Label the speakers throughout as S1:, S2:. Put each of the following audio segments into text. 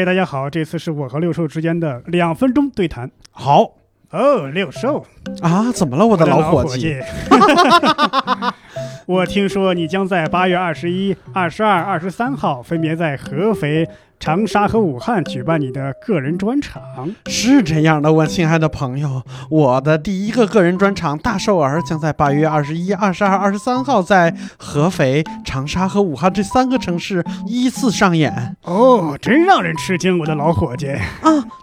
S1: 嘿，大家好，这次是我和六兽之间的两分钟对谈。
S2: 好
S1: 哦，六兽，
S2: 啊，怎么了，我的
S1: 嗯老
S2: 伙
S1: 计？ 我听说你将在八月二十一、二十二、二十三号分别在合肥、长沙和武汉举办你的个人专场。
S2: 是这样的，我亲爱的朋友，我的第一个个人专场《大寿儿》将在八月二十一、二十二、二十三号在合肥、长沙和武汉这三个城市依次上演。
S1: 哦，真让人吃惊，我的老伙计。
S2: 啊，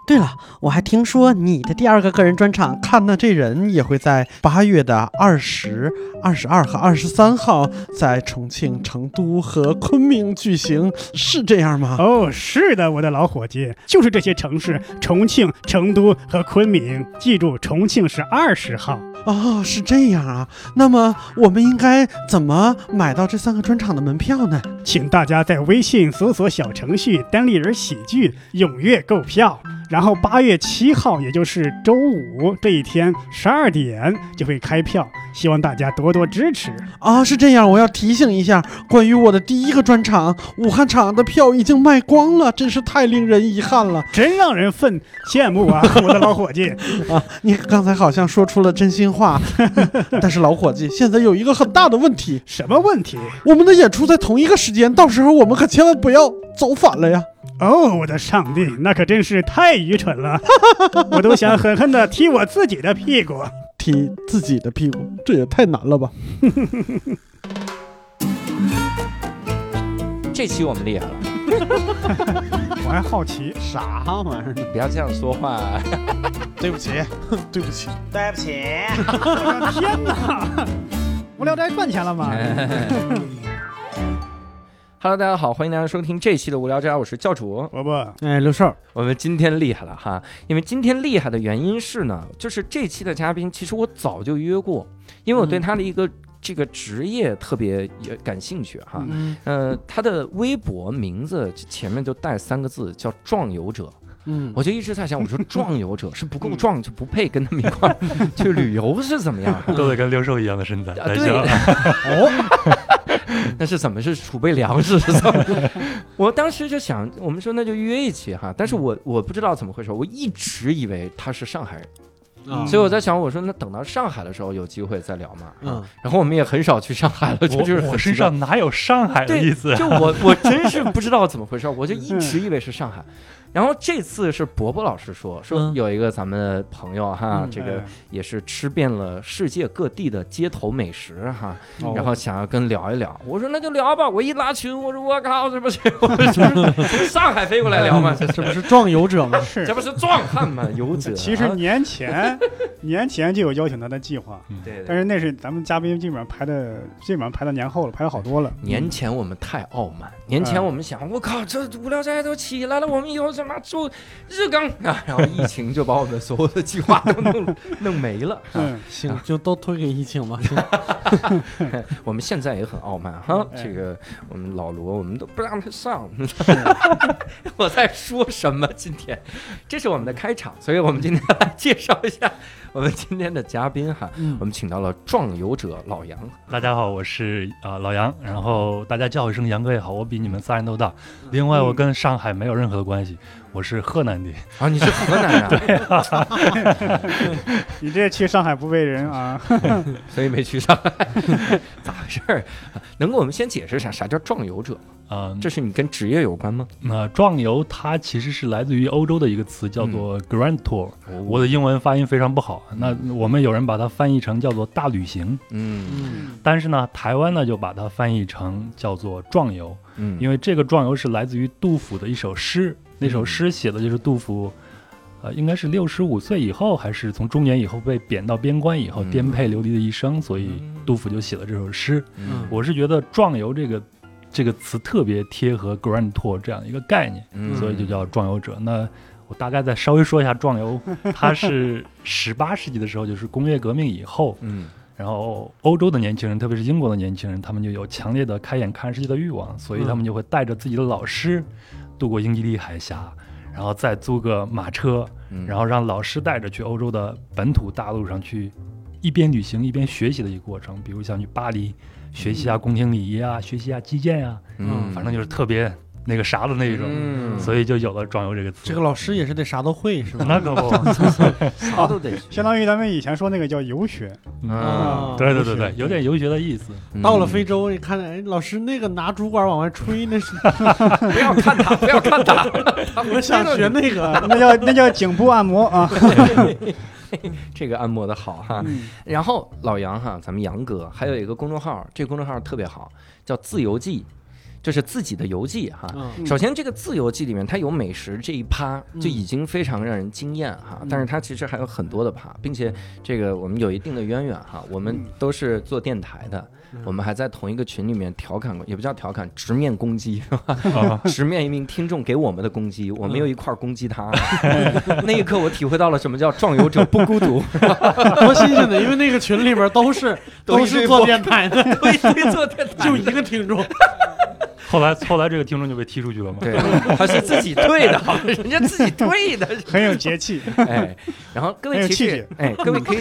S2: 对了，我还听说你的第二个个人专场《看那这人》也会在八月的二十二、十二和二十三号在重庆、成都和昆明举行，是这样吗？
S1: 哦，是的，我的老伙计，就是这些城市：重庆、成都和昆明。记住，重庆是二十号。
S2: 哦，是这样啊。那么我们应该怎么买到这三个专场的门票呢？
S1: 请大家在微信搜索小程序“单立人喜剧”踊跃购票。然后八月七号，也就是周五这一天，十二点就会开票，希望大家多多支持。
S2: 啊，是这样，我要提醒一下，关于我的第一个专场武汉场的票已经卖光了，真是太令人遗憾了
S1: 真让人愤羡慕啊，我的老伙计！
S2: 啊！你刚才好像说出了真心话， 但是老伙计，现在有一个很大的问题，
S1: 什么问题？
S2: 我们的演出在同一个时间，到时候我们可千万不要走反了呀！
S1: 哦，我的上帝，那可真是太愚蠢了， 我都想狠狠地踢我自己的屁股。
S2: 踢自己的屁股，这也太难了吧？
S3: 这期我们厉害了，
S1: 我还好奇，
S2: 啥玩意儿？
S3: 你不要这样说话。
S2: 对不起，对不起，
S4: 对不起，
S1: 我的天哪！无聊斋赚钱了吗？
S3: Hello，大家好，欢迎大家收听这期的无聊斋，我是教主。
S1: 伯伯，
S2: 哎，刘少，
S3: 我们今天厉害了哈，因为今天厉害的原因是呢，就是这期的嘉宾其实我早就约过，因为我对他的一个、这个职业特别也感兴趣哈。
S2: 嗯
S3: 呃，他的微博名字前面就带三个字，叫“壮游者”。
S2: 嗯，
S3: 我就一直在想，我说壮游者是不够壮就不配跟他们一 块儿去旅游是怎么样？
S5: 都得跟刘寿一样的身材，
S3: 嗯啊，
S5: 来
S3: 对，
S5: 行
S3: 哦， 那是怎么是储备粮食？是怎么？ 我当时就想，我们说那就约一期哈，但是我我不知道怎么回事，我一直以为他是上海人，
S2: 啊
S1: 嗯
S3: 所以我在想，我说那等到上海的时候有机会再聊嘛。
S2: 嗯，
S3: 然后我们也很少去上海了，这 就是
S5: 我
S3: 很
S5: 我
S3: 奇
S5: 身
S3: 怪。
S5: 上哪有上海的意
S3: 对，
S5: 思？啊
S3: 就我我真是不知道怎么回事，我就一直以为是上海。然后这次是伯伯老师说说
S2: 嗯
S3: 有一个咱们的朋友哈，
S2: 嗯
S3: 这个也是吃遍了世界各地的街头美食哈，
S2: 哦
S3: 然后想要跟聊一聊。我说那就聊吧，我一拉群，我说我靠，这不是 我这不是从上海飞过来聊吗？
S1: 哎
S3: 这
S2: 嗯这不是壮游 者吗？
S1: 是
S3: 这不是壮 汉吗？游者啊。
S1: 其实年前，年前就有邀请他的计划，
S3: 对，
S1: 但是那是咱们嘉宾基本上排的，基本上排到年后了，排了好多了。
S3: 嗯年前我们太傲慢，年前我们想，我靠，这无聊斋都起来了，我们以后怎么住日更啊？然后疫情就把我们所有的计划都弄 弄没了。啊
S1: 嗯，
S2: 行，就都推给疫情吧。行
S3: 我们现在也很傲慢哈，
S1: 哎
S3: 这个我们老罗，我们都不让他上。我在说什么？今天，这是我们的开场，所以我们今天来介绍一下我们今天的嘉宾哈，
S2: 嗯
S3: 我们请到了壮游者老杨。
S5: 大家好，我是啊、呃老杨，然后大家叫我一声杨哥也好，我比你们仨人都大。另外，
S3: 嗯
S5: 我跟上海没有任何的关系，我是河南的。
S3: 啊，你是河南 人啊，
S1: 你这去上海不被人啊？
S3: 所以没去上海， 咋回事儿？能给我们先解释一下啥叫壮游者吗？
S5: 嗯、
S3: 这是你跟职业有关吗？
S5: 那、呃壮游它其实是来自于欧洲的一个词，
S3: 嗯
S5: 叫做 Grand Tour、我
S3: 的
S5: 的英文发音非常不好，那我们有人把它翻译成叫做大旅行，
S3: 嗯
S2: 嗯
S5: 但是呢，台湾呢就把它翻译成叫做壮游。
S3: 嗯，
S5: 因为这个壮游是来自于杜甫的一首诗，那首
S3: 嗯
S5: 诗写的就是杜甫，呃，应该是六十五岁以后，还是从中年以后被贬到边关以后，
S3: 嗯
S5: 颠沛流离的一生，所以
S3: 嗯
S5: 杜甫就写了这首诗。
S3: 嗯
S5: 我是觉得“壮游”这个这个词特别贴合 “grand tour” 这样一个概念，
S3: 嗯
S5: 所以就叫壮游者。那我大概再稍微说一下壮游，它是十八世纪的时候，就是工业革命以后，
S3: 嗯
S5: 然后欧洲的年轻人，特别是英国的年轻人，他们就有强烈的开眼看世界的欲望，所以他们就会带着自己的老师渡过英吉利海峡，然后再租个马车，
S3: 嗯，
S5: 然后让老师带着去欧洲的本土大陆上去，一边旅行一边学习的一个过程。比如像去巴黎学习一下宫廷礼仪啊，学习一下击剑呀、
S3: 嗯
S5: 反正就是特别那个啥的那一种，
S3: 嗯
S5: 所以就有了壮游这个词。
S2: 这个老师也是得啥都会是吧？
S5: 那可不，
S3: 啥都得学。
S1: 相当于咱们以前说那个叫游学，
S5: 嗯， 对对对对，有点游学的意思。
S3: 嗯
S2: 到了非洲，你看，哎，老师那个拿竹管往外吹，那 是
S3: 嗯，不要看 他，不要看他，
S2: 我想学那
S3: 啊
S2: 个。
S1: 那叫那叫颈部按摩啊。
S3: 这个按摩的好哈。
S2: 嗯
S3: 然后老杨哈，咱们杨哥还有一个公众号，这个公众号特别好，叫自由记，就是自己的游记哈。
S2: 嗯
S3: 首先，这个自由记里面它有美食这一趴，
S2: 嗯
S3: 就已经非常让人惊艳哈。
S2: 嗯
S3: 但是它其实还有很多的趴，并且这个我们有一定的渊源哈。我们都是做电台的，
S2: 嗯
S3: 我们还在同一个群里面调侃过，也不叫调侃，直面攻击，
S5: 啊
S3: 直面一名听众给我们的攻击，我们又一块儿攻击 他。那一刻，我体会到了什么叫壮游者不孤独，
S2: 多新鲜的，因为那个群里边都 是
S3: 都
S2: 都
S3: 是
S2: 是做电台的，
S3: 对对，做电 台
S2: 就一个听众。
S5: 后来后来这个听众就被踢出去了嘛。
S3: 对，他是自己退的，人家自己退的。
S1: 很有节 气，
S3: 哎，然后各
S1: 很
S3: 位
S1: 有
S3: 其
S1: 气
S3: 实
S1: 质，
S3: 哎，各位 可以，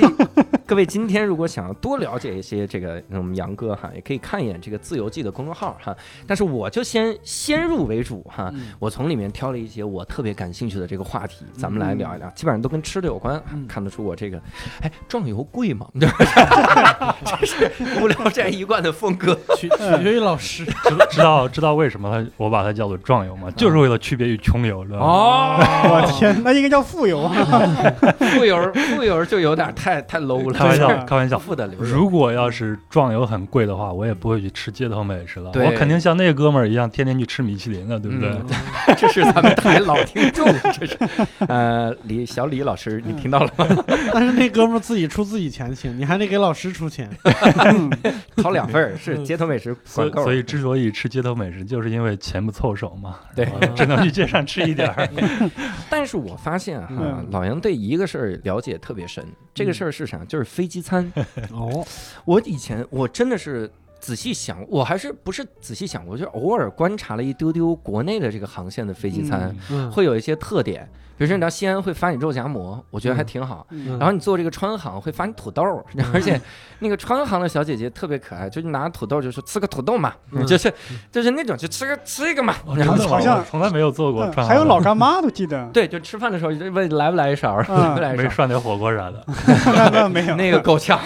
S3: 各位今天如果想要多了解一些这个嗯我们杨哥哈，也可以看一眼这个自由记的公众号哈。但是我就先先入为主哈，
S1: 嗯
S3: 我从里面挑了一些我特别感兴趣的这个话题，咱们来聊一聊，基本上都跟吃的有关，
S2: 嗯
S3: 看得出我这个，哎，壮游贵吗？ 这是无聊斋一贯的风格。
S2: 取取决于老师，
S5: 知道知道知道为什么它我把它叫做壮游嘛，就是为了区别于穷游，知道吗？
S3: 哦，
S1: 我天，那应该叫富游啊。
S3: 富游富游就有点太太 low 了，
S5: 开玩
S1: 这
S5: 笑，
S1: 是
S5: 开玩笑。
S3: 富的流
S5: 如果要是壮游很贵的话，我也不会去吃街头美食了，
S3: 对
S5: 我肯定像那哥们儿一样，天天去吃米其林了，对不对？
S3: 嗯 这是咱们台老听众，这是呃李小李老师，你听到了吗？
S2: 但是那哥们儿自己出自己钱请，你还得给老师出钱。
S3: 掏两份儿是街头美食
S5: 所
S3: 管
S5: 以
S3: 够，
S5: 所以之所以吃街头美食，就是因为钱不凑手嘛，
S3: 对
S5: 然 后只能去街上吃一点儿。
S3: 但是我发现哈、
S1: 嗯
S3: 老杨对一个事儿了解特别深，这个事儿是啥？就是飞机餐。
S2: 哦，
S3: 我以前我真的是。仔细想，我还是不是仔细想过，就是偶尔观察了一丢丢国内的这个航线的飞机餐，
S2: 嗯，
S3: 会有一些特点，比如说你到西安会发你肉夹馍，我觉得还挺好。
S2: 嗯
S3: 然后你做这个川航会发你土豆儿， 而且那个川航的小姐姐特别可爱，就是拿土豆就说吃个土豆嘛，
S2: 嗯
S3: 就是就是那种就吃个吃一个嘛，
S5: 哦
S3: 然
S5: 真
S3: 后
S5: 的吗
S1: 好像
S5: 我从来没有做过
S1: 嗯，
S5: 串行的，
S1: 还有老干妈都记得，
S3: 对，就吃饭的时候就问来不来一勺儿，
S1: 嗯
S3: 来不来一
S5: 没
S3: 勺儿。
S5: 涮点火锅啥
S3: 嗯
S5: 的。
S1: 那那没有
S3: 那个够呛，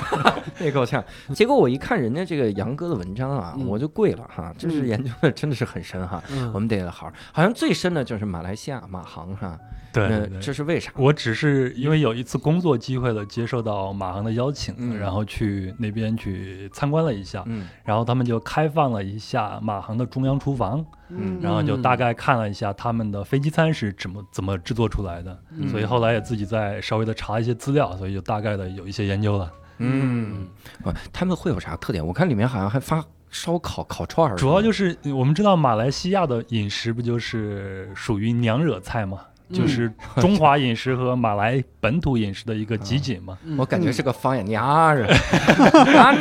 S3: 那个够呛。结果我一看人家这个杨哥的文章啊，
S2: 嗯
S3: 我就跪了哈，这是
S1: 嗯
S3: 研究的真的是很深哈，
S2: 嗯
S3: 我们得好。好像最深的就是马来西亚马航哈，
S5: 对
S3: 那
S5: 对对，
S3: 这是为啥？
S5: 我只是因为有一次工作机会的接受到马航的邀请，
S3: 嗯
S5: 然后去那边去参观了一下，
S3: 嗯，
S5: 然后他们就开放了一下马航的中央厨房，
S1: 嗯
S5: 然后就大概看了一下他们的飞机餐是怎么怎么制作出来的，
S3: 嗯
S5: 所以后来也自己再稍微的查一些资料，所以就大概的有一些研究了。
S3: 嗯，哇他们会有啥特点？我看里面好像还发烧烤、烤串儿，
S5: 主要就是呃我们知道马来西亚的饮食不就是属于娘惹菜嘛，就是中华饮食和马来本土饮食的一个集锦嘛。
S3: 我感觉是个方言啊娘 人，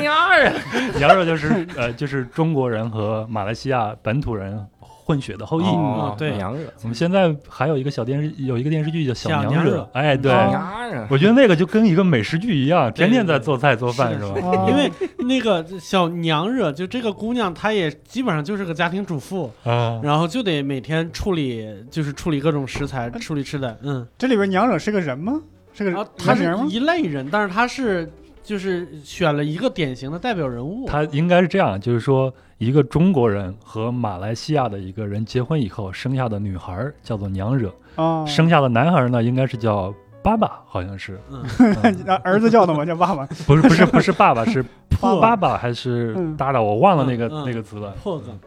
S3: 娘人，
S5: 羊肉就是呃，就是中国人和马来西亚本土人混血的后裔。
S2: 哦对
S3: 娘人，
S5: 我们现在还有一个小电视，有一个电视剧叫《小
S2: 小
S5: 娘
S2: 娘
S5: 惹》
S2: 惹，
S3: 啊
S5: 哎，对，
S1: 哦
S3: 娘人，
S5: 我觉得那个就跟一个美食剧一样，天天在做菜做饭
S2: 是
S5: 是
S2: 的
S5: 吧？
S1: 哦
S2: 因为那个小娘惹，就这个姑娘，她也基本上就是个家庭主妇，
S5: 啊，
S2: 然后就得每天处理，就是处理各种食材，处理吃的。嗯，
S1: 这里边娘惹是个人吗？是 个
S2: 然后她
S1: 人
S2: 啊是
S1: 名吗？
S2: 一类人，但是她是就是选了一个典型的代表人物。
S5: 他应该是这样，就是说一个中国人和马来西亚的一个人结婚以后生下的女孩儿叫做娘惹，
S1: 啊，
S5: 生下的男孩儿呢应该是叫爸爸，好像是，
S2: 嗯
S5: 嗯
S1: 啊儿子叫的吗？叫爸爸。
S5: 不是不是不是爸爸，是破
S1: 破
S5: 爸爸还是
S1: 嗯
S5: 大大，我忘了那个
S2: 嗯嗯
S5: 那个词了。
S2: 破梗。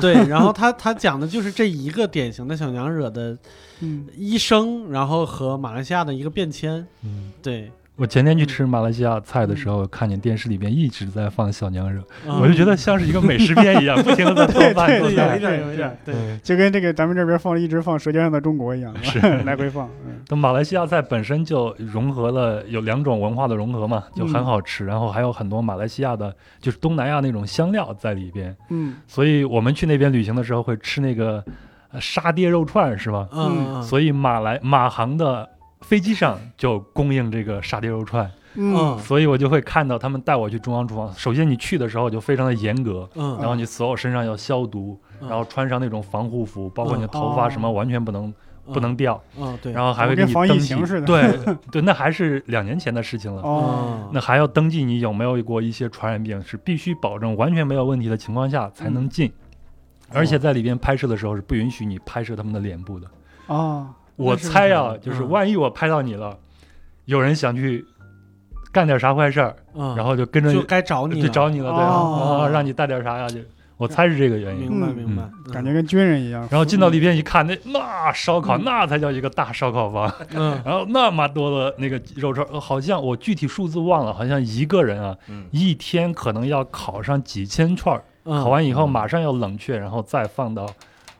S2: 对，然后他他讲的就是这一个典型的小娘惹的
S1: 嗯，
S2: 一生，然后和马来西亚的一个变迁。
S5: 嗯，
S2: 对，
S5: 我前天去吃马来西亚菜的时候，看见电视里边一直在放小娘惹，
S2: 嗯
S5: 我就觉得像是一个美食片一样，不停的在做
S1: 对
S5: 饭做
S1: 对
S2: 有一
S5: 菜。
S2: 点有一点对。
S5: 嗯
S1: 就跟这个咱们这边放一直放《舌尖上的中国》一样，
S5: 是
S1: 来回放。嗯
S5: 那马来西亚菜本身就融合了有两种文化的融合嘛，就很好吃，然后还有很多马来西亚的，就是东南亚那种香料在里边，
S1: 嗯，
S5: 所以我们去那边旅行的时候会吃那个呃沙爹肉串，是吧？
S2: 嗯，
S5: 所以马来马航的飞机上就供应这个沙爹肉串，
S1: 嗯
S5: 所以我就会看到他们带我去中央厨房。首先你去的时候就非常的严格，
S2: 嗯
S5: 然后你所有身上要消毒，
S2: 嗯
S5: 然后穿上那种防护服，包括你的头
S1: 哦
S5: 发什么完全不能不能掉，
S2: 嗯对，
S5: 然后哦还会
S1: 怎么
S5: 给
S1: 跟
S5: 你
S1: 防疫
S5: 登记
S1: 情似的。
S5: 对对，那还是两年前的事情了。
S1: 哦，
S2: 嗯
S5: 那还要登记你有没有过一些传染病，是必须保证完全没有问题的情况下才
S2: 嗯
S5: 能进，而
S2: 哦
S5: 且在里边拍摄的时候是不允许你拍摄他们的脸部的。
S1: 哦，
S5: 我猜啊，就是
S2: 嗯
S5: 万一我拍到你了，有人想去干点啥坏事儿，
S2: 嗯，
S5: 然后就跟着
S2: 就该找你
S5: 就
S2: 了，
S5: 找你了，对，
S1: 哦
S5: 啊，让你带点啥呀？就我猜是这个原因。
S2: 明白
S1: 嗯
S2: 明白，嗯
S1: 感觉跟军人一样。
S5: 然后进到里边一看，那那烧烤那才叫一个大烧烤房，
S2: 嗯
S5: 然后那么多的那个肉串，呃好像我具体数字忘了，好像一个人啊，
S3: 嗯，
S5: 一天可能要烤上几千串儿，
S2: 嗯
S5: 烤完以后马上要冷却，然后再放到，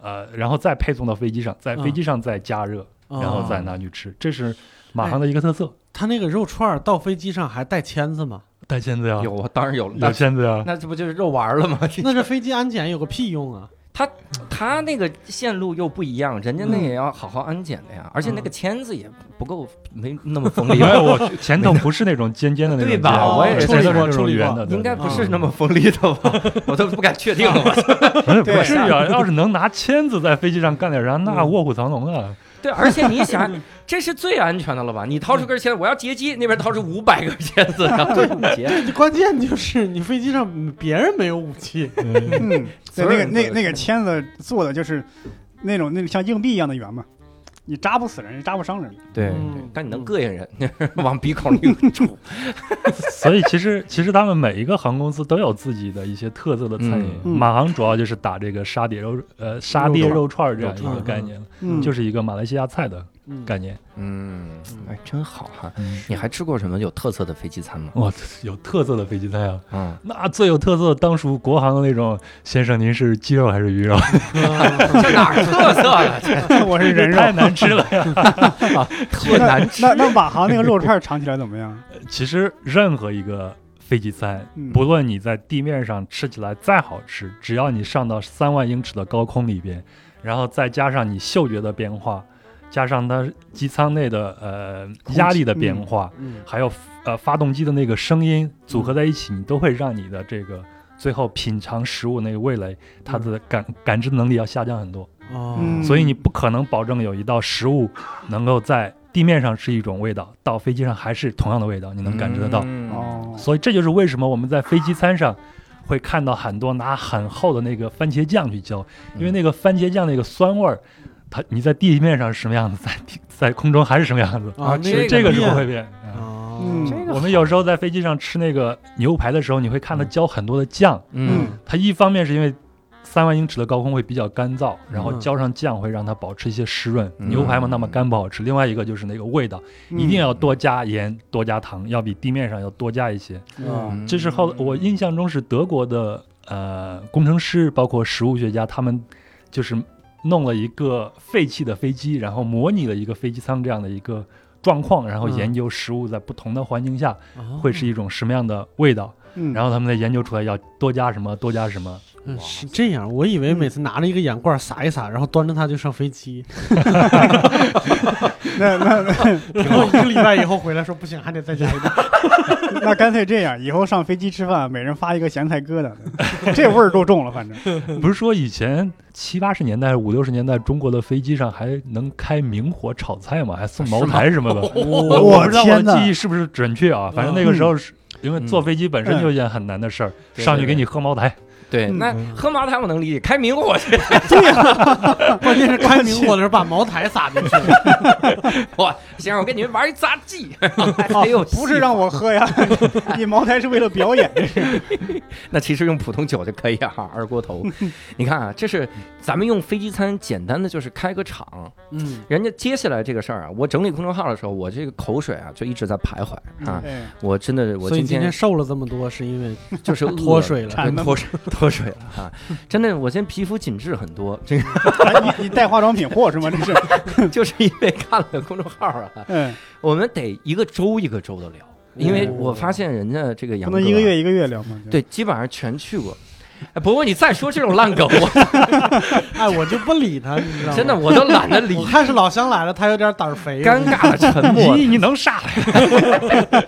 S5: 呃，然后再配送到飞机上，在飞机上再加热，
S2: 嗯
S5: 然后再拿去吃，这是马航的一个特色。
S2: 他那个肉串儿到飞机上还带签子吗？
S5: 带签子呀，
S3: 有啊，当然有了，
S5: 有
S3: 那
S5: 签子呀，
S3: 那这不就是肉丸 了吗？
S2: 那这飞机安检有个屁用啊！
S3: 他那个线路又不一样，人家那也要好好安检的呀，而且那个签子也不够，嗯 没那么锋利
S5: 因为
S3: 吧？
S5: 我前头不是那种尖尖的那种
S3: 对
S5: 尖，
S3: 吧
S2: 我也
S5: 前
S2: 处理
S5: 头是
S2: 过
S5: 那
S2: 处
S5: 种
S2: 理过
S5: 圆的，对
S3: 应该不是那么锋利的 吧？我都不敢确定了。
S5: 不是
S1: 对
S5: 不是啊，要是能拿签子在飞机上干点啥，那卧虎藏龙啊！
S3: 对，而且你想，这是最安全的了吧？你掏出根签，我要劫机，那边掏出五百根签子， 然后就劫。
S2: 关键就是你飞机上嗯别人没有武器，
S5: 嗯
S1: 嗯，对，
S3: 所有
S1: 那个
S3: 人
S1: 那
S3: 都
S1: 那个签子做的就是那种那种像硬币一样的圆嘛，你扎不死人，也扎不伤人。
S3: 对
S2: 嗯
S3: 但你能膈应人， 往鼻孔里杵。
S5: 所以其实其实他们每一个航空公司都有自己的一些特色的餐饮。
S1: 嗯嗯
S5: 马航主要就是打这个沙爹肉呃沙爹肉串儿这样一
S2: 肉
S5: 个
S2: 串
S5: 概念，
S1: 嗯，
S5: 就是是一个马来西亚菜的
S2: 嗯
S5: 概念。
S3: 嗯，哎，真好哈！
S5: 嗯
S3: 你还吃过什么有特色的飞机餐吗？
S5: 哇，有特色的飞机餐啊！
S3: 嗯，
S5: 那最有特色的当属国航的那种，先生您是鸡肉还是鱼肉？
S3: 这哪儿特色了？ 这
S1: 我是人肉。
S5: 太难吃了呀！
S3: 特难吃。
S1: 那那马航那个肉串尝起来怎么样？
S5: 其实任何一个飞机餐，
S1: 嗯
S5: 不论你在地面上吃起来再好吃，只要你上到三万英尺的高空里边，然后再加上你嗅觉的变化，加上它机舱内的呃
S1: 气
S5: 压力的变化，
S2: 嗯
S5: 还有呃发动机的那个声
S1: 嗯
S5: 音组合在一起，你都会让你的这个最后品尝食物那个味蕾，它的感感知能力要下降很多。
S2: 哦
S1: 嗯
S5: 所以你不可能保证有一道食物能够在地面上是一种味道，到飞机上还是同样的味道，你能感知得到。
S3: 嗯，
S1: 哦，
S5: 所以这就是为什么我们在飞机餐上会看到很多拿很厚的那个番茄酱去浇，因为那个番茄酱那个酸味儿，它你在地面上是什么样子，在地在空中还是什么样子，
S2: 啊，
S3: 其
S5: 所
S3: 实
S5: 以这个是不会变。嗯
S2: 哦，
S1: 嗯
S3: 这个
S5: 我们有时候在飞机上吃那个牛排的时候，你会看它浇很多的酱，
S1: 嗯
S3: 嗯，
S5: 它一方面是因为三万英尺的高空会比较干燥，然后
S2: 嗯
S5: 浇上酱会让它保持一些湿润。
S3: 嗯
S5: 牛排嘛，那么干不好吃。另外一个就是那个味道，
S1: 嗯
S5: 一定要多加盐、多加糖，要比地面上要多加一些。
S1: 啊，
S3: 嗯
S5: 这是后我印象中是德国的呃工程师，包括食物学家，他们就是弄了一个废弃的飞机，然后模拟了一个飞机舱这样的一个状况，然后
S2: 嗯
S5: 研究食物在不同的环境下
S2: 哦
S5: 会是一种什么样的味道，
S1: 嗯，
S5: 然后他们再研究出来要多加什么，多加什么。
S2: 嗯是这样，我以为每次拿着一个盐罐撒一撒，然后端着它就上飞 机，
S1: 那那
S2: 然后一个礼拜以后回来说不行，还得再加 一个。
S1: 那那干脆这样，以后上飞机吃饭，每人发一个咸菜疙瘩， 这味儿够重了，反正。
S5: 不是说以前七八十年代、五六十年代，中国的飞机上还能开明火炒菜吗？还送茅台什么的。 我我不知道我
S1: 天哪
S5: 的记忆是不是准确啊，反正那个时候是。因为坐飞机本身就一件很难的事儿，
S3: 对
S5: 嗯上去给你喝茅台，
S3: 对，
S1: 嗯
S3: 那喝茅台我能理解，开明火去，
S2: 关键是开明火的时候把茅台撒进去，
S3: 哇，先生，我跟你们玩一杂技，还有
S1: 不是让我喝呀，你茅台是为了表演，这是
S3: 那其实用普通酒就可以啊， 二锅头。你看啊，这是咱们用飞机餐，简单的就是开个场。
S2: 嗯
S3: 人家接下来这个事儿啊，我整理公众号的时候，我这个口水啊就一直在徘徊啊。
S1: 哎
S3: 我真的，我
S2: 嗯所以
S3: 今
S2: 天
S3: 天
S2: 瘦了这么多是因为
S3: 就是饿
S2: 脱水了。
S1: 馋
S3: 对，
S1: 了
S3: 脱水 脱水了啊！真的，我现在皮肤紧致很 多，这个
S1: 哎你你带化妆品货是吗？这 是，
S3: 就是因为看了公众号啊。
S1: 嗯，
S3: 我们得一个周一个周的聊，因为我发现人家这个
S1: 不
S3: 杨哥啊
S1: 能一个月一个月聊吗？
S3: 对基本上全去过。哎，不过你再说这种烂梗， 我
S2: 哎，我就不理他，你知道吗？
S3: 真的我都懒得理
S2: 我。看是老乡来了，他有点胆儿肥。
S3: 尴尬的 沉默，
S5: 你你能啥来？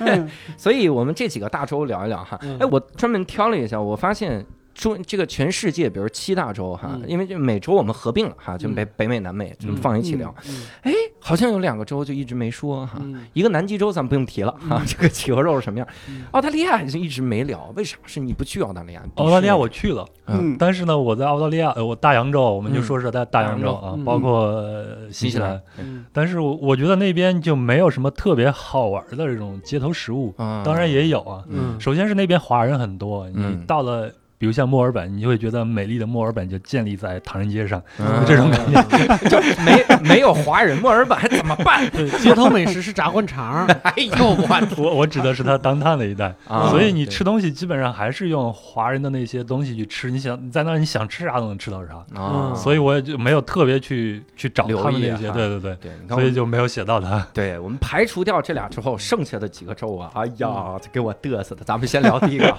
S1: 嗯
S3: 所以我们这几个大洲聊一聊哈。
S2: 嗯
S3: 哎，我专门挑了一下，我发现中这个全世界，比如七大洲哈，
S2: 嗯
S3: 因为这每洲我们合并了哈，就
S2: 嗯
S3: 北、北美南美就
S5: 嗯
S3: 放一起聊。
S2: 嗯
S3: 哎，好像有两个州就一直没说哈。
S2: 嗯
S3: 一个南极洲咱们不用提了哈， 这个企鹅肉是什么样？
S2: 嗯
S3: 澳大利亚就一直没聊，为啥？是你不去澳大利亚？你必须
S5: 澳大利亚我去了，
S1: 嗯
S5: 但是呢，我在澳大利亚，呃，我大洋洲，我们就说是在大洋洲啊，
S2: 嗯
S5: 包括呃新西兰，
S2: 嗯
S5: 但是我我觉得那边就没有什么特别好玩的这种街头食物，
S3: 啊，
S5: 当然也有啊。
S2: 嗯
S5: 首先是那边华人很多，
S3: 嗯
S5: 你到了。比如像墨尔本，你就会觉得美丽的墨尔本就建立在唐人街上，
S3: 嗯
S5: 这种感觉。
S3: 没没有华人，墨尔本还 怎么办？
S2: 对，街头美食是炸灌肠，
S3: 哎呦我
S5: 我我指的是它当趟的一带，
S3: 啊
S5: 所以你
S3: 对
S5: 吃东西基本上还是用华人的那些东西去吃。你想你在那儿你想吃啥都能吃到啥，
S3: 啊！
S5: 嗯所以我也就没有特别去去找
S3: 留
S5: 他们
S3: 意啊
S5: 那些，
S3: 哈
S5: 对对对，
S3: 对，你看我
S5: 所以
S3: 们
S5: 就没有写 到他。
S3: 对我们排除掉这俩之后，剩下的几个州啊，哎呀，这给我嘚瑟的。咱们先聊第一 个哈，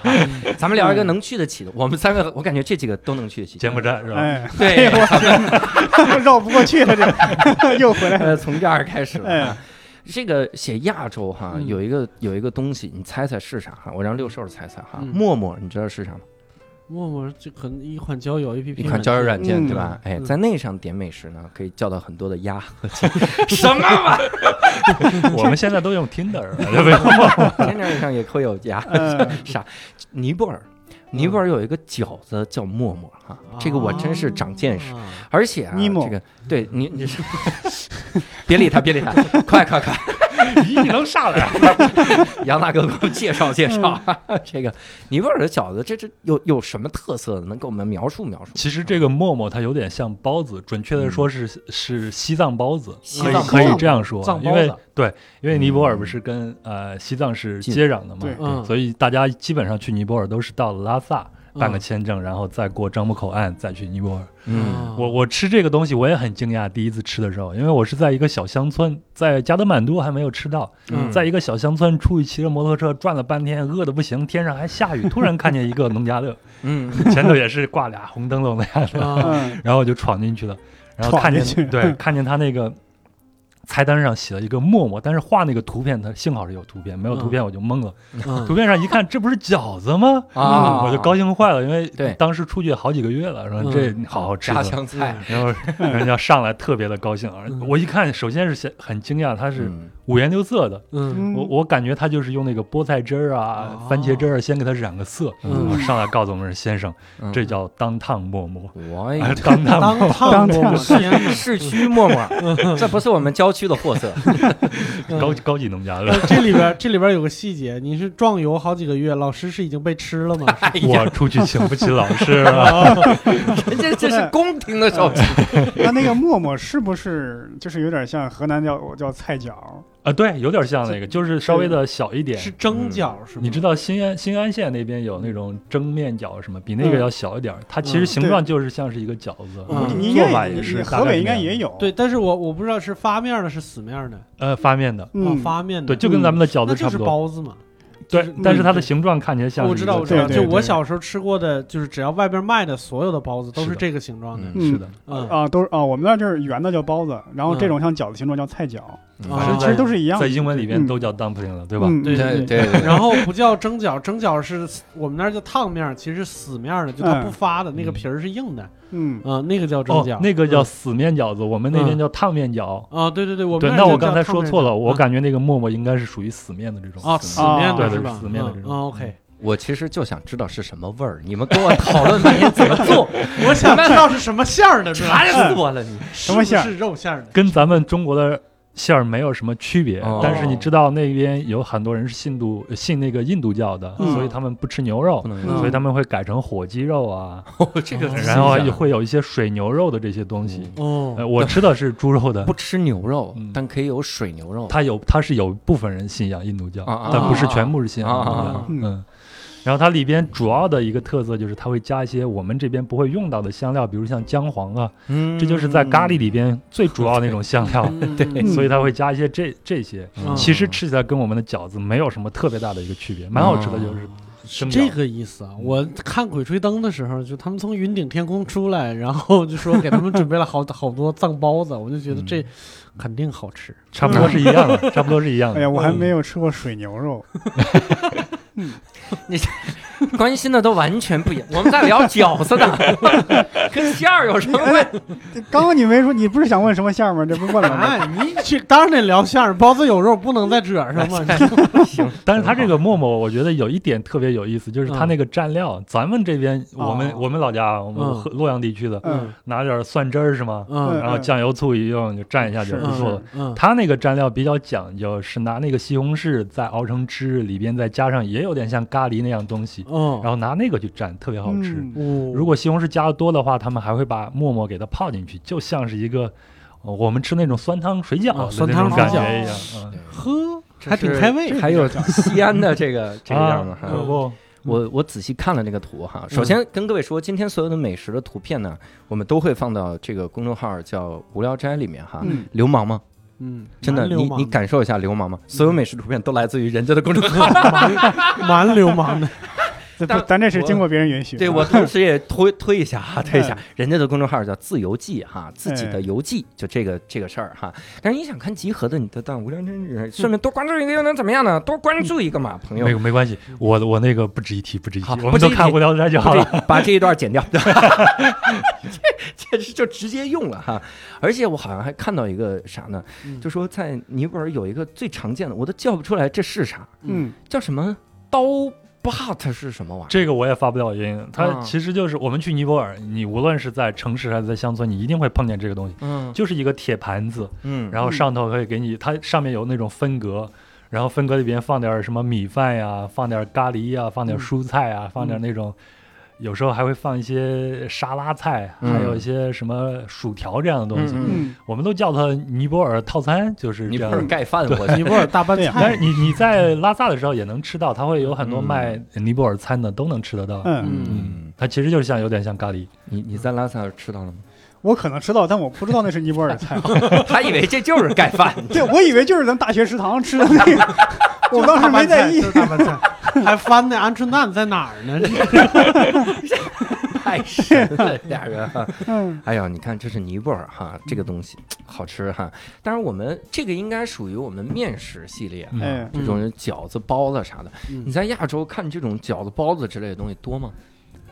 S3: 咱们聊一个能去得起的。我们三个，我感觉这几个都能去得起。
S5: 嗯柬埔寨是吧？
S1: 哎，
S3: 对，
S1: 绕不过去了，这 又回来了。
S3: 呃，从这儿开始了
S1: 哎
S3: 哈。这个写亚洲哈，
S2: 嗯
S3: 有一个有一个东西，你猜猜是啥哈？我让六兽猜猜哈。
S2: 嗯
S3: 陌陌，你知道是啥吗？
S2: 陌陌这可能一款交友 A P P，
S3: 一款交友软件
S1: 嗯
S3: 对吧？哎，
S2: 嗯
S3: 在那上点美食呢，可以叫到很多的鸭和 鸡。 什么玩意
S5: 我们现在都用 Tinder，对不对？
S3: 儿？天天上也会有鸭。
S1: 嗯，
S3: 啊尼泊尔，尼泊尔有一个饺子叫陌陌哈，这个我真是长见识。
S2: 啊
S3: 而且啊，
S1: 尼莫
S3: 这个对你你 是别理他，别理他， 快快快！
S5: 你能上来？
S3: 杨大哥给我们介绍介绍、 这个尼泊尔的饺子，这这有有什么特色呢？能给我们描述描述？
S5: 其实这个陌陌它有点像包子，准确的说是是西藏包子，
S3: 西
S5: 可以
S3: 藏
S5: 可以
S3: 包
S5: 这样说
S3: 藏，
S5: 因
S3: 包
S5: 为
S3: 子
S5: 对，因为尼泊尔不是跟呃西藏是
S3: 嗯近
S5: 接壤的
S1: 对
S5: 嘛，
S2: 嗯，
S5: 所以大家基本上去尼泊尔都是到了拉萨
S2: 嗯
S5: 办个签证，然后再过樟木口岸再去尼泊尔。
S3: 嗯
S5: 我我吃这个东西我也很惊讶，第一次吃的时候，因为我是在一个小乡村，在加德满都还没有吃到，
S3: 嗯
S5: 在一个小乡村出去骑着摩托车转了半天，饿的不行，天上还下雨，突然看见一个农家乐，
S3: 嗯，
S5: 前头也是挂俩红灯笼那样的，
S2: 啊
S1: 嗯
S5: 然后我就闯进去了，然后看
S1: 闯进去
S5: 见 对，看见他那个菜单上写了一个陌陌，但是画那个图片，他幸好是有图片，没有图片我就懵了。
S2: 嗯
S5: 图片上一看，这不是饺子吗？
S3: 啊
S5: 嗯我就高兴坏了，因为
S3: 对
S5: 当时出去好几个月了，说
S2: 嗯
S5: 这你好好吃
S3: 家
S5: 吧。
S3: 乡菜
S5: 然后人家上来特别的高兴，而
S2: 嗯
S5: 我一看，首先是先很惊讶，它是
S3: 嗯
S5: 五颜六色的。
S2: 嗯
S5: 我我感觉他就是用那个菠菜汁儿啊
S2: 哦、
S5: 番茄汁儿啊，先给它染个色，
S2: 嗯
S5: 我上来告诉我们先生，
S3: 嗯哎
S5: 这叫当烫陌陌。
S3: 我
S5: 啊当烫
S2: 当
S1: 当
S2: 烫我天哪！
S3: 市区陌 陌，这不是我们郊区的货色。
S5: 高高级农家乐
S2: 嗯呃。这里边这里边有个细节，你是壮游好几个月，老师是已经被吃 了吗？
S3: 哎呀，
S5: 我出去请不起老师了，
S2: 啊
S3: 这这是宫廷的手机。
S1: 那那个陌陌是不是就是有点像河南叫叫菜饺？
S5: 啊，对，有点像那个，就是稍微的小一点。
S2: 是蒸饺是吗？
S5: 嗯你知道新安新安县那边有那种蒸面饺什么，比那个要小一点儿，它其实形状就是像是一个饺子，
S2: 嗯
S1: 你应
S5: 做
S1: 该
S5: 法
S1: 也
S5: 也
S1: 你
S5: 是，
S1: 你
S5: 大
S1: 河
S5: 概
S1: 北
S5: 是
S1: 应该
S5: 那样
S1: 也有。
S2: 对，但是我我不知道是发面的是死面的，
S5: 呃发面的，
S2: 啊
S1: 嗯，
S2: 发面的
S5: 对，就跟咱们的饺
S2: 那
S5: 子
S2: 就
S5: 差
S2: 是
S5: 不多。
S2: 包子嘛。
S5: 对
S2: 就是，
S5: 但是它
S2: 嗯
S5: 的形状看起来像是
S2: 我知道，
S5: 一个
S2: 我知道，
S1: 对
S5: 饺子
S1: 对
S2: 就我
S1: 对
S2: 小时候吃过的，就是只要外边卖的所有的包子都
S5: 是
S2: 是
S5: 的
S2: 这个形状的。
S3: 嗯
S1: 嗯
S5: 是的，
S2: 嗯，
S1: 啊，都是啊，我们那就是圆的叫包子，然后这
S2: 嗯
S1: 种像饺子形状叫菜饺，
S2: 啊
S3: 嗯
S1: 反正其实都是一样
S5: 在
S1: 的。
S5: 英文里边
S1: 嗯
S5: 都叫 dumpling 了，对
S1: 对
S5: 吧？
S1: 嗯，
S2: 对
S3: 对对，
S2: 然后不叫蒸饺，蒸饺是我们那儿叫烫面，其实是死面的，就它
S1: 嗯
S2: 不发的，那个皮儿是硬的，
S1: 嗯，
S2: 嗯，那个叫蒸
S5: 哦
S2: 饺，，
S5: 那个叫
S2: 嗯
S5: 死面饺子，我们那边叫烫面饺。
S2: 啊，对对对，嗯我们
S5: 对，
S2: 那儿
S5: 那
S2: 就
S5: 我刚
S2: 叫
S5: 才
S2: 烫
S5: 说
S2: 面
S5: 错
S2: 饺
S5: 了，我
S2: 嗯
S5: 感觉那个沫沫应该是属于死面的这种
S2: 啊，
S5: 死
S2: 死
S5: 面
S1: 啊
S2: 面的
S5: 对
S2: 是
S5: 对
S2: 吧？
S5: 死面的这
S2: 嗯
S5: 种
S2: 啊，OK，
S3: 我其实就想知道是什么味儿，你们跟我讨论半天怎么 做，
S5: 嗯
S2: 我想知道是什么馅儿的，主要
S3: 馋死我了你。
S2: 是
S1: 什么
S2: 不
S1: 馅儿
S2: 是肉馅儿的？
S5: 跟咱们中国的馅儿没有什么区别，
S3: 哦
S5: 但是你知道那边有很多人是信度信那个印度教的，
S2: 嗯
S5: 所以他们不吃牛肉
S3: 不，能
S1: 嗯
S5: 所以他们会改成火鸡肉啊，
S3: 哦，这个
S2: 哦
S3: 是
S5: 然后
S3: 一
S5: 也
S3: 下
S5: 会有一些水牛肉的这些东西。
S2: 哦
S5: 呃，我吃的是猪肉的
S3: 不，吃牛肉
S5: 嗯，
S3: 但可以有水牛肉。
S5: 它有它是有部分人信仰印度教，
S3: 啊啊
S5: 但不是全部是信仰印度
S3: 啊
S5: 教
S3: 啊
S1: 啊
S5: 的。嗯，然后它里边主要的一个特色就是它会加一些我们这边不会用到的香料，比如像姜黄啊，
S3: 嗯
S5: 这就是在咖喱里边最主要那种香料，
S2: 对
S1: 嗯
S5: 所以它会加一些这这些。
S2: 嗯
S5: 其实吃起来跟我们的饺子没有什么特别大的一个区别，蛮好吃的，就是升
S2: 这
S5: 标。
S2: 个意思啊！我看《鬼吹灯》的时候，就他们从云顶天空出来，然后就说给他们准备了好好多 藏包子，我就觉得
S5: 嗯
S2: 这肯定好吃。
S5: 差不多是一样的，差不多是一样
S1: 哎呀，
S5: 的。
S1: 我还没有吃过水牛肉，
S3: 关心的都完全不一样。我们在聊饺子呢， 跟馅儿有什么关系？
S1: 刚刚你没说，你不是想问什么馅儿吗？这不问了吗？
S2: 啊，你这当然得聊馅儿，包子有肉，不能再褶上嘛。
S3: 行，
S5: 但是它这个沫沫，我觉得有一点特别有意思，就是它那个蘸料，咱们这边我们
S1: 哦
S5: 我们老家啊，我们
S2: 嗯
S5: 河洛阳地区的，
S1: 嗯，
S5: 拿点蒜汁儿是吗？
S2: 嗯
S5: 然后酱油、醋一用就蘸一下就是不错了。
S2: 嗯，
S5: 它那个蘸料比较讲究，是拿那个西红柿再熬成汁，里边再加上也有点像咖喱那样东西，
S2: 哦，
S5: 然后拿那个去蘸，特别好吃。
S1: 嗯
S2: 哦
S5: 如果西红柿加的多的话，他们还会把沫沫给它泡进去，就像是一个、呃我们吃那种酸汤水饺
S3: 哦
S2: 啊
S5: 的
S2: 酸
S5: 那
S2: 汤
S5: 种
S2: 水
S5: 感觉
S1: 饺
S5: 一样。嗯
S2: 呵，
S3: 这
S2: 还挺
S3: 是
S2: 开胃。
S3: 还有西安的这个这个样子
S5: 啊
S3: 哈。
S5: 可不，
S3: 我我仔细看了那个图哈，首先跟各位说，今天所有的美食的图片呢，我们都会放到这个公众号叫“无聊斋”里面哈。
S1: 嗯
S3: 流氓吗？
S2: 嗯，
S3: 真的，嗯
S2: 蛮流
S3: 你
S2: 氓
S3: 你感受一下流氓吗？所有美食图片都来自于人家的公众号。
S2: 蛮流氓的，
S1: 这不
S3: 但
S1: 咱这是经过别人允许的。
S3: 对 我同时也推推一下哈，推一下，人家的公众号叫“自由记”哈，自己的游记，就这个这个事儿哈。但是你想看集合的，你的当无聊斋日，顺便多关注一个又能怎么样呢？多关注一个嘛，朋友
S5: 没。有没关系，我我那个不值一提，不值一提
S3: 好，
S5: 我
S3: 不
S5: 们
S3: 值
S5: 都
S3: 一
S5: 看
S3: 提
S5: 无聊斋就好了。
S3: 把这把这一段剪 掉，这这是就直接用了哈。而且我好像还看到一个啥呢，
S2: 嗯
S3: 就说在尼泊尔有一个最常见的，我都叫不出来这是啥，
S1: 嗯，
S3: 叫什么刀 but 是什么玩意儿？
S5: 这个我也发不了原因，它
S3: 啊
S5: 其实就是我们去尼泊尔，你无论是在城市还是在乡村，你一定会碰见这个东西，
S3: 嗯
S5: 就是一个铁盘子，
S3: 嗯，
S5: 然后上头可以给你，它上面有那种分隔，然后分隔里边放点什么米饭呀，放点咖喱呀，放点
S3: 嗯
S5: 蔬菜呀，放点那种，有时候还会放一些沙拉菜，
S3: 嗯
S5: 还有一些什么薯条这样的东西，
S3: 嗯
S1: 嗯，
S5: 我们都叫它尼泊尔套餐，就是
S3: 尼
S5: 这
S3: 泊
S5: 样
S3: 尔
S5: 的。
S3: 盖饭，我去
S2: 尼泊尔大拌
S1: 对呀
S2: 菜
S5: 但是你你在拉萨的时候也能吃到，它会有很多
S3: 嗯
S5: 卖尼泊尔餐的都能吃得到。
S1: 嗯，
S3: 嗯，
S5: 它其实就是像有点像咖喱，
S3: 你你在拉萨吃到了吗？
S1: 我可能知道，但我不知道那是尼泊尔菜。
S3: 他以为这就是盖 饭，
S1: 对，我以为就是咱大学食堂吃的那个，我当时没在意
S2: 就。是大拌菜，还翻呢。鹌鹑蛋在哪儿呢？
S3: 太神了，俩人哈。
S1: 嗯
S3: 哎呀，你看这是尼泊尔哈，这个东西好吃哈。当然，我们这个应该属于我们面食系列，
S5: 嗯
S1: 哎，
S3: 这种饺子、包子啥的。
S2: 嗯
S3: 你在亚洲看这种饺子、包子之类的东西多吗？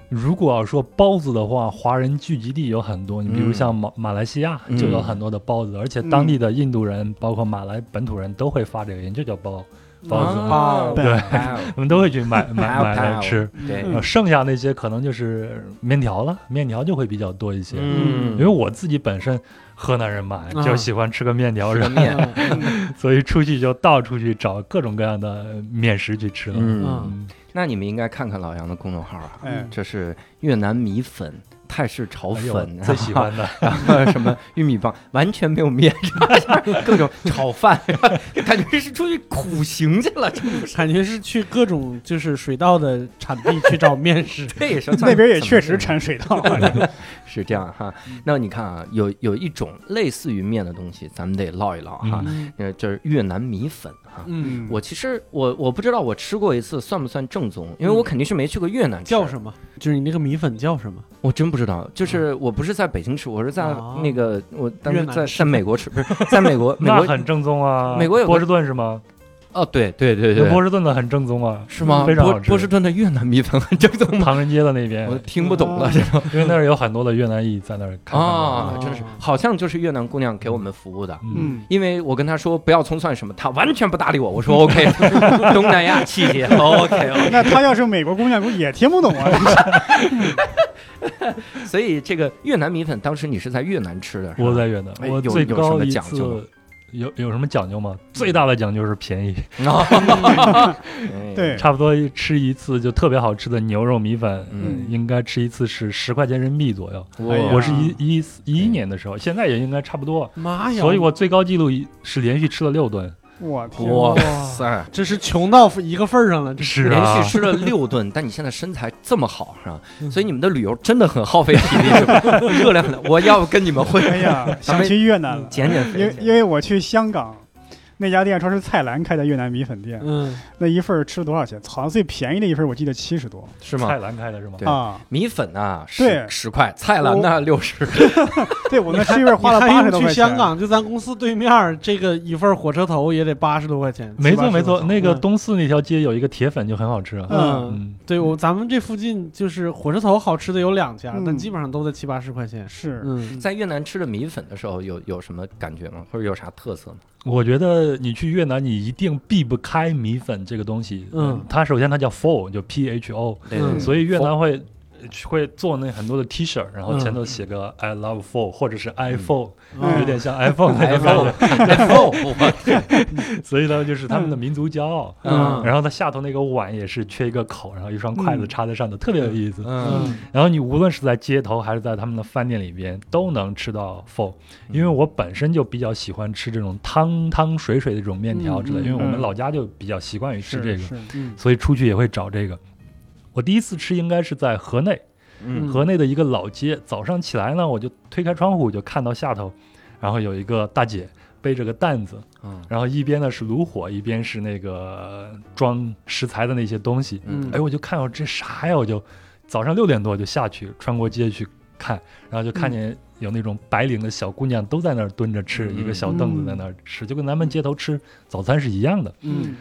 S5: 如果要说包子的话，华人聚集地有很多，你比如
S3: 嗯
S5: 像马马来西亚
S3: 嗯
S5: 就有很多的包子，而且当地的印度人，包括马来本土人都会发这个，人就叫包包子，
S3: 啊
S5: 对
S3: 对
S5: 我们都会去买买买
S3: 啊
S5: 来吃。
S3: 对，
S5: 呃剩下那些可能就是面条了，面条就会比较多一些，
S3: 嗯，
S5: 因为我自己本身河南人嘛，
S2: 啊
S5: 就喜欢吃个面条
S3: 吃
S5: 人，
S3: 个面，
S2: 嗯
S3: 嗯
S5: 所以出去就到处去找各种各样的面食去吃了。
S3: 嗯，
S5: 嗯，
S3: 那你们应该看看老杨的公众号啊，
S1: 哎，
S3: 这是越南米粉、泰式炒
S5: 哎呦
S3: 粉，啊
S5: 最喜欢的，
S3: 然后什么玉米棒，完全没有面，各种炒饭， 感觉是出去苦行去了，这不是？
S2: 感觉是去各种就是水稻的产地去找面食。
S3: 这也是
S1: 那边也确实产水稻，
S3: 是这样哈。那你看啊，有有一种类似于面的东西，咱们得唠一唠
S2: 啊
S3: 哈，呃，就是越南米粉哈。
S2: 嗯，
S3: 我其实我我不知道我吃过一次算不算正宗，因为我肯定是没去过越南吃。
S2: 叫什么？就是你那个米粉叫什么？
S3: 我真不知道，就是我不是在北京吃，我是在
S2: 哦
S3: 那个我当
S2: 越
S3: 时
S2: 南
S3: 在
S2: 吃
S3: 在美国吃，不是在美 国，美
S5: 那
S3: 国
S5: 很正宗啊。
S3: 美国有个
S5: 波士顿是吗？
S3: 哦，对对对
S5: 那
S3: 对，
S5: 波士顿的很正宗啊，
S3: 是吗？
S5: 非常好
S3: 波
S5: 吃。
S3: 波士顿的越南米粉很正宗 吗？
S5: 唐人街的那边
S3: 我，听不懂了，这种
S5: 因为那儿有很多的越南裔在那儿看看
S3: 啊，
S2: 哦
S3: 真是好像就是越南姑娘给我们服务的。
S5: 嗯，
S1: 嗯，
S3: 因为我跟她说不要葱蒜什么，她完全不搭理我。我说 OK，东 南亚气节 OK。
S1: 那他要是美国姑娘，估计也听不懂啊。
S3: 所以这个越南米粉，当时你是在越南吃的，是吧
S5: 我在越南
S3: 哎，有
S5: 我最
S3: 有什
S5: 高
S3: 么
S5: 一
S3: 讲究吗嗯
S5: 次。有有什么讲究吗？最大的讲究是便宜，
S3: 哎
S1: 对，
S5: 差不多吃一次就特别好吃的牛肉米粉，
S3: 嗯啊
S5: 应该吃一次是十块钱人民币左右。
S3: 我
S1: 哎呀
S5: 我是一一四一一年的时候，现在也应该差不多，
S2: 妈呀！
S5: 所以我最高记录一是连续吃了六顿。
S1: 我天，
S3: 哇塞，
S2: 这是穷到一个份儿上了， 这
S5: 是
S3: 连
S5: 啊
S3: 续，吃了六顿，但你现在身材这么好是吧？所以你们的旅游真的很耗费体力， 是吧热量很。我要不跟你们混，嗯
S1: 哎呀，想去越南了，
S3: 减减
S1: 因为
S3: 肥。
S1: 因为我去香港，那家店说是蔡澜开的越南米粉店，
S2: 嗯，
S1: 那一份儿吃多少钱？好像最便宜的一份儿我记得七十多
S3: 是
S5: 蔡
S3: 吗？
S5: 澜开的是吗？
S3: 对
S1: 啊。
S3: 米粉啊，
S1: 对
S3: 十十块，菜篮呢六十，
S1: 对我那吃一份儿花了
S2: 你还
S1: 八十多
S2: 用
S1: 块
S2: 去
S1: 钱。
S2: 香港，就咱公司对面儿，这个一份火车头也得八十多块钱。
S5: 没
S1: 七
S5: 错
S1: 八十
S5: 没错，
S1: 吧
S5: 那个
S2: 嗯
S5: 东四那条街有一个铁粉就很好吃啊。
S1: 嗯
S2: 嗯，
S5: 嗯，
S2: 对我咱们这附近就是火车头好吃的有两家，
S1: 嗯
S2: 但基本上都在七八十块钱。
S1: 是，
S2: 嗯，
S3: 在越南吃的米粉的时候有有什么感觉吗？或者有啥特色吗？
S5: 我觉得你去越南，你一定避不开米粉这个东西。
S2: 嗯
S5: 它首先它叫 pho，就 P H O，
S2: 嗯
S5: 所以越南会会做那很多的 T 恤，然后前头写个 I love pho，或者是 i phone，
S1: 嗯
S5: 有点像 iPhone
S3: 哎
S5: 那种感觉。
S3: iPhone，iPhone，
S5: 所以呢，就是他们的民族骄傲。
S2: 嗯
S5: 然后它下头那个碗也是缺一个口，然后一双筷子
S1: 嗯
S5: 插在上头，特别有意思。
S3: 嗯，
S5: 然后你无论是在街头还是在他们的饭店里边，都能吃到 pho。因为
S1: 嗯
S5: 我本身就比较喜欢吃这种汤汤水水的这种面条之类，
S2: 嗯嗯
S5: 因为我们
S1: 嗯
S5: 老家就比较习惯于吃
S1: 是
S5: 这个，
S1: 是
S2: 嗯
S5: 所以出去也会找这个。我第一次吃应该是在河内，
S3: 嗯
S5: 河内的一个老街。早上起来呢，我就推开窗户，我就看到下头，然后有一个大姐背着个担子，
S3: 嗯
S5: 然后一边呢是炉火，一边是那个装食材的那些东西。
S2: 嗯
S5: 哎，我就看我这啥呀？我就早上六点多就下去，穿过街去看，然后就看见有那种白领的小姑娘都在那儿蹲着吃，
S3: 嗯
S5: 一个小凳子在那儿吃，就跟咱们街头吃早餐是一样的。
S2: 嗯，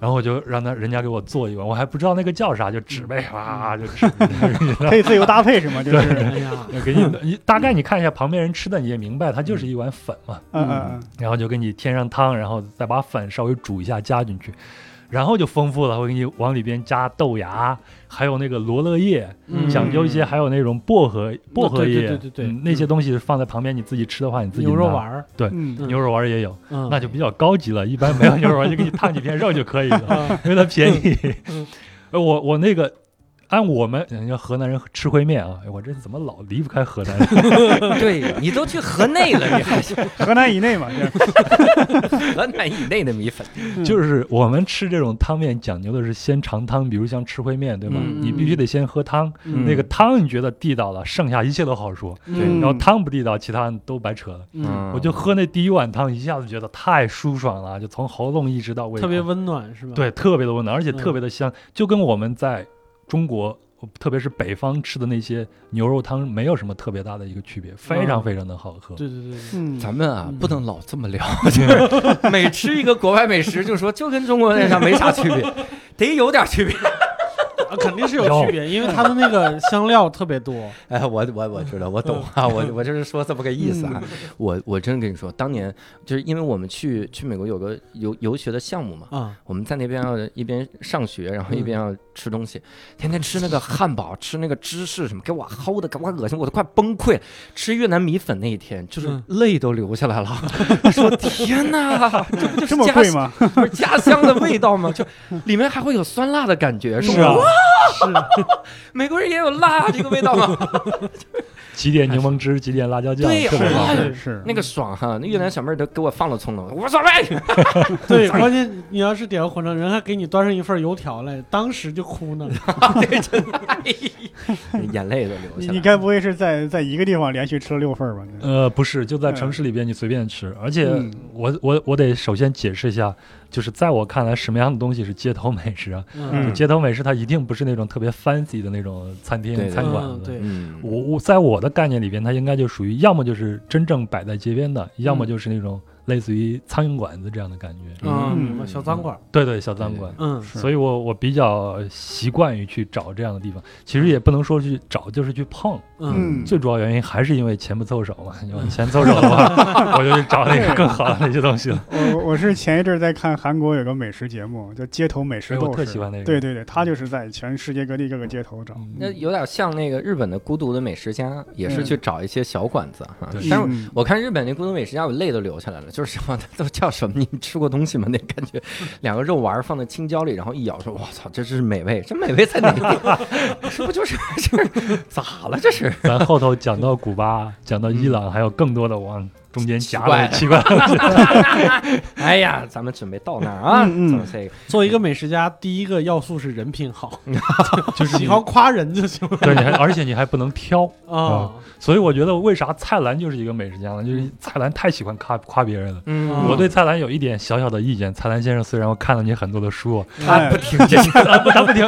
S5: 然后我就让他人家给我做一碗，我还不知道那个叫啥，就指呗，哇就吃。
S1: 嗯可以自由搭配是吗？就是，嗯
S2: 哎呀，
S5: 给你你大概你看一下旁边人吃的，你也明白，它就是一碗粉嘛。
S1: 嗯嗯，
S5: 然后就给你添上汤，然后再把粉稍微煮一下加进去，然后就丰富了。会给你往里边加豆芽，还有那个罗勒叶，
S2: 嗯
S5: 讲究一些，还有那种薄荷薄荷
S2: 对
S5: 叶，
S2: 对对对对
S5: 嗯那些东西放在旁边，你自己吃的话，你自己
S2: 牛肉
S5: 拿
S2: 丸。儿，
S1: 嗯
S2: 嗯
S5: 牛肉丸也有，
S2: 嗯，
S5: 那就比较高级了。一般没有牛肉丸，就给你烫几片肉就可以 了，
S2: 啊
S5: 因为它便宜
S2: 嗯。
S5: 呃我我那个，按我们人家河南人吃烩面啊，哎我这怎么老离不开河南 人？
S3: 哎对你都去河内了，你还是
S1: 河南以内嘛，就是
S3: 河南以内的米粉，
S5: 就是我们吃这种汤面讲究的是先尝汤，比如像吃烩面，对吧？
S3: 嗯
S5: 你必须得先喝汤，
S2: 嗯
S5: 那个汤你觉得地道了，剩下一切都好说。
S1: 嗯
S5: 然后汤不地道，其他都白扯了。
S2: 嗯，
S5: 我就喝那第一碗汤，一下子觉得太舒爽了，就从喉咙一直到胃口，
S2: 特别温暖嗯是吧？，
S5: 对，特别的温暖，而且特别的香，就跟我们在中国。呃特别是北方吃的那些牛肉汤，没有什么特别大的一个区别，非常非常的好喝。
S2: 嗯对对对对，
S1: 嗯，
S3: 咱们啊
S2: 嗯
S3: 不能老这么聊，就是每吃一个国外美食就说就跟中国那啥没啥区别，得有点区别。
S2: 啊，肯定是有区别，因为它的那个香料特别多。
S3: 哎，我我我知道，我懂啊，我我就是说这么个意思
S1: 嗯
S3: 啊。我我真跟你说，当年就是因为我们去去美国有个游游学的项目嘛，
S2: 啊，
S3: 我们在那边要一边上学，然后一
S1: 嗯
S3: 边要吃东西，天天吃那个汉堡，吃那个芝士什么，给我齁的，给我恶心，我都快崩溃了。吃越南米粉那一天，就是
S2: 嗯
S3: 泪都流下来了。 说天哪，这不就是
S1: 这么
S3: 家
S1: 贵吗？
S3: 不是家乡的味道吗？就里面还会有酸辣的感觉，
S2: 是
S3: 说
S2: 啊
S3: 哇，，美国人也有辣这个味道吗？
S5: 挤点柠檬汁，挤点辣椒酱，
S3: 对
S5: 特别
S3: 哇
S2: 哦
S5: 好
S1: 是
S5: 吃。
S1: 是是，
S3: 那个爽哈！那越南小妹儿都给我放了葱 了，无所谓。
S2: 对，关键你要是点个火烧，人还给你端上一份油条来，当时就哭 呢。
S3: 眼泪都流
S1: 你
S3: 下
S1: 你
S3: 来。
S1: 该不会是在在一个地方连续吃了六份儿吧？
S5: 呃，不是，就在
S2: 嗯
S5: 城市里边你随便吃，而且
S1: 嗯
S5: 我我我得首先解释一下，就是在我看来，什么样的东西是街头美食啊？
S1: 嗯
S5: 街头美食它一定不是那种特别 fancy 的那种餐厅
S3: 对对
S5: 餐馆
S2: 嗯
S5: 子。
S2: 对
S3: 嗯
S5: 我我在我的概念里边，它应该就属于要么就是真正摆在街边的，要么
S2: 嗯
S5: 就是那种类似于苍蝇馆子这样的感觉。
S2: 啊，
S1: 嗯
S2: 明白，小餐馆儿，
S5: 对对，小餐馆。
S2: 嗯
S1: 是
S5: 所以我我比较习惯于去找这样的地方，其实也不能说去找，就是去碰。
S2: 嗯
S5: 最主要原因还是因为钱不凑手嘛，因为钱凑手的 话，我就去找那个更好的那些东西 了。
S1: 嗯我我是前一阵儿在看韩国有个美食节目，叫《街头美食
S5: 哎
S1: 斗
S5: 我
S1: 士》，
S5: 特喜欢那个
S1: 对对对，他就是在全世界各地各个街头找。
S5: 嗯
S3: 那有点像那个日本的孤独的美食家，也是
S1: 嗯
S3: 去找一些小馆子哈。
S5: 对
S3: 但是
S1: 嗯
S3: 我看日本那孤独美食家，我泪都流下来了。 就是什么，它都叫什么？你们吃过东西吗？那感 觉，两个肉丸儿放在青椒里，然后一咬，说：“我操，这是美味！这美味在哪里？ 这不就是这咋了？这是
S5: 嗯咱后头讲到古巴，讲到伊朗，还有更多的往中间夹
S3: 奇怪
S5: 了 奇怪的东西。
S3: 哎呀，咱们准备到那儿啊，
S2: 嗯嗯
S3: 怎么这个？
S2: 作为一个美食家，第一个要素是人品好，就是你要夸人就行了
S5: 对，你还而且你还不能挑，
S2: 啊。
S5: 所以我觉得为啥蔡澜就是一个美食家呢？就是蔡澜太喜欢夸夸别人了。
S3: 嗯
S5: 我对蔡澜有一点小小的意见，蔡澜先生虽然我看了你很多的 书，
S1: 哎
S3: 他不听这个，
S5: 啊不他不听，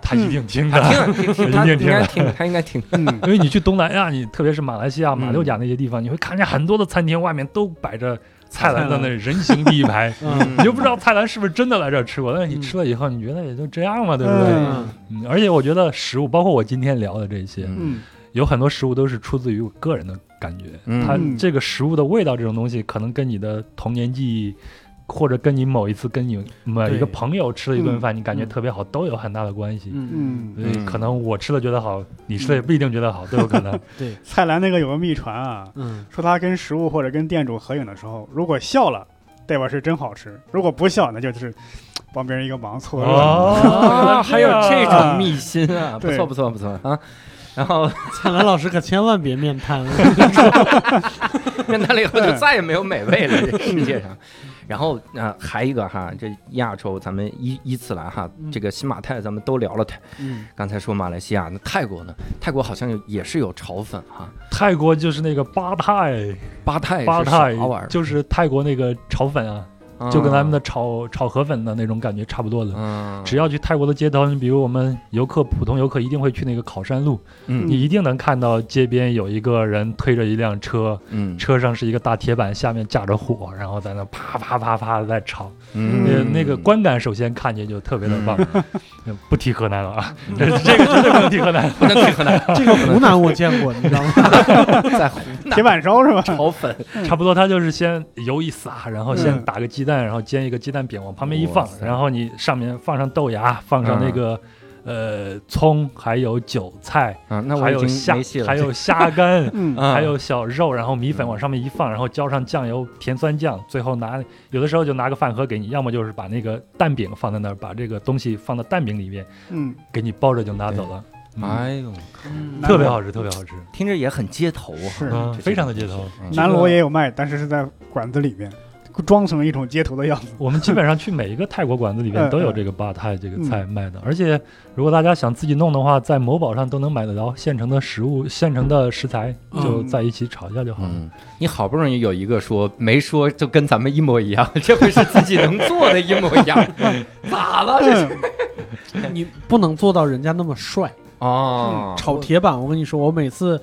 S5: 他一定听的。
S3: 听听听， 他
S5: 一定
S3: 应
S5: 听
S3: 该
S5: 的
S3: 听，他应该听。
S1: 嗯，
S5: 因为你去东南亚，你特别是马来西亚、马六甲那些地方，你会看见很多的餐厅外面都摆着蔡澜的那人形第一排，
S2: 嗯
S5: 你就不知道蔡澜是不是真的来这儿吃过。但是你吃了以后，你觉得也就这样嘛，对不对？
S2: 嗯
S5: 嗯，而且我觉得食物，包括我今天聊的这些，
S3: 嗯
S1: 嗯
S5: 有很多食物都是出自于我个人的感觉。
S3: 嗯
S5: 它
S1: 嗯
S5: 这个食物的味道这种东西，可能跟你的童年记忆，或者跟你某一次跟你某一
S2: 对
S5: 个朋友吃了一顿饭，你感觉
S2: 嗯
S5: 特别好，都有很大的关系。
S2: 嗯，
S1: 嗯，
S5: 所以
S3: 嗯
S5: 可能我吃了觉得好，你吃了也不一定觉得好，都有可能。
S2: 对，
S1: 蔡澜那个有个秘传啊，
S2: 嗯
S1: 说他跟食物或者跟店主合影的时候，如果笑了，代表是真好吃；如果不笑，那就是嘖帮别人一个忙，错愕。
S5: 哦
S3: 啊，还有这种
S1: 啊
S3: 秘辛啊，不
S1: 对
S3: 错不错不错啊。然后
S2: 蔡澜老师可千万别面瘫了。
S3: 那那了以后就再也没有美味了，这世界上。然后啊，还一个哈，这亚洲咱们依依次来哈，
S2: 嗯
S3: 这个新马泰咱们都聊了，泰
S2: 嗯，
S3: 刚才说马来西亚，那泰国呢？泰国好像有也是有炒粉哈，
S5: 泰国就是那个巴泰，
S3: 巴泰哎是
S5: 巴泰
S3: 啥玩意儿？
S5: 就是泰国那个炒粉啊，
S3: 嗯
S5: 就跟咱们的炒炒河粉的那种感觉差不多的。
S3: 嗯，
S5: 只要去泰国的街头，你比如我们游客、普通游客一定会去那个考山路，
S3: 嗯
S5: 你一定能看到街边有一个人推着一辆车，
S3: 嗯
S5: 车上是一个大铁板，下面架着火，然后在那啪啪啪啪的在炒，
S3: 嗯
S5: 呃，那个观感首先看见就特别的棒，不提河南了啊，
S3: 嗯
S5: 这这个绝对不能提河南。
S3: 不能去河南，
S2: 这个湖南我见过，你知道吗？
S3: 在湖
S1: 铁
S3: 南
S1: 板烧是吧？
S3: 炒 粉，
S5: 差不多，它就是先油一撒，然后先
S1: 嗯。
S5: 打个鸡蛋，然后煎一个鸡蛋饼，往旁边一
S3: 嗯哇
S5: 放，
S3: 塞
S5: 然后你上面放上豆芽，放上那个呃葱，还有韭菜，
S3: 嗯，那我
S5: 还
S3: 已
S5: 有
S3: 经
S5: 虾
S3: 没戏，了，
S5: 还有虾干
S1: 嗯，
S3: 嗯
S5: 还有小肉，然后米粉
S3: 嗯
S5: 往上面一放，然后浇上酱油、甜酸酱，最后拿有的时候就拿个饭盒给你，要么就是把那个蛋饼放在那儿，把这个东西放到蛋饼里面，
S1: 嗯，
S5: 给你包着就拿走了，嗯，
S3: 哎呦，
S1: 南
S5: 特别
S1: 锣
S5: 好吃，特别好吃，
S3: 听着也很街头啊，
S1: 是
S5: 嗯
S3: 这，
S5: 非常的街头。
S3: 嗯
S1: 南锣也有卖，但是是在馆子里边，装成一种街头的样子。
S5: 我们基本上去每一个泰国馆子里面
S1: 嗯
S5: 都有这个巴泰这个菜卖的，而且如果大家想自己弄的话，在某宝上都能买得到现成的食物、现成的食材，
S2: 嗯
S5: 就在一起炒一下就好了。
S3: 嗯，你好不容易有一个说没说就跟咱们一模一样， 这回是自己能做的一模一 样，咋了这是？
S1: 嗯
S2: 你不能做到人家那么帅。
S5: 啊
S3: 哦，
S2: 炒铁板，我跟你说，我每次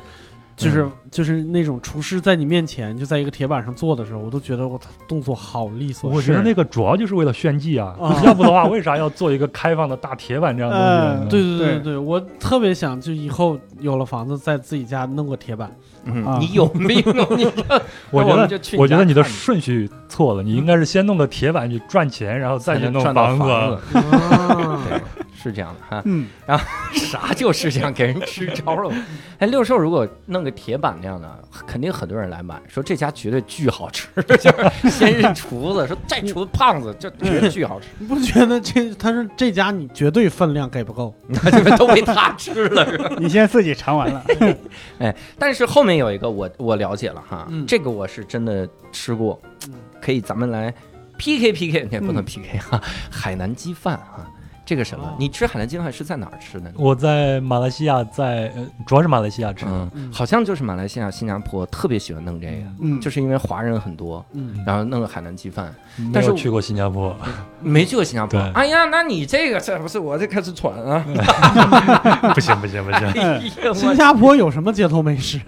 S2: 就是
S5: 嗯
S2: 就是那种厨师在你面前就在一个铁板上做的时候，我都觉得我操动作好利索。
S5: 我觉得那个主要就是为了炫技啊，
S2: 啊
S5: 要不的话，为啥要做一个开放的大铁板这样的东西呢？
S1: 嗯
S2: 对对对
S1: 对
S2: 对对，我特别想就以后有了房子，在自己家弄个铁板。
S3: 嗯
S1: 啊
S3: 你有 病！你这那我
S5: 我觉
S3: 们
S5: 得
S3: 就去你家
S5: 我觉得你的
S3: 看
S5: 顺序错了，你应该是先弄个铁板去赚钱，然后再去
S3: 能
S5: 弄
S3: 赚到
S5: 子。
S3: 子，
S2: 啊
S3: 对，是这样的哈。
S1: 嗯，
S3: 啥就是这样给人支招了。哎，六兽如果弄个铁板那样的，肯定很多人来买，说这家绝对巨好吃， 就是先是厨子说这厨子胖子，这绝
S5: 嗯
S3: 对巨好吃，
S2: 你不觉得这？他说这家你绝对分量给不够。
S3: 那这边都被他吃了是吧？
S1: 你先自己尝完了。
S3: 但是后面有一个我我了解了哈，
S2: 嗯
S3: 这个我是真的吃过，
S2: 嗯
S3: 可以咱们来 PK PK，也
S5: 嗯
S3: 不能 PK 哈、海南鸡饭哈。这个什么
S2: 哦？
S3: 你吃海南鸡饭是在哪儿吃的呢？
S5: 我在马来西亚，在呃主要是马来 西亚吃的，
S3: 嗯，
S2: 嗯
S3: 好像就是马来西亚、新加坡特别喜欢弄这个，
S1: 嗯，
S3: 就是是因为华人很多，
S2: 嗯，
S3: 然后弄个海南鸡饭。但
S5: 嗯没
S3: 是
S5: 有
S3: 我
S5: 去过新加 坡。
S3: 没去过新加坡
S5: 对。嗯
S3: 哎呀，那你这个这不是我这开始喘啊！
S5: 不行不行不行，
S3: 哎呀
S2: 新
S3: 我
S2: 加坡有什么街头美食？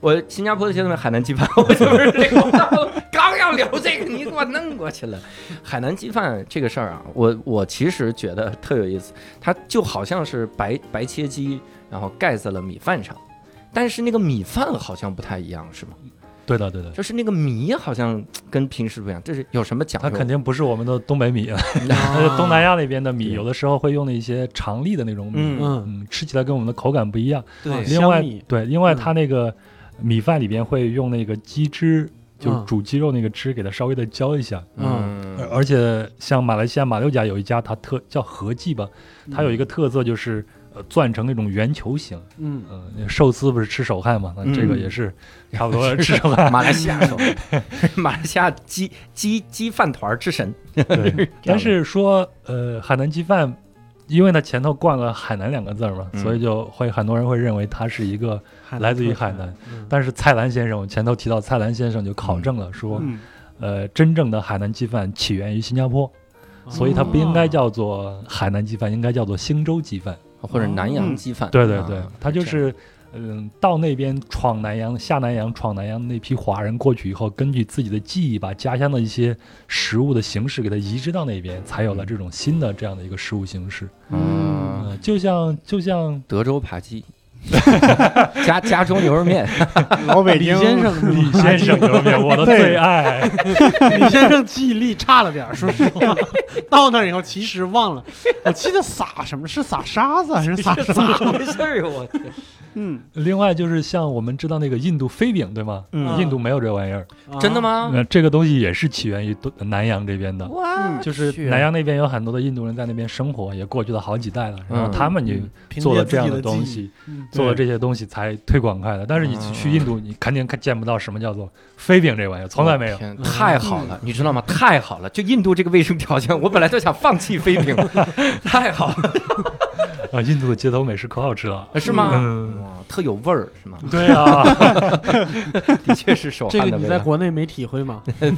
S3: 我新加坡的现在海南鸡饭，我就是聊到刚要聊这个，你给我弄过去了。海南鸡饭这个事儿啊，我我其实觉得特有意思，它就好像是白白切鸡，然后盖在了米饭上。但是那个米饭好像不太一样，是吗？
S5: 对的对的，
S3: 就是那个米好像跟平时不一样，这是有什么讲
S5: 它
S3: 究？
S5: 肯定不是我们的东北米，呃
S2: 啊
S5: 东南亚 那边的米
S3: 对
S5: 有的时候会用的一些长粒的那种米，
S3: 嗯，
S2: 嗯，
S5: 嗯，吃起来跟我们的口感不一样。
S3: 对
S5: 另外
S2: 香米，
S5: 对，另外
S2: 嗯
S5: 它那个米饭里边会用那个鸡汁，就是
S2: 嗯
S5: 煮鸡肉那个汁，给它稍微的浇一下。
S3: 嗯
S5: 而而且像马来西亚马六甲有一家，它特叫和记吧，它有一个特色就是呃攥成那种圆球形。
S2: 嗯，
S5: 呃，那寿司不是吃手汗嘛，那这个
S3: 嗯
S5: 也是差不多吃手汗。
S3: 马来西亚 首富，马来西亚鸡鸡鸡饭团儿之神，
S5: 对，但是说呃海南鸡饭，因为它前头冠了“海南”两个字儿嘛，
S3: 嗯
S5: 所以就会很多人会认为它是一个
S2: 海南
S5: 来自于
S2: 特嗯产
S5: 海南。但是蔡澜先生，我前头提到蔡澜先生就考证了说，
S1: 嗯，
S5: 呃，真正的海南鸡饭起源于新加坡，所以它不应
S2: 哦
S5: 该叫做海南鸡饭，应该叫做星洲鸡饭。
S3: 或者南洋鸡饭。
S5: 嗯对对
S3: 啊
S5: 对，它就
S3: 这样
S5: 是嗯，到那边闯南洋、下南洋、闯南洋那批华人过去以后，根据自己的记忆，把家乡的一些食物的形式给它移植到那边，才有了这种新的这样的一个食物形式。
S2: 嗯
S5: 嗯，就像就像
S3: 德州扒鸡，加加州牛肉面，
S1: 嗯老北
S2: 李
S1: 京嗯
S2: 先生，
S5: 李先生牛肉面， 我的最爱。
S2: 李先生记忆力差了点儿，说实话， 到那儿以后其实忘了，我记得撒什么是撒沙子还是撒什么？
S3: 咋回事儿啊？我
S1: 嗯
S5: 另外就是像我们知道那个印度飞饼，对吗？
S1: 嗯
S2: 啊
S5: 印度没有这玩意儿，
S3: 真的？吗？
S5: 呃，这个东西也是起源于东南洋这边的。
S3: 嗯哇，
S5: 就是南洋那边有很多的印度人在那边生活，也过去了好几代了，然后他们就做了这样的东西，
S2: 嗯，
S5: 做了这些东西才推广开来。但是你去
S3: 嗯
S5: 去印度，你肯定看见不到什么叫做飞饼这玩意儿，从来没有。
S3: 天太好了，你知道吗？太好了！就印度这个卫生条件，我本来就想放弃飞饼，太好了，
S5: 啊，印度的街头美食可好吃了。
S3: 是吗？
S5: 嗯，
S3: 哇，特有味儿，是吗？
S5: 对啊，
S3: 的确是手
S2: 这
S3: 汗
S2: 个
S3: 的
S2: 你
S3: 味
S2: 在
S3: 道。
S2: 国内没体会吗？
S3: 没有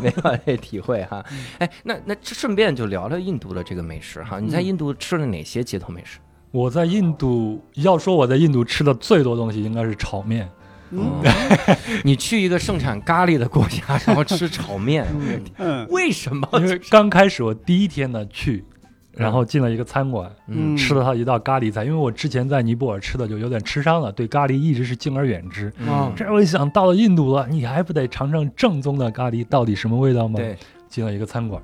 S3: 没有这体会哈。哎，那那顺便就聊聊印度的这个美食哈。你在印度吃了哪些街头美食？
S5: 我在印度，要说我在印度吃的最多东西应该是炒面。
S1: 嗯
S3: 你去一个盛产咖喱的国家，然后吃炒面，
S1: 嗯
S3: 为什么？
S5: 因为刚开始我第一天呢去，然后进了一个餐馆，
S1: 嗯，
S5: 吃了它一道咖喱菜，因为我之前在尼泊尔吃的就有点吃伤了，对咖喱一直是敬而远之。
S3: 嗯
S2: 啊
S5: 这我一想到了印度了，你还不得尝尝正宗的咖喱到底什么味道吗？
S3: 对，
S5: 进了一个餐馆，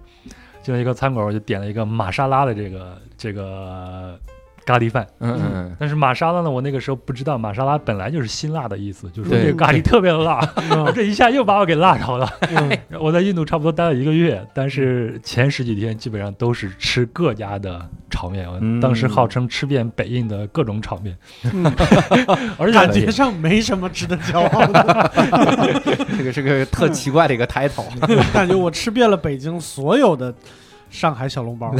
S5: 进了一个餐馆，我就点了一个玛莎拉的这个这个咖喱饭。
S3: 嗯嗯
S5: 但是玛莎拉呢，我那个时候不知道，玛莎拉本来就是辛辣的意思，就是说
S3: 对嗯
S5: 这个咖喱特别 辣，这一下又把我给辣着了。
S2: 嗯
S5: 我在印度差不多待了一个月，但
S3: 嗯
S5: 是前十几天基本上都是吃各家的炒面，我
S3: 嗯
S5: 当时号称吃遍北印的各种炒 面，而且
S2: 感觉上没什么值得骄傲的，
S3: 嗯，这个是个特奇怪的一个 title。
S2: 感觉我吃遍了北京所有的上海小笼包。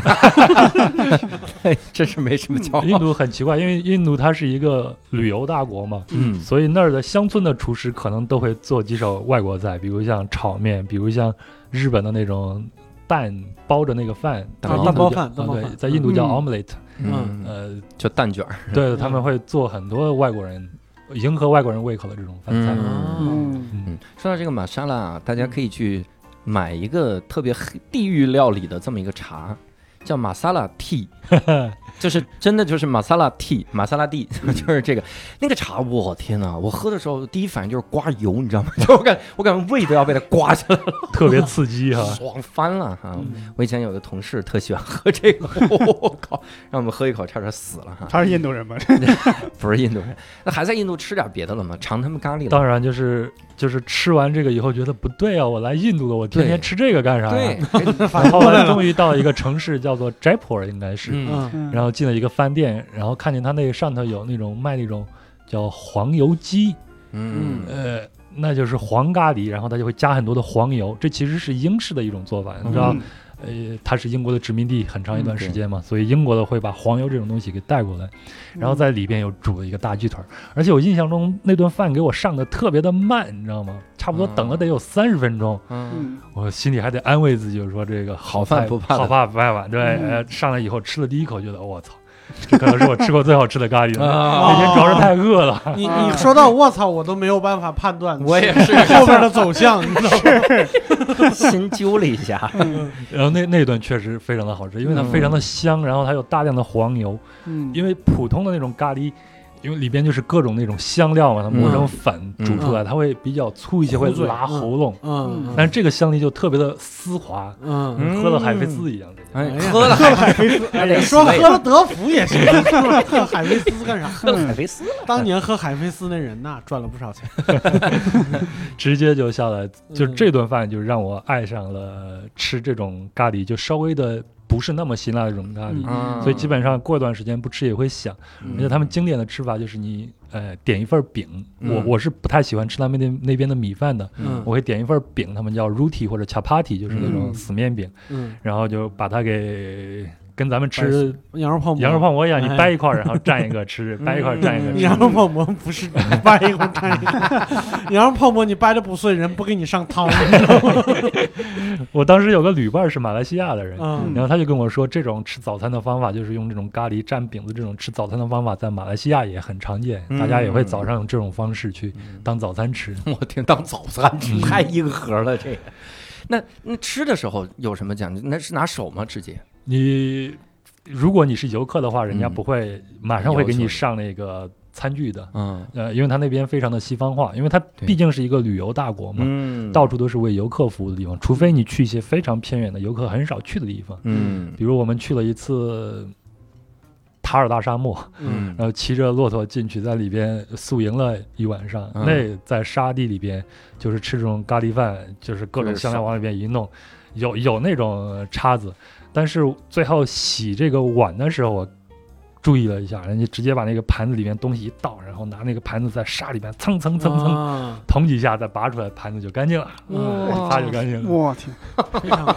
S3: 哎，真是没什么骄
S5: 印
S3: 傲。
S5: 度很奇怪，因为印度它是一个旅游大国嘛，
S3: 嗯
S5: 所以那儿的乡村的厨师可能都会做几手外国菜，比如像炒面，比如像日本的那种蛋包着那个饭，在
S3: 啊
S5: 印度
S2: 蛋包
S5: 叫
S2: 饭
S5: 啊
S2: 蛋包
S5: 对，
S2: 饭
S5: 在印度叫
S1: 嗯
S5: omelette，
S3: 嗯，呃
S5: 呃，
S3: 就蛋卷儿。
S5: 对，他们会做很多外国人迎合外国人胃口的这种饭菜。
S3: 嗯
S1: 嗯
S5: 嗯
S3: 嗯，说到这个玛莎拉啊，大家可以去买一个特别黑地域料理的这么一个茶，叫玛莎拉 tea，就是真的就是玛莎拉 tea，玛莎拉蒂就是这个那个茶，我天呐，我喝的时候第一反应就是刮油，你知道吗？就我感我感觉胃都要被它刮下来了，
S5: 特别刺 激哈、
S3: 爽翻了哈、我以前有个同事特喜欢喝这个，我靠，让我们喝一口差点死了哈、
S1: 他是印度人吧？
S3: 不是印度人，那还在印度吃点别的了吗？尝他们咖喱了。
S5: 当然就是就是吃完这个以后觉得不对啊，我来印度了，我天天
S3: 对
S5: 吃这个干啥呀、
S3: 对，这
S5: 然后 后来终于到了一个城市叫做 Jaipur，应该是，
S3: 嗯，
S2: 嗯，
S5: 然后进了一个饭店，然后看见他那个上头有那种卖那种叫黄油鸡，
S3: 嗯
S5: 呃，那就是黄咖喱，然后他就会加很多的黄油，这其实是英式的一种做法，你
S1: 嗯
S5: 知道，呃，它是英国的殖民地很长一段时间嘛，所以英国的会把黄油这种东西给带过来，
S3: 嗯
S5: 然后在里边又煮了一个大鸡腿儿，而且我印象中那顿饭给我上的特别的慢，你知道吗？差不多等
S3: 啊
S5: 了得有三十分钟，
S3: 嗯
S1: 嗯
S5: 我心里还得安慰自己，我说这个
S3: 好饭
S5: 菜
S3: 不怕嗯
S5: 好
S3: 晚
S5: 饭不怕晚。对，呃，上来以后吃了第一口，觉得我 操，这可能是我吃过最好吃的咖喱了。
S3: 啊
S5: 那天主要是太饿了，
S2: 哦你你说到我操，我都没有办法判断
S3: 我也是
S2: 后边的走向，你知道吗？
S3: 新嗯揪了一下，
S5: 然后那那顿确实非常的好吃，因为它非常的
S3: 嗯
S5: 香，然后它有大量的黄油，
S1: 嗯
S5: 因为普通的那种咖喱。因为里边就是各种那种香料嘛，它磨成粉
S3: 嗯
S5: 煮出来，它会比较粗一些，会
S2: 糊嘴
S5: 拉
S2: 嗯
S5: 喉咙。
S2: 嗯
S5: 但是这个香梨就特别的丝滑，
S2: 嗯，
S3: 嗯
S5: 喝了海飞丝一样。
S3: 哎
S2: 哎，呀
S3: 喝了海哎
S2: 你哎说喝了德芙也行，喝海飞丝干啥？
S3: 喝了海飞丝了，
S2: 当年喝海飞丝那人呐，赚了不少钱。
S5: 直接就下来，就
S2: 嗯
S5: 这顿饭就让我爱上了吃这种咖喱，就稍微的不是那么辛辣的这种咖喱，
S2: 嗯
S3: 啊
S5: 所以基本上过一段时间不吃也会想。
S3: 嗯
S5: 而且他们经典的吃法就是你呃点一份饼，我
S3: 嗯
S5: 我是不太喜欢吃他们那那边的米饭的，
S3: 嗯
S5: 我会点一份饼，他们叫 ruti 或者 chapati，就是那种
S2: 嗯
S5: 死面饼，
S2: 嗯，
S5: 然后就把它给跟咱们吃
S2: 羊肉泡馍，
S5: 羊肉泡馍一样，你
S2: 哎
S5: 掰一块儿然后蘸 一个吃，掰一块儿蘸一个
S2: 嗯
S5: 吃。
S2: 羊肉泡馍不是掰一口蘸一口，羊肉泡馍你掰的不碎，人不给你上 汤。
S5: 我当时有个旅伴是马来西亚的人，
S2: 嗯
S5: 然后他就跟我说，这种吃早餐的方法就是用这种咖喱蘸饼子这种吃早餐的方法，在马来西亚也很常见，大家也
S2: 嗯
S5: 会早上用这种方式去当早餐吃。
S3: 我听当早餐吃，
S5: 嗯
S3: 太硬核了这个。那那吃的时候有什么讲究？那是拿手吗？直接？
S5: 你如果你是游客的话，人家
S3: 嗯
S5: 不会马上会
S3: 要
S5: 给
S3: 求
S5: 你
S3: 你
S5: 上那个餐具的，
S3: 嗯
S5: 呃，因为他那边非常的西方化，因为他
S3: 对
S5: 毕竟是一个旅游大国嘛，
S3: 嗯
S5: 到处都是为游客服务的地方，除非你去一些非常偏远的游客很少去的地方，
S3: 嗯
S5: 比如我们去了一次塔尔大沙漠，
S3: 嗯
S5: 然后骑着骆驼进去，在里边宿营了一晚上。
S3: 嗯
S5: 那在沙地里边，就是吃这种咖喱饭，就是各种香料往里边一弄，有有那种叉子，但是最后洗这个碗的时候，我注意了一下，人家直接把那个盘子里面东西一倒，然后拿那个盘子在沙里边蹭蹭 蹭蹭
S2: 啊，
S5: 捅几下，再拔出来，盘子就干净了，
S2: 哇
S5: 擦就干净了。
S1: 我嗯天，
S2: 非常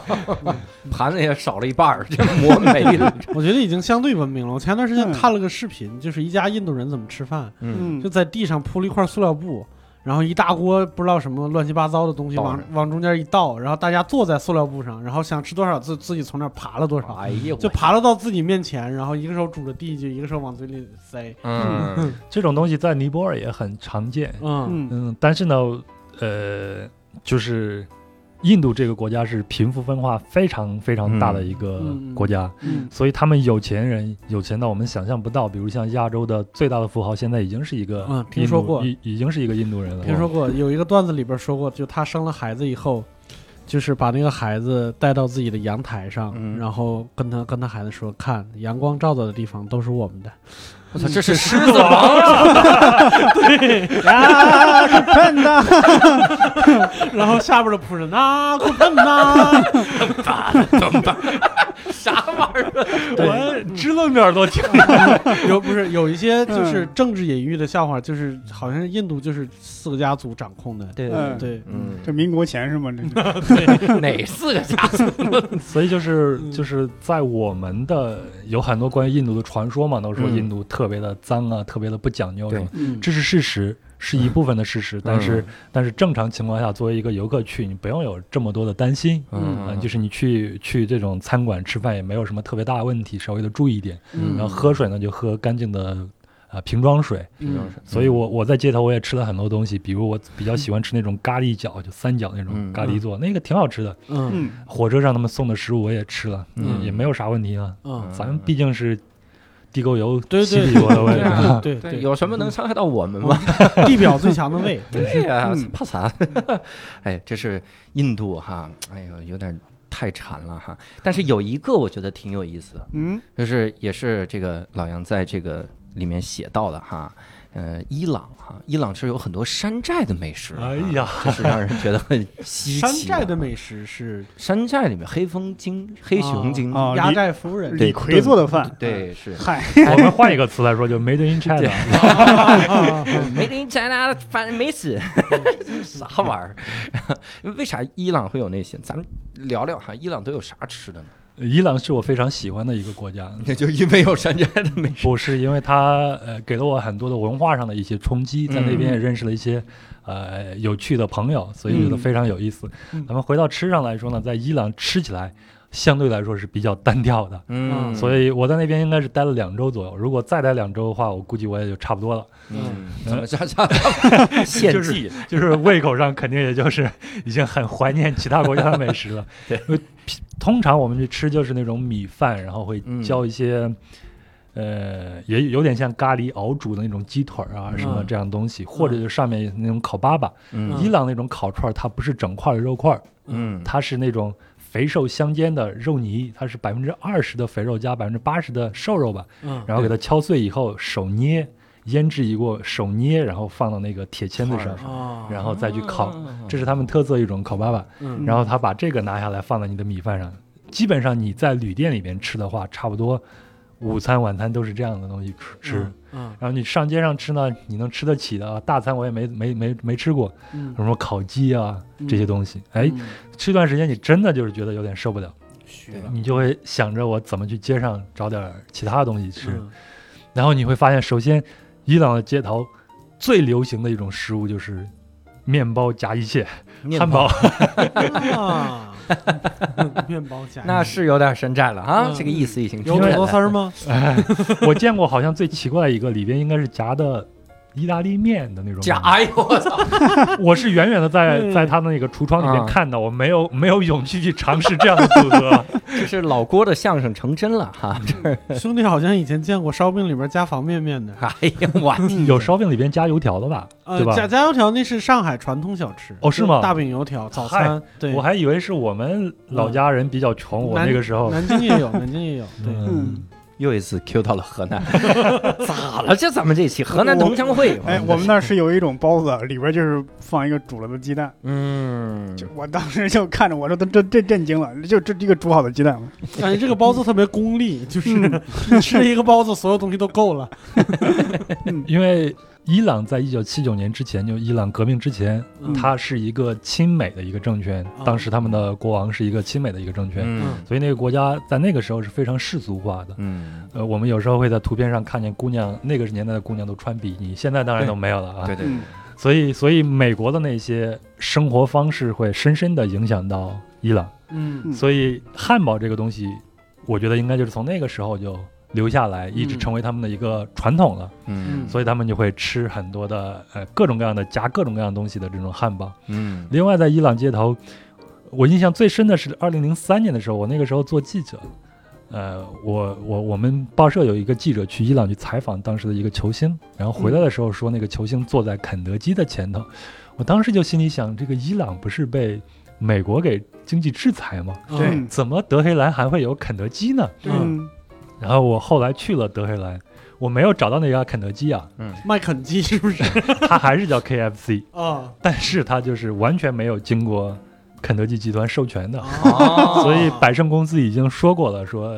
S3: 盘子也少了一半儿，这磨没了。
S2: 我觉得已经相对文明了。我前段时间
S1: 嗯
S2: 看了个视频，就是一家印度人怎么吃饭，
S1: 嗯
S2: 就，在地上铺了一块塑料布，然后一大锅不知道什么乱七八糟的东西
S3: 倒
S2: 往
S3: 上
S2: 往中间一倒，然后大家坐在塑料布上，然后想吃多少自自己从那儿爬了多少，
S3: 哎呀，
S2: 就
S3: 我
S2: 爬了到自己面前，然后一个手拄着地，就一个手往嘴里塞。
S3: 嗯
S5: 这种东西在尼泊尔也很常见，
S2: 嗯
S1: 嗯
S5: 嗯，但是呢，呃，就是印度这个国家是贫富分化非常非常大的一个
S2: 嗯嗯
S5: 国家，
S1: 嗯
S5: 所以他们有钱人有钱到我们想象不到。比如像亚洲的最大的富豪，现在已经是一个
S2: 嗯
S5: 印度
S2: 听说过
S5: 已已经是一个印度人了。
S2: 听说过有一个段子里边说过，就他生了孩子以后，就是把那个孩子带到自己的阳台上，
S3: 嗯
S2: 然后跟他跟他孩子说，看阳光照到的地方都是我们的。
S3: 我操，这是狮子王啊！
S1: 啊，是笨蛋，
S2: 然后下边的仆人啊，快笨呐！
S3: 啥玩意儿？
S5: 我支棱着耳朵听。
S2: 有不是有一些就是政治隐喻的笑话，就是好像是印度就是四个家族掌控的，
S3: 对
S1: 嗯
S2: 对，
S3: 嗯，
S1: 这民国前是吗？这是
S5: 嗯
S3: 哪四个家族？
S5: 所以就是
S2: 嗯
S5: 就是在我们的有很多关于印度的传说嘛，都说
S3: 嗯
S5: 印度特别的脏啊，特别的不讲究什么
S3: 对
S1: 嗯
S5: 这是事实，是一部分的事
S2: 嗯
S5: 实，但是但是正常情况下，作为一个游客去，你不用有这么多的担心。
S3: 嗯
S5: 嗯，就是你去去这种餐馆吃饭也没有什么特别大的问题，稍微的注意一点。
S2: 嗯
S5: 然后喝水呢，就喝干净的呃瓶装水。
S2: 嗯
S5: 所以我我在街头我也吃了很多东西，比如我比较喜欢吃那种咖喱饺，就三角那种
S3: 嗯
S5: 咖喱做，那个挺好吃的。
S2: 嗯
S1: 嗯
S5: 火车上他们送的食物我也吃了，
S3: 嗯
S5: 也也没有啥问题啊。
S2: 嗯，
S5: 咱们毕竟是地沟油
S2: 对
S5: 洗
S2: 对
S5: 礼过的味
S3: 对
S5: 道。
S3: 啊
S2: 对对
S3: 对，有什么能伤害到我们吗？
S2: 地表最强的 胃，
S3: 对呀
S1: 嗯，
S3: 怕啥？ 哎，这是印度哈，哎呦，有点太馋了哈。但是有一个我觉得挺有意思的，
S1: 嗯
S3: 就是也是这个老杨在这个里面写到的哈，呃，伊朗哈，伊朗是有很多山寨的美食，
S5: 哎，呀，
S3: 这是让人觉得很稀奇。啊
S2: 山寨的，美食是
S3: 山寨里面黑风精、黑熊精，
S1: 啊
S2: 压寨夫人，
S1: 李逵做的饭，
S3: 对，是
S1: 嗨，
S5: 我们换一个词来说，就 Made in China。
S2: 啊
S3: 没给你摘啦，反正没 死，啥玩意儿？ 为啥伊朗会有那些？咱们聊聊哈，伊朗都有啥吃的呢？
S5: 伊朗是我非常喜欢的一个国家，
S3: 那 就因为有山寨的美食。
S5: 不是因为它呃给了我很多的文化上的一些冲击，在那边也认识了一些、呃有趣的朋友，所以觉得非常有意思。
S2: 嗯
S5: 咱们回到吃上来说呢，在伊朗吃起来相对来说是比较单调的。
S3: 嗯，
S5: 所以我在那边应该是待了两周左右，如果再待两周的话，我估计我也就差不多了。
S3: 嗯，怎么加 加加献
S5: 就
S3: 祭
S5: 是？ 就是胃口上肯定也就是已经很怀念其他国家的美食了。
S3: 对
S5: 因为平通常我们去吃就是那种米饭，然后会
S3: 嗯
S5: 浇一些，呃，也有点像咖喱熬煮的那种鸡腿儿啊什么
S2: 嗯
S5: 这样东西，或者就上面那种烤粑粑。伊
S3: 嗯
S5: 朗那种烤串儿，它不是整块儿的肉块儿，
S3: 嗯，
S5: 它是那种。肥瘦相间的肉泥，它是百分之二十的肥肉加百分之八十的瘦肉吧，
S2: 嗯
S5: 然后给它敲碎以后手捏，腌制一过手捏，然后放到那个铁签子
S3: 块
S5: 上
S3: 儿，
S2: 啊，
S5: 然后再去烤，
S3: 嗯
S5: 这是他们特色一种烤粑粑。
S2: 嗯
S5: 然后他把这个拿下来放在你的米饭上，基本上你在旅店里边吃的话，差不多午餐晚餐都是这样的东西吃吃。
S2: 嗯
S5: 然后你上街上吃呢，你能吃得起的啊，大餐我也没没没没吃过，
S2: 嗯
S5: 什么烤鸡啊
S2: 嗯
S5: 这些东西。哎，
S2: 嗯
S5: 吃一段时间你真的就是觉得有点受不了，
S2: 虚了，
S5: 你就会想着我怎么去街上找点儿其他的东西吃。
S2: 嗯
S5: 然后你会发现，首先，伊朗的街头最流行的一种食物就是面包夹一切，
S3: 面
S5: 汉堡。
S2: 啊， 面包夹
S3: 那是有点深湛了啊，
S2: 嗯
S3: 这个意思已经
S2: 有
S3: 出
S2: 土
S3: 来
S2: 豆
S3: 了
S2: 丝儿吗？
S5: 哎， 我见过好像最奇怪的一个，里边应该是夹的意大利面的那种。
S3: 假， 哎呦我操！
S5: 我是远远的在
S2: 嗯
S5: 在他那个厨窗里面
S3: 啊
S5: 看到，我没有没有勇气去尝试这样的 组合。
S3: 这是老郭的相声成真了哈！
S2: 兄弟好像以前见过烧饼里边加防面面的，
S3: 哎呀，我
S5: 有烧饼里边加油条的吧？
S2: 呃
S5: 对，吧
S2: 炸炸油条那是上海传统小吃
S5: 哦是吗
S2: 大饼油条早餐，对，
S5: 我还以为是我们老家人比较穷，我
S2: 南
S5: 那个时候。
S2: 南京也有，南京也 有，对，
S5: 嗯，
S3: 又一次 Q 到了河 南，咋了？这啊咱们这期河南同乡会，
S1: 哎，我们那儿是有一种包子，啊里边就是放一个煮了的鸡蛋。
S3: 嗯，
S1: 就我当时就看着我说都这这震惊了，就这这个煮好的鸡蛋嘛。
S2: 感觉这个包子特别功利，就是你 吃一个包子，所有东西都够 了。
S5: 因为伊朗在一九七九年之前，就伊朗革命之前，
S2: 嗯
S5: 它是一个亲美的一个政权，
S2: 啊
S5: 当时他们的国王是一个亲美的一个政权，
S3: 嗯
S5: 所以那个国家在那个时候是非常世俗化的。
S3: 嗯，
S5: 呃，我们有时候会在图片上看见姑娘，那个年代的姑娘都穿比基尼，现在当然都没有了啊。
S3: 对对，
S1: 嗯，
S5: 所以，所以美国的那些生活方式会深深地影响到伊朗。
S2: 嗯
S1: 嗯
S5: 所以，汉堡这个东西，我觉得应该就是从那个时候就留下来，一直
S2: 嗯
S5: 成为他们的一个传统了。
S3: 嗯
S5: 所以他们就会吃很多的呃各种各样的夹各种各样东西的这种汉堡。
S3: 嗯
S5: 另外，在伊朗街头，我印象最深的是二零零三年的时候，我那个时候做记者，呃，我我我们报社有一个记者去伊朗去采访当时的一个球星，然后回来的时候说那个球星坐在肯德基的前头，我当时就心里想，这个伊朗不是被美国给经济制裁吗？
S1: 对
S2: 嗯
S5: 怎么德黑兰还会有肯德基呢？
S2: 嗯，
S1: 嗯，
S5: 然后我后来去了德黑兰，我没有找到那家肯德基啊，
S2: 麦肯基是不是？
S5: 它还是叫 KFC。
S2: 啊，
S5: 但是它就是完全没有经过肯德基集团授权的，
S2: 啊
S3: 哦
S5: 所以百盛公司已经说过了，说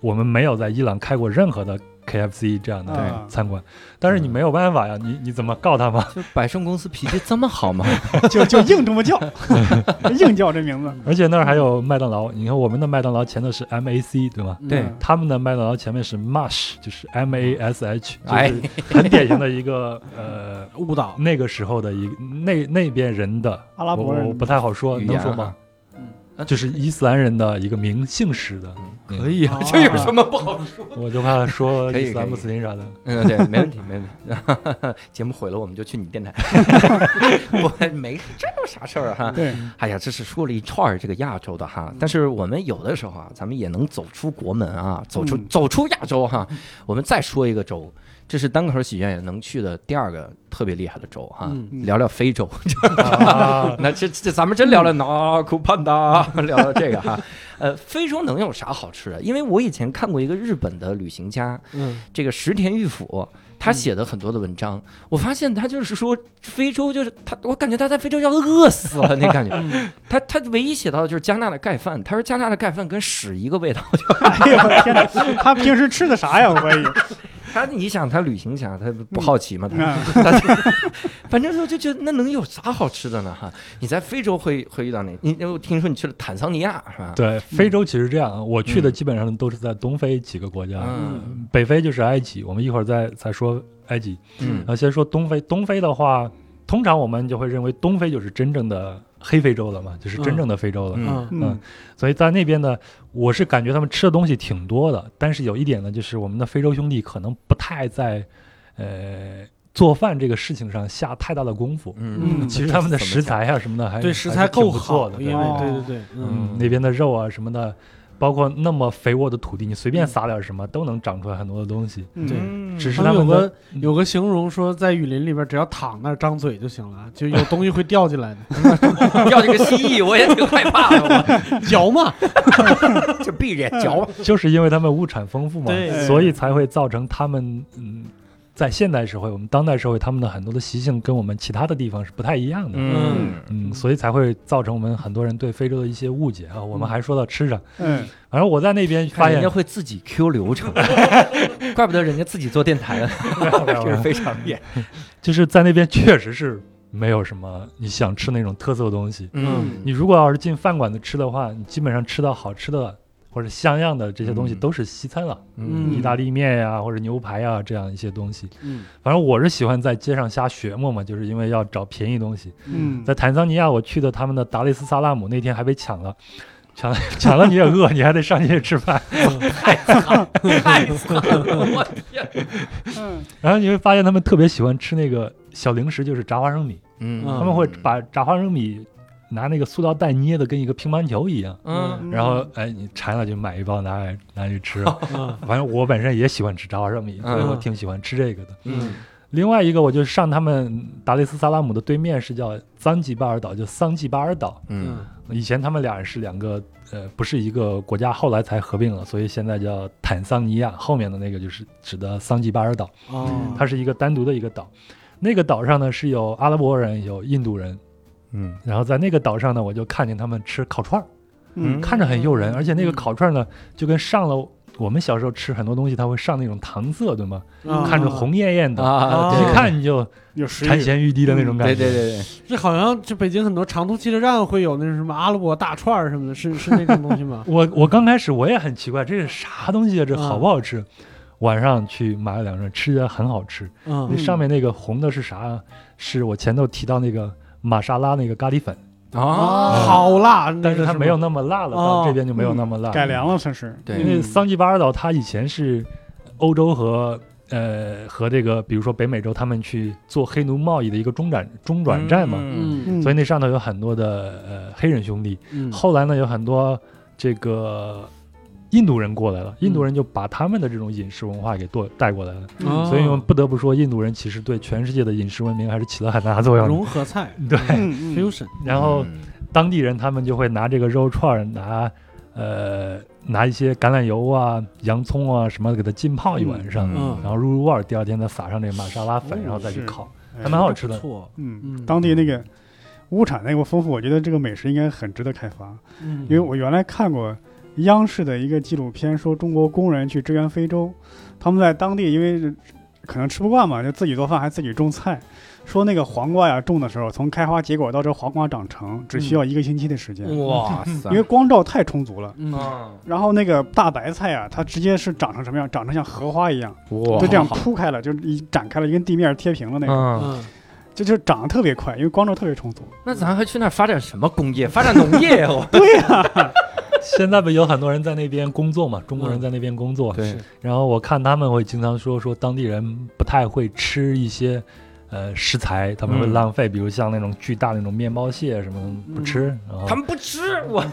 S5: 我们没有在伊朗开过任何的 KFC 这样的
S1: 对
S5: 餐馆。但是你没有办法呀，你你怎么告他
S1: 嗯
S5: 嘛？
S3: 就百盛公司脾气这么好吗？
S1: 就就硬这么叫， 硬叫这名字。
S5: 而且那儿还有麦当劳，你看我们的麦当劳前头是 MAC 对吗？
S3: 对
S1: 嗯
S5: 他们的麦当劳前面是 Mash，就是 M A S H，
S3: 哎
S5: 就是很典型的 一个呃
S2: 误 导。
S5: 那个时候的一那那边人的
S1: 阿拉伯
S5: 我我
S1: 人
S5: 不太好说，
S3: 语
S5: 能
S3: 言
S5: 说
S3: 啊嗯
S5: 吗？就是伊斯兰人的一个名姓氏的，
S3: 哎
S5: 可以啊，
S2: 这有
S1: 什
S3: 么不好？
S5: 我就怕 说
S3: 可以
S5: 伊斯兰
S3: 可以
S5: 穆斯林啥的。
S3: 嗯，对，没问题，没问题。 节目毁了，我们就去你电台。我没这有啥事儿哈。
S1: 对，
S3: 哎呀，这是说了一串儿这个亚洲的哈，但是我们有的时候啊，咱们也能走出国门啊，走出
S1: 嗯
S3: 走出亚洲哈。我们再说一个州，这是单口喜剧演员能去的第二个特别厉害的州哈
S2: 嗯。
S1: 嗯
S3: 聊聊非洲，
S5: 啊
S3: 那这这咱们真聊聊哪库潘达，聊聊这个哈。呃，非洲能有啥好吃的？因为我以前看过一个日本的旅行家，
S2: 嗯
S3: 这个石田裕辅他写的很多的文章，我发现他就是说非洲就是他，我感觉他在非洲要饿死了那感觉。
S2: 嗯，
S3: 他他唯一写到的就是加纳的盖饭，他说加纳的盖饭跟屎一个味道。
S1: 哎呦我的天哪，他平时吃的啥呀？我怀疑。
S3: 他你想他旅行侠，他不好奇吗？他
S1: 嗯
S3: 反正我就觉得那能有啥好吃的呢？哈，你在非洲会会遇到哪？你我听说你去了坦桑尼亚是吧？
S5: 对，非洲其实这样，啊我去的
S3: 啊嗯
S5: 基本上都是在东非几个国家，
S3: 嗯
S5: 北非就是埃及，我们一会儿再再说埃及。
S3: 嗯
S5: 啊，先说东非，东非的话，通常我们就会认为东非就是真正的黑非洲了嘛，就是真正的非洲了。
S2: 啊
S3: 嗯
S1: 嗯
S5: 所以在那边呢，我是感觉他们吃的东西挺多的，但是有一点呢，就是我们的非洲兄弟可能不太在，呃，做饭这个事情上下太大的功夫。
S3: 嗯
S2: 嗯
S5: 其实他们的
S3: 怎么
S5: 食
S3: 讲
S5: 材啊什么的还
S2: 对，
S5: 还
S2: 食材
S5: 挺
S2: 够
S5: 不错
S2: 好，
S5: 的，
S2: 因
S5: 对
S2: 为
S1: 哦
S2: 对对对，嗯
S5: 嗯，那边的肉啊什么的，包括那么肥沃的土地，你随
S2: 嗯
S5: 便撒点什么都能长出来很多的东西。
S1: 嗯
S2: 对
S3: 嗯
S5: 只是
S2: 他们有
S5: 他们
S2: 个有个形容说，在雨林里边，只要躺那儿张嘴就行了，啊就有东西会掉进来 的，
S3: 要这个蜥蜴，我也挺害怕的，
S2: 嚼嘛。
S3: 我 就闭着眼嚼。
S5: 就是因为他们物产丰富嘛
S2: 对，
S5: 所以才会造成他们嗯。在现代社会，我们当代社会，他们的很多的习性跟我们其他的地方是不太一样的。
S3: 嗯
S5: 嗯，所以才会造成我们很多人对非洲的一些误解啊。我们还说到吃上，
S1: 嗯，
S5: 反正我在那边
S3: 看
S5: 发现
S3: 人家，会自己 Q 流 程，怪不得人家自己做电 台了，这是非常厉害。
S5: 就是在那边确实是没有什么你想吃那种特色的东西。
S3: 嗯
S5: 你如果要是进饭馆子吃的话，你基本上吃到好吃的或者像样的这些东西
S3: 嗯
S5: 都是西餐了，
S2: 嗯
S5: 意大利面呀、或者牛排呀、这样一些东西。
S2: 嗯
S5: 反正我是喜欢在街上瞎学摸嘛，就是因为要找便宜东西。
S1: 嗯
S5: 在坦桑尼亚，我去的他们的达利斯萨拉姆，那天还被抢了。抢了 抢了你也饿，你还得上去吃饭，
S3: 太惨了，我天！
S1: 嗯
S5: 然后你会发现他们特别喜欢吃那个小零食，就是炸花生米。
S3: 嗯
S5: 他们会把炸花生米拿那个塑料袋捏的跟一个乒乓球一样，
S3: 嗯
S5: 然后哎，你馋了就买一包拿来拿去吃。反正我本身也喜欢吃炸花生米，所以我挺喜欢吃这个的。
S3: 嗯
S5: 另外一个，我就上他们达雷斯萨拉姆的对面是叫桑吉巴尔岛，就桑吉巴尔岛。
S3: 嗯
S5: 以前他们俩是两个呃，不是一个国家，后来才合并了，所以现在叫坦桑尼亚。后面的那个就是指的桑吉巴尔岛。
S2: 哦，
S5: 它是一个单独的一个岛。那个岛上呢是有阿拉伯人，有印度人，
S3: 嗯
S5: 然后在那个岛上呢，我就看见他们吃烤串儿，
S1: 嗯
S5: 看着很诱人，而且那个
S2: 嗯
S5: 烤串儿呢，就跟上了我们小时候吃很多东西，它会上那种糖色，对吗？
S2: 啊
S5: 看着，红艳艳的，
S3: 啊，
S5: 一看你就
S1: 有食
S5: 馋
S1: 欲，
S5: 涎欲滴的那种感
S3: 对
S5: 觉。？
S3: 对对对，
S2: 这好像这北京很多长途汽车站会有那什么阿拉伯大串儿什么的，是是那种东西吗
S5: 我我刚开始我也很奇怪，这是啥东西啊？这
S2: 啊
S5: 好不好吃？晚上去买了两串，吃着很好吃。那
S2: 嗯
S5: 上面那个红的是啥啊？是我前头提到那个玛莎拉那个咖喱粉。
S2: 啊，
S3: 啊，
S2: 好辣，
S5: 但是它
S2: 他
S5: 没有那么辣
S2: 哦
S5: 了，到这边就没有那么辣。
S1: 改良了算是，
S3: 对
S5: 因为桑吉巴尔岛它以前是欧洲和呃和这个比如说北美洲他们去做黑奴贸易的一个中转中转站嘛，
S3: 嗯
S2: 嗯
S5: 所以那上头有很多的呃黑人兄弟。
S2: 嗯
S5: 后来呢，有很多这个。印度人过来了，印度人就把他们的这种饮食文化给带带过来了，
S2: 嗯
S5: 所以我们不得不说，印度人其实对全世界的饮食文明还是起了很大的作用的。
S2: 融合菜
S5: 对，
S1: 嗯嗯
S2: fusion，
S5: 然后当地人他们就会拿这个肉串儿，拿呃拿一些橄榄油啊、洋葱啊什么给它浸泡一晚上，
S2: 嗯
S5: 然后入入味儿，第二天再撒上这个玛莎拉
S3: 嗯
S5: 粉，
S1: 哦
S5: 然后再去烤，
S1: 哎
S5: 还蛮好吃
S2: 不
S5: 的。
S2: 错，
S1: 嗯，
S2: 嗯，
S1: 当地那个物产那个丰富，我觉得这个美食应该很值得开发，
S2: 嗯
S1: 因为我原来看过央视的一个纪录片，说中国工人去支援非洲，他们在当地因为可能吃不惯嘛，就自己做饭，还自己种菜。说那个黄瓜呀，种的时候从开花结果到这黄瓜长成，只需要一个星期的时间，
S3: 哇塞
S1: 因为光照太充足了。
S2: 嗯
S1: 然后那个大白菜啊，它直接是长成什么样？长成像荷花一样，
S3: 哇
S1: 就这样铺开了，就是一展开了，就跟地面贴平了那种，
S3: 嗯，
S2: 嗯
S1: 就就长得特别快，因为光照特别充足。
S3: 那咱还去那儿发展什么工业？发展农 业哦。
S5: 现在不有很多人在那边工作嘛，中国人在那边工作，
S3: 嗯对
S2: 是
S5: 然后我看他们会经常说说当地人不太会吃一些。呃，食材他们会
S3: 嗯
S5: 浪费，比如像那种巨大那种面包蟹什么的不吃，然后
S3: 嗯他们不吃我，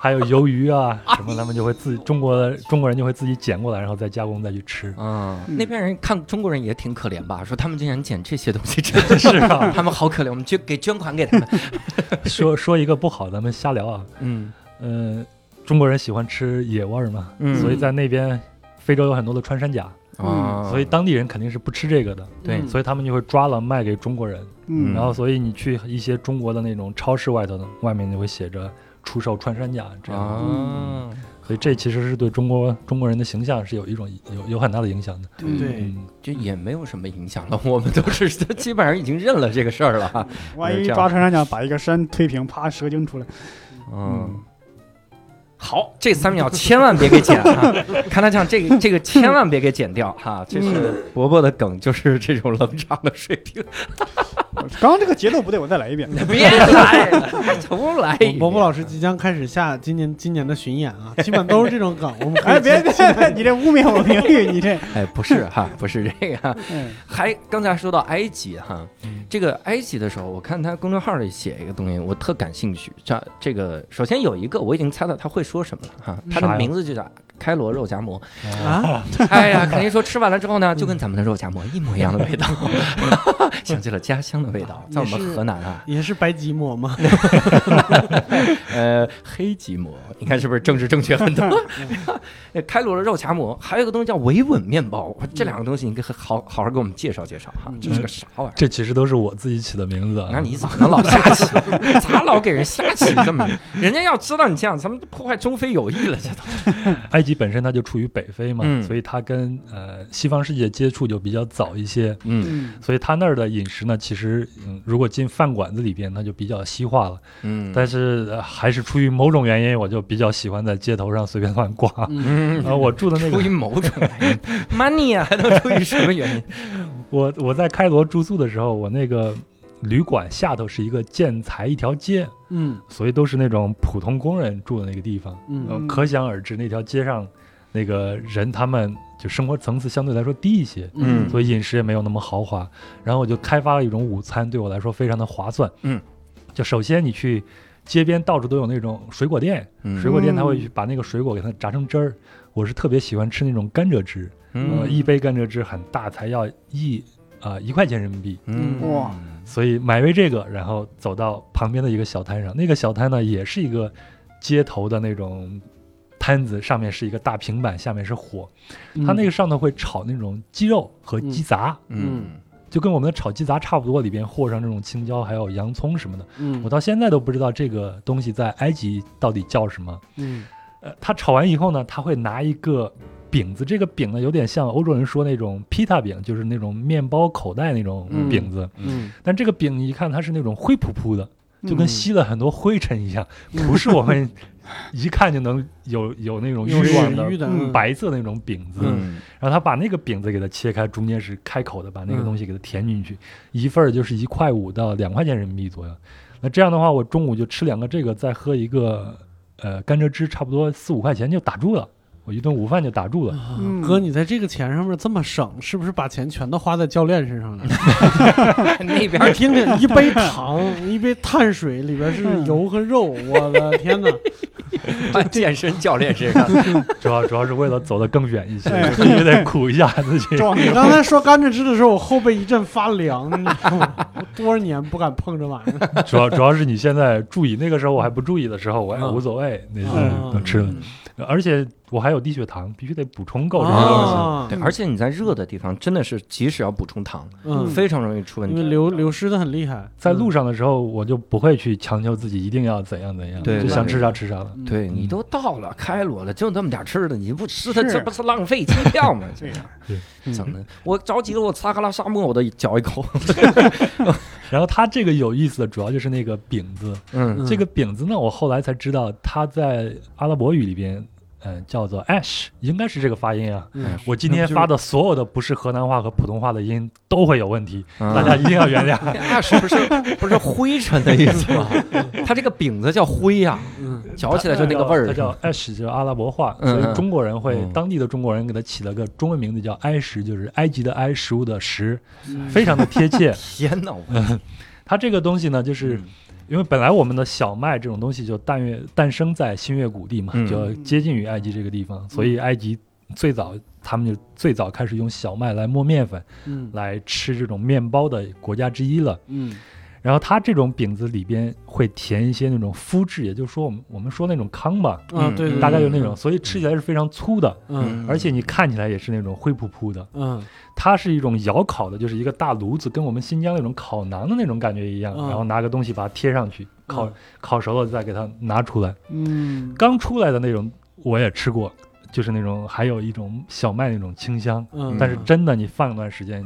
S5: 还有鱿 鱼啊什么，他们就会自己中国的中国人就会自己捡过来，然后再加工再去吃。
S3: 嗯，
S1: 嗯
S3: 那边人看中国人也挺可怜吧？说他们竟然捡这些东西吃，
S5: 是啊，
S3: 他们好可怜，我们捐给捐款给他们。
S5: 说说一个不好，咱们瞎聊啊。
S3: 嗯
S5: 呃，中国人喜欢吃野味儿嘛，
S3: 嗯
S5: 所以在那边非洲有很多的穿山甲，
S1: 嗯
S3: 啊
S5: 所以当地人肯定是不吃这个的，
S3: 对
S2: 嗯
S5: 所以他们就会抓了卖给中国人。
S1: 嗯
S3: 嗯
S5: 然后，所以你去一些中国的那种超市外头呢，外面就会写着出售穿山甲这样。
S3: 啊，
S5: 所以这其实是对中国中国人的形象是有一种有有很大的影响的。
S1: 嗯
S2: 对，
S5: 嗯，
S3: 就也没有什么影响了， 我们都是基本上已经认了这个事儿了。
S1: 万一抓穿山甲把一个山推平，啪，蛇精出来。
S3: 嗯，好，这三秒千万别给剪啊！看他讲这个这个千万别给剪掉哈、这是伯伯的梗，就是这种冷场的水平。
S1: 刚刚这个节奏不对，我再来一遍。
S3: 别 来了，重来一遍。
S2: 伯伯老师即将开始下今年今年的巡演啊，基本都是这种梗，我们可以
S1: 哎，别
S2: 期
S1: 别别，你这污蔑我名誉，你这，
S3: 哎，不是哈，不是这个哈，
S1: 嗯
S3: 还刚才说到埃及哈，
S2: 嗯
S3: 这个埃及的时候，我看他公众号里写一个东西，我特感兴趣。这这个首先有一个我已经猜到他会说什么了哈，他
S2: 嗯
S5: 啥
S3: 的
S5: 呀
S3: 名字就叫开罗肉夹馍。
S2: 啊，
S3: 哎呀，肯定说吃完了之后呢，就跟咱们的肉夹馍一模一样的 味道，想起了家乡的味道，在我
S2: 嗯也是
S3: 们河南啊，
S2: 也是白吉馍吗？
S3: 呃，黑吉馍，你看是不是政治正确很多？
S2: 嗯
S3: 那开罗的肉夹馍，还有一个东西叫维稳面包，这两个东西你给好好好给我们介绍介绍哈
S2: 嗯，
S3: 这是个啥玩意儿？
S5: 这其实都是我自己起的名字啊。
S3: 那你怎么能老瞎起？ 咋老给人瞎起这么？人家要知道你这样，咱们破坏中非友谊了，这都。
S5: 埃及本身它就处于北非嘛，
S3: 嗯
S5: 所以它跟呃西方世界接触就比较早一些，
S3: 嗯
S2: 嗯
S5: 所以它那儿的饮食呢，其实嗯，如果进饭馆子里边，那就比较西化了。
S3: 嗯
S5: 但是、呃还是出于某种原因，我就比较喜欢在街头上随便乱逛。
S2: 嗯
S3: 嗯，
S5: 呃，我住的那
S3: 出于
S5: 个，
S3: 某种原因 money 啊，还能出于什么原 因？
S5: 我我在开罗住宿的时候，我那个旅馆下头是一个建材一条街，
S2: 嗯
S5: 所以都是那种普通工人住的那个地方。呃
S2: 嗯
S1: 嗯
S5: 可想而知，那条街上那个人他们就生活层次相对来说低一些，
S3: 嗯
S5: 所以饮食也没有那么豪华。然后我就开发了一种午餐，对我来说非常的划算。
S3: 嗯，
S5: 就首先你去街边到处都有那种水果店，水果店他会
S1: 嗯
S5: 去把那个水果给它榨成汁儿。我是特别喜欢吃那种甘蔗汁，呃，
S1: 嗯
S5: 一杯甘蔗汁很大，才要一啊一块钱人民币。
S2: 嗯
S1: 哇，
S5: 所以买为这个，然后走到旁边的一个小摊上，那个小摊呢也是一个街头的那种摊子，上面是一个大平板，下面是火，
S2: 嗯
S5: 它那个上头会炒那种鸡肉和鸡杂，
S3: 嗯
S5: 就跟我们的炒鸡杂差不多，里边和上这种青椒还有洋葱什么的。
S2: 嗯
S5: 我到现在都不知道这个东西在埃及到底叫什么。
S2: 嗯
S5: 呃，它炒完以后呢，它会拿一个饼子，这个饼呢有点像欧洲人说那种披萨饼，就是那种面包口袋那种
S2: 嗯
S5: 饼子。
S2: 嗯
S5: 但这个饼你一看，它是那种灰扑扑的，就跟
S2: 嗯
S5: 吸了很多灰尘一样，不是我们一看就能有有那种
S2: 有
S5: 欲望
S2: 食欲的
S5: 的
S1: 嗯
S5: 白色的那种饼子。
S3: 嗯
S5: 然后他把那个饼子给它切开，中间是开口的，把
S2: 嗯
S5: 那个东西给它填进去，一份儿就是一块五到两块钱人民币左右。那这样的话，我中午就吃两个这个，再喝一个呃甘蔗汁，差不多四五块钱就打住了，我一顿午饭就打住了。
S2: 啊
S1: 嗯
S2: 哥，你在这个钱上面这么省，是不是把钱全都花在教练身上 了？
S3: 那边
S2: 你听听，一杯糖，一杯碳水，里边是油和肉，我的天哪！
S3: 儿 健身教练身 上，
S5: 主要主要是为了走得更远一些
S1: 哎，
S5: 必须得苦一下 自己。
S1: 壮
S2: 你刚才说甘蔗汁的时候，我后背一阵发凉，你知道吗？我多少年不敢碰这玩意儿。
S5: 主要主要是你现在注意，那个时候我还不注意的时候，我也哎
S2: 嗯
S5: 无所谓，那
S2: 嗯
S5: 就能吃了。而且我还有低血糖，必须得补充够这些东西。
S2: 啊
S3: 对，而且你在热的地方，真的是即使要补充糖，
S2: 嗯，
S3: 非常容易出问
S2: 因为
S3: 题。
S2: 流流失的很厉
S3: 嗯
S2: 害，
S5: 嗯
S2: 嗯
S5: 在路
S2: 上，
S5: 上的时候，我就不会去强求自己一定要怎样怎样，
S3: 对
S5: 就
S3: 对
S5: 想
S3: 对
S5: 吃啥吃啥了。
S3: 对你都到了开罗了，就那么点吃的，你不吃它，
S1: 是
S3: 这不嗯是浪费机票 吗？这样
S5: 对
S3: 整的，我着急了，我撒哈拉沙漠我都嚼一 口。
S5: 然后它这个有意思的主要就是那个饼子，
S3: 嗯
S2: 嗯
S5: 这个饼子呢，我后来才知道它在阿拉伯语里边，嗯、叫做 ash，应该是这个发音啊。
S2: 嗯
S5: 我今天
S2: 那不就是
S5: 发的所有的不是河南话和普通话的音都会有问题，大
S3: 大
S5: 家一定要原谅。
S3: 那是不是不是灰尘的意思吗？ 它这个饼子叫灰呀，
S2: 嗯
S3: 嚼起来就那个味
S5: 它
S3: 儿。
S5: 叫它叫 ash，就是阿拉伯话，
S3: 嗯
S5: 所
S3: 嗯
S5: 以中国人会、
S3: 嗯。
S5: 当地的中国人给它起了个中文名字叫埃什，就是埃及的埃，食物的食，
S2: 嗯
S5: 非常的贴切
S3: 天哪，我
S5: 它这个东西呢，就是因为本来我们的小麦这种东西就诞月诞生在新月谷地嘛，
S3: 嗯
S5: 就接近于埃及这个地
S2: 嗯
S5: 方，所以埃及最早他们就最早开始用小麦来磨面粉，
S2: 嗯
S5: 来吃这种面包的国家之一了。
S2: 嗯
S5: 然后它这种饼子里边会填一些那种麸质，也就是说我们我们说那种糠吧，
S2: 啊，对对，
S5: 嗯大概就那
S2: 对
S5: 种，，所以吃起来是非常粗的，
S2: 嗯
S5: 而且你看起来也是那种灰扑扑的。
S2: 嗯
S5: 它是一种窑烤的，就是一个大炉子，跟我们新疆那种烤馕的那种感觉一样，
S2: 嗯
S5: 然后拿个东西把它贴上去，烤
S2: 嗯
S5: 烤熟了再给它拿出来。
S2: 嗯
S5: 刚出来的那种我也吃过，就是那种还有一种小麦那种清香，
S2: 嗯，
S5: 但是真的你放一段时间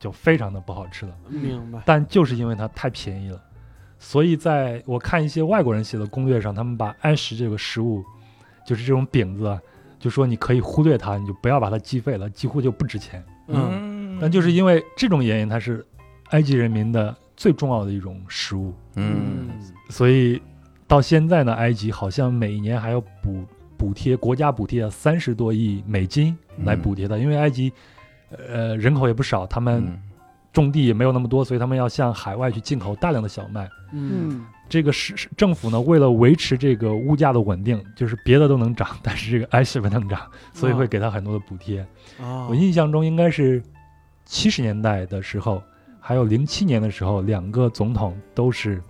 S5: 就非常的不好吃了。
S2: 明白，
S5: 但就是因为它太便宜了，所以在我看一些外国人写的攻略上，他们把安石这个食物，就是这种饼子啊，就说你可以忽略它，你就不要把它击废了，几乎就不值钱。
S2: 嗯
S3: 嗯
S5: 但就是因为这种原因，它是埃及人民的最重要的一种食物，
S3: 嗯
S5: 所以到现在呢，埃及好像每一年还要补补贴国家补贴三十多亿美金来补贴它，因为埃及。呃，人口也不少，他们
S3: 嗯
S5: 种地也没有那么多，所以他们要向海外去进口大量的小麦。
S2: 嗯
S1: 嗯
S5: 这个是是政府呢，为了维持这个物价的稳定，就是别的都能涨，但是这个爱惜不能涨，所以会给他很多的补贴。
S2: 哦
S5: 我印象中应该是七十年代的时候，还有零七年的时候，两个总统都是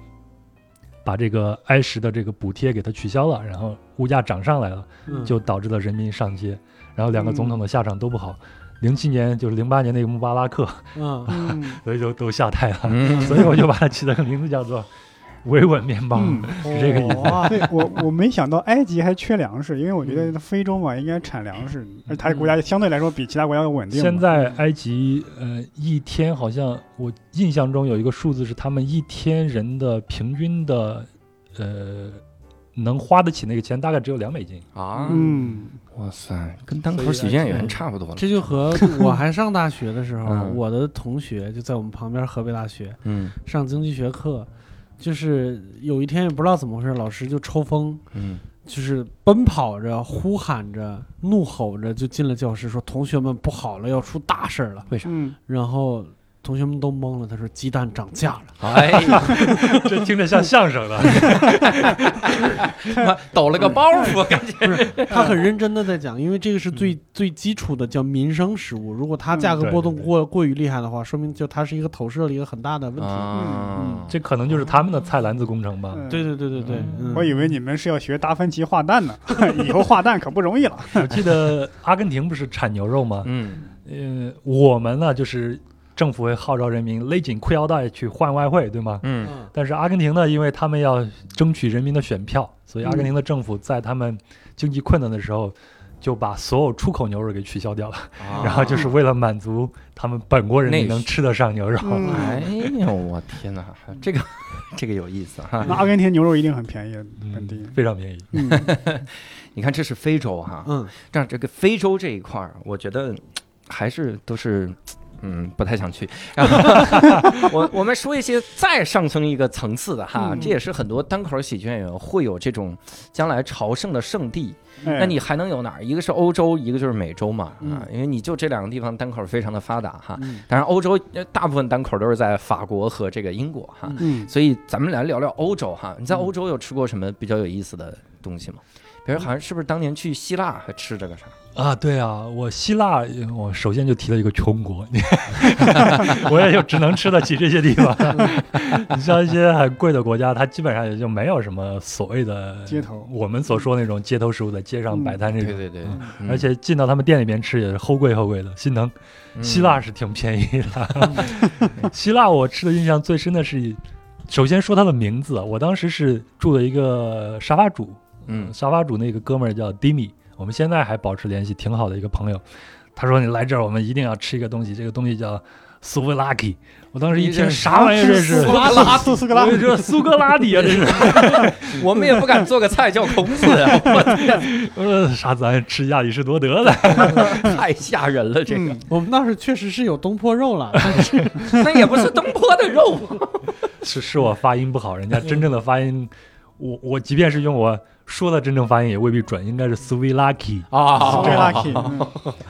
S5: 把这个爱食的这个补贴给它取消了，然后物价涨上来了，
S2: 嗯
S5: 就导致了人民上街，然后两个总统的下场都不好。零七年就是零八年那个穆巴拉克，
S2: 嗯
S1: 嗯
S5: 所以就都下台了，
S3: 嗯
S5: 所以我就把它起了个名字叫做“维稳面包”
S1: 嗯，
S5: 是这个意思
S2: 哇
S1: 对我我没想到埃及还缺粮食，因为我觉得非洲嘛应该产粮食，而它的国家相对来说比其他国家要稳定嘛。
S5: 现在埃及呃一天好像我印象中有一个数字是他们一天人的平均的呃能花得起那个钱大概只有两美金，
S3: 啊，
S1: 嗯，
S3: 哇塞，跟单口喜剧演员差不多了。
S2: 这就和我还上大学的时候，
S3: 嗯
S2: 我的同学就在我们旁边河北大学
S3: 嗯
S2: 上经济学课，就是有一天也不知道怎么回事，老师就抽风，
S3: 嗯，
S2: 就是奔跑着、呼喊着、怒吼着就进了教室，说：“同学们，不好了，要出大事儿了。
S1: 嗯，”
S2: 然后同学们都懵了，他说：“鸡蛋涨价了。
S3: 哎呀，
S5: 这听着像相声啊了。
S3: 妈抖了个包袱，感觉”
S2: 他很认真的在讲，因为这个是最、最基础的叫民生食物，如果它
S1: 嗯
S2: 价格
S5: 对
S2: 波动
S5: 对对
S2: 过过于厉害的话，说明就它是一个投射了一个很大的问题。
S3: 啊，
S5: 这可能就是他们的菜篮子工程 吧。
S1: 嗯
S2: 对对对对对，嗯
S1: 我以为你们是要学达芬奇画蛋呢，以后画蛋可不容易了。
S5: 我记得阿根廷不是产牛肉吗？
S3: 嗯
S5: 呃，我们呢就是政府会号召人民勒紧裤腰带去换外汇，对吗？
S3: 嗯
S2: 嗯
S5: 但是阿根廷呢，因为他们要争取人民的选票，所以阿根廷的政府在他们经济困难的时候，就把所有出口牛肉给取消掉了，
S3: 啊
S5: 然后就是为了满足他们本国人民
S3: 内需
S5: 能吃得上牛肉。
S1: 嗯
S3: 哎呦，我天哪，这个 这个有意思哈、
S1: 那阿根廷牛肉一定很便宜，本地
S5: 嗯。非常便宜，
S1: 嗯，
S3: 你看，这是非洲哈、
S2: 嗯，
S3: 但这个非洲这一块儿，我觉得嗯还是都是。嗯，不太 想去。 我我们说一些再上升一个层次的哈，
S1: 嗯
S3: 这也是很多单口喜剧演员会有这种将来朝圣的圣地。
S1: 哎
S3: 那你还能有哪儿？一个是欧洲，一个就是美洲嘛啊
S2: 嗯，
S3: 因为你就这两个地方单口非常的发达哈。
S2: 嗯
S3: 当然，欧洲呃大部分单口都是在法国和这个英国哈。
S2: 嗯
S1: 嗯，
S3: 所以咱们来聊聊欧洲哈。你在
S2: 嗯
S3: 欧洲有吃过什么比较有意思的东西吗？比如好像是不是当年去希腊还吃这个啥？
S5: 啊！对啊，我希腊，呃我首先就提了一个穷国， 我也就只能吃得起这些地方。你像一些很贵的国家，它基本上也就没有什么所谓的
S1: 街头
S5: 我们所说那种街头食物在街上摆摊这种。
S3: 对对
S5: 嗯
S3: 嗯
S5: 而且进到他们店里边吃也是齁贵齁贵的，心疼。
S3: 嗯
S5: 希腊是挺便宜的， 希腊我吃的印象最深的是，首先说它的名字，我当时是住的一个沙发主，
S3: 嗯
S5: 沙发主那个哥们儿叫 Dimi，我们现在还保持联系，挺好的一个朋友。他说你来这儿，我们一定要吃一个东西，这个东西叫苏格拉基。我当时一听啥玩意儿这是？
S1: 苏
S3: 格拉拉
S1: 苏苏格拉
S5: 我，就说苏格拉底啊，这是。
S3: 嗯我们也不敢做个菜叫孔子，
S5: 我说啥咱吃亚里士多德的？
S3: 太吓人了这个。
S1: 嗯
S2: 我们那是确实是有东坡肉了，
S3: 嗯那也不是东坡的 肉，
S5: 是是我发音不好，人家真正的发音，我我即便是用我说的真正发音也未必准，应该是 s u v i l a k i
S1: 苏
S3: 啊
S1: 格 拉基，嗯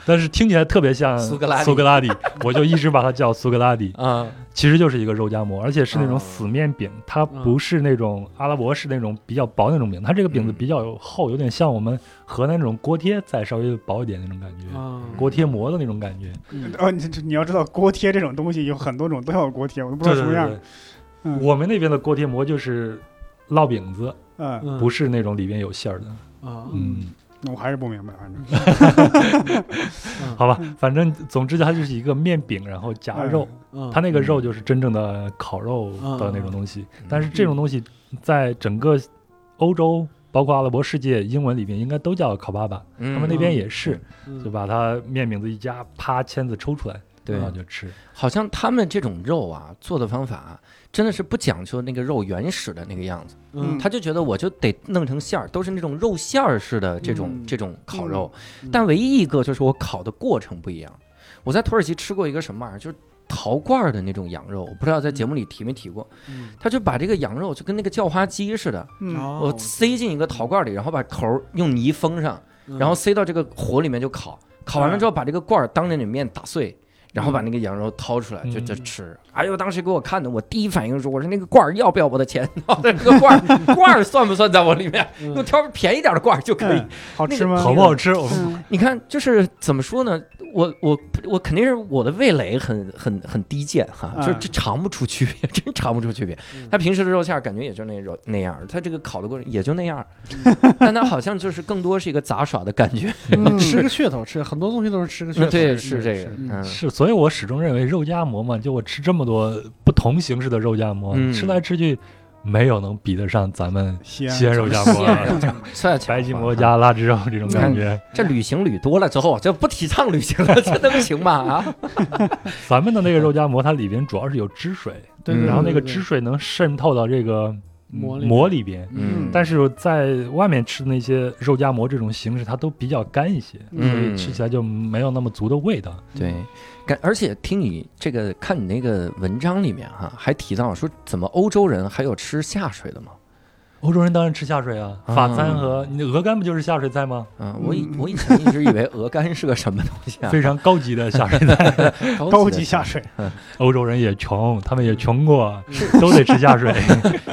S5: 但是听起来特别像
S3: 苏格拉底
S5: 苏格 拉底，我就一直把它叫苏格拉底，
S3: 啊
S5: 其实就是一个肉夹馍，而且是那
S3: 啊
S5: 种死面饼，它不是那种阿拉伯式那种比较薄那种饼，它这个饼子
S3: 嗯
S5: 比较厚，有点像我们河南那种锅贴再稍微薄一点那种感觉，
S3: 嗯
S2: 啊，
S5: 锅贴馍的那种感觉，
S1: 哦，你这你要知道锅贴这种东西有很多种，都叫锅贴，我都不知
S5: 对
S1: 道
S5: 对
S1: 什么样
S5: 对
S1: 儿。嗯
S5: 对，我们那边的锅贴馍就是烙饼子，
S1: 嗯，
S2: 嗯
S5: 不是那种里边有馅儿的，
S2: 啊，
S5: 嗯。
S1: 那我还是不明白，反正
S2: 嗯
S5: 好吧，
S1: 嗯
S5: 反正总之它就是一个面饼，然后夹肉，
S2: 嗯
S5: 它那个肉就是真正的烤肉的那种东西。
S3: 嗯
S5: 但是这种东西在整个欧洲，包括阿拉伯世界，英文里面应该都叫烤粑粑，
S3: 嗯
S5: 他们那边也是，
S2: 嗯
S5: 就把它面饼子一夹，啪签子抽出来，
S3: 对
S5: 然后就吃。
S3: 好像他们这种肉啊做的方法真的是不讲究那个肉原始的那个样子。
S1: 嗯
S3: 他就觉得我就得弄成馅儿，都是那种肉馅儿似的这种、
S2: 嗯
S3: 这种烤肉、
S2: 嗯
S3: 但唯一一个就是我烤的过程不一样。我在土耳其吃过一个什么玩意儿，就是陶罐儿的那种羊肉，我不知道在节目里提没提过。
S2: 嗯
S3: 他就把这个羊肉就跟那个叫花鸡似的，
S1: 嗯，
S2: 哦
S3: 我塞进一个陶罐儿里，然后把头儿用泥
S1: 嗯
S3: 封上，然后塞到这个火里面就烤。烤完了之后，把这个罐儿当着你面打碎，
S1: 嗯
S3: 然后把那个羊肉掏出来就
S5: 嗯
S3: 就吃。哎呦，当时给我看的，我第一反应是，我说那个罐儿要不要我的钱？ 到底那个罐儿罐儿算不算在我里面？
S2: 嗯
S3: 给我挑便宜点的罐儿就可以
S1: 嗯。好
S3: 那
S1: 吃
S3: 个
S1: 吗？
S5: 好不好吃？我们
S2: 嗯
S3: 你看，就是怎么说呢？我我我肯定是我的味蕾很很很低贱哈，
S1: 嗯
S3: 就是这尝不出区别， 真尝不出区别。
S2: 嗯
S3: 他平时的肉馅儿感觉也就那肉那样儿，他这个烤的过程也就那样儿，
S1: 嗯
S3: 但他好像就是更多是一个杂耍的感觉。
S2: 嗯吃个噱头，吃很多东西都是吃 个噱头。
S3: 对，
S2: 是
S3: 是这个，
S2: 嗯
S3: 嗯
S5: 是，所以我始终认为肉夹馍嘛，就我吃这么多不同形式的肉夹馍，
S3: 嗯
S5: 吃来吃去没有能比得上咱们
S1: 西安
S5: 西安肉夹馍了、
S3: 算
S5: 白吉馍加腊汁肉这种感觉。
S3: 这旅行旅多了之后，这不提倡旅行了，这 能行吗？啊，
S5: 咱们的那个肉夹馍，它里边主要是有汁水，
S2: 对对
S5: 然后那个
S2: 对对
S5: 汁水能渗透到这个
S2: 馍嗯里
S5: 馍里边。
S1: 嗯
S5: 但是在外面吃的那些肉夹馍这种形式，它都比较干一些，
S3: 嗯
S5: 所以吃起来就没有那么足的味道。
S3: 对，感而且听你这个看你那个文章里面哈、还提到说，怎么欧洲人还有吃下水的吗？
S5: 欧洲人当然吃下水啊，
S3: 啊
S5: 法餐和你的鹅肝不就是下水菜吗？
S3: 嗯，我以
S1: 嗯
S3: 我以前一直以为鹅肝是个什么东西啊，
S5: 非常高级的下水 菜。
S3: 高
S1: 高
S3: 的
S1: 级下水，
S5: 欧洲人也穷，他们也穷过，都得吃下 水。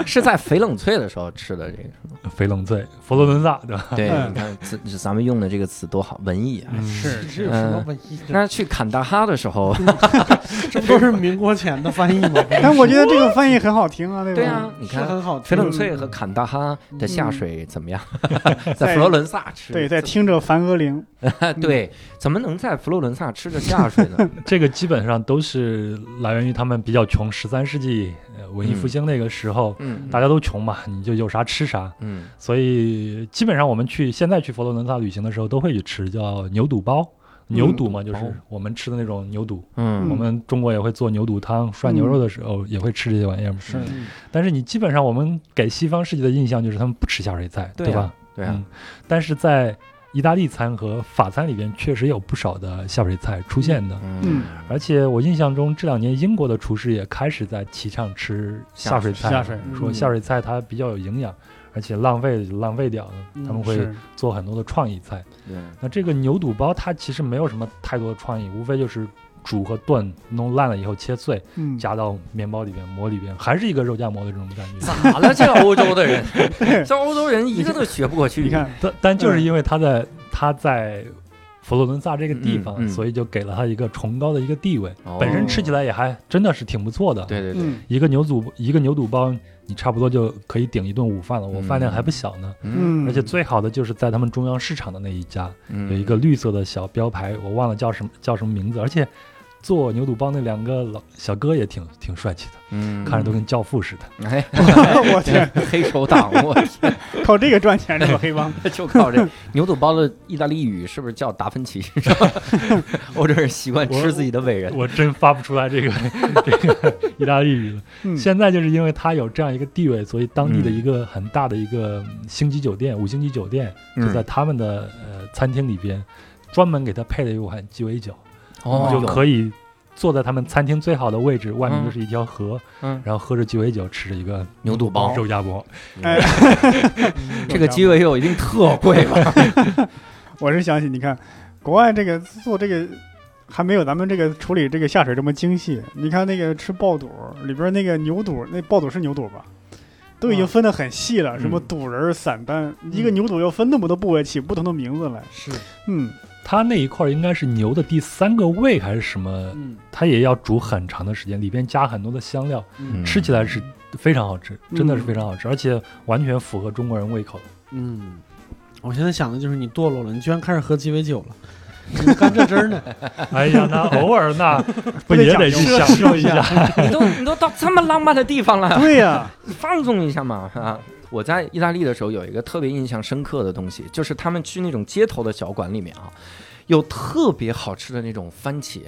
S3: 是在翡冷翠的时候吃的这个。
S5: 翡冷翠、佛罗伦萨，对吧？
S3: 对，
S1: 嗯
S3: 你看咱咱们用的这个词多好，文艺啊。
S2: 嗯
S5: 是
S2: 这有什么文艺？这
S3: 那去坎大哈的时候，
S2: 这不都是民国前的翻译吗？
S1: 但我觉 得这个翻译很好听啊，对吧？
S3: 对啊，你
S2: 是
S3: 看
S2: 很好嗯
S3: 翡
S2: 听。
S3: 冷翠和坎大哈的下水 怎么样？在
S1: 嗯在
S3: 佛罗伦萨吃，
S1: 对，在嗯听着梵歌陵，
S3: 怎对，怎么能在佛罗伦萨吃着下水 呢？
S5: 这个基本上都是来源于他们比较穷。十三世纪呃文艺复兴那个时候，
S3: 嗯
S5: 大家都穷嘛，你就有啥吃啥，
S3: 嗯
S5: 所以基本上我们去现在去佛罗伦萨旅行的时候都会去吃，叫牛肚包。牛肚嘛，就是我们吃的那种牛肚。
S3: 嗯
S5: 我们中国也会做牛肚汤，涮牛肉的时候也会吃这些玩意儿。
S3: 是
S5: 但是你基本上我们给西方世界的印象就是他们不吃下水菜，
S3: 对
S5: 对
S3: 啊
S5: 吧？
S3: 对啊
S5: 嗯，但是在意大利餐和法餐里边，确实有不少的下水菜出现的。
S1: 嗯
S5: 而且我印象中这两年英国的厨师也开始在提倡吃下水菜，
S1: 下水嗯
S5: 说下水菜它比较有营养，而且浪费就浪费掉了。
S2: 嗯
S5: 他们会
S1: 是
S5: 做很多的创意菜。
S3: 对
S1: 嗯
S5: 那这个牛肚包它其实没有什么太多的创意，无非就是煮和炖，弄烂了以后切碎，
S1: 嗯，
S5: 夹到面包里边、馍里边，还是一个肉夹馍的这种感觉。
S3: 咋了？这欧洲 的人，这欧洲人一个都学不过去。
S1: 你，看，
S5: 但但就是因为他在、他在佛罗伦萨这个地方，
S3: 嗯嗯
S5: 所以就给了他一个崇高的一个地位。
S3: 哦
S5: 本身吃起来也还真的是挺不错的。，
S3: 对对对，
S1: 嗯
S5: 一个牛肚一个牛肚包，你差不多就可以顶一顿午饭了。我饭量还不小呢。
S3: 嗯，
S1: 嗯，
S5: 而且最好的就是在他们中央市场的那一家，
S3: 嗯
S5: 有一个绿色的小标牌，我忘了叫什么叫什么名字。而且做牛肚包那两个老小哥也挺挺帅气的，
S3: 嗯，
S5: 看着都跟教父似的。
S3: 哎，
S1: 我天，
S3: 黑手党，我
S1: 靠这个赚钱是吧？黑帮，
S3: 就 靠这牛肚包的意大利语是不是叫达芬奇？ 是吧欧洲人习惯吃自己的伟人。
S5: 我真发不出来 这个这个意大利语了。
S1: 嗯
S5: 嗯 现在就是因为它有这样一个地位，所以当地的一个很大的一个星级酒店、五星级酒店就在他们的呃餐厅里边，专门给他配了一碗鸡尾酒，
S3: 哦，
S5: 就可以坐在他们餐厅最好的位置，外面
S3: 嗯
S5: 就是一条河，
S3: 嗯
S5: 然后喝着鸡尾酒，吃着一个
S3: 牛肚包
S5: 肉夹馍。
S1: 哎，
S3: 这个鸡尾酒一定特贵吧？
S1: 我是想起，你看，国外这个做这个还没有咱们这个处理这个下水这么精细。你看那个吃爆肚里边那个牛肚，那爆肚是牛肚吧？都已经分得很细了，什么肚仁儿、散丹，一个牛肚要分那么多部位，起不同的名字来。
S2: 是，
S1: 嗯，
S5: 它那一块儿应该是牛的第三个胃还是什么，
S2: 嗯
S5: 它也要煮很长的时间，里边加很多的香料。
S2: 嗯
S5: 吃起来是非常好吃，
S1: 嗯
S5: 真的是非常好吃，而且完全符合中国人胃口。
S2: 嗯，我现在想的就是你堕落了，你居然开始喝鸡尾酒了，你甘蔗汁儿呢？
S5: 哎呀，那偶尔那不
S1: 得
S5: 也
S1: 讲
S5: 得
S1: 究
S5: 去享受一下？
S3: 你都你都 到这么浪漫的地方了，
S1: 对呀、
S3: 放纵一下嘛啊！我在意大利的时候有一个特别印象深刻的东西，就是他们去那种街头的小馆里面啊，有特别好吃的那种番茄。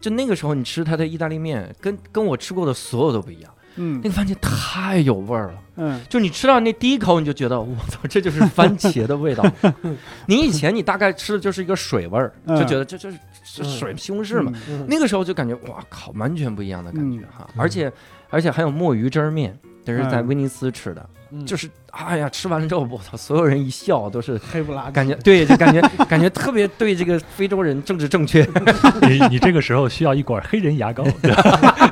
S3: 就那个时候你吃它的意大利面，跟跟我吃过的所有都不一样，
S1: 嗯
S3: 那个番茄太有味儿了。
S1: 嗯，
S3: 就你吃到那第一口，你就觉得我操，这就是番茄的 味道。你以前你大概吃的就是一个水味儿，
S1: 嗯
S3: 就觉得这这是水西红柿嘛。
S1: 嗯？
S2: 嗯
S3: 那个时候就感觉哇靠，完全不一样的感觉哈，
S5: 嗯
S3: 而且而且还有墨鱼汁儿面，就是在
S1: 嗯
S3: 威尼斯吃的，
S2: 嗯
S3: 就是哎呀，吃完之后我操，所有人一笑都是
S2: 黑不拉几
S3: 感觉对，就感觉感觉特别对这个非洲人政治正确，
S5: 你你这个时候需要一管黑人牙膏，对吧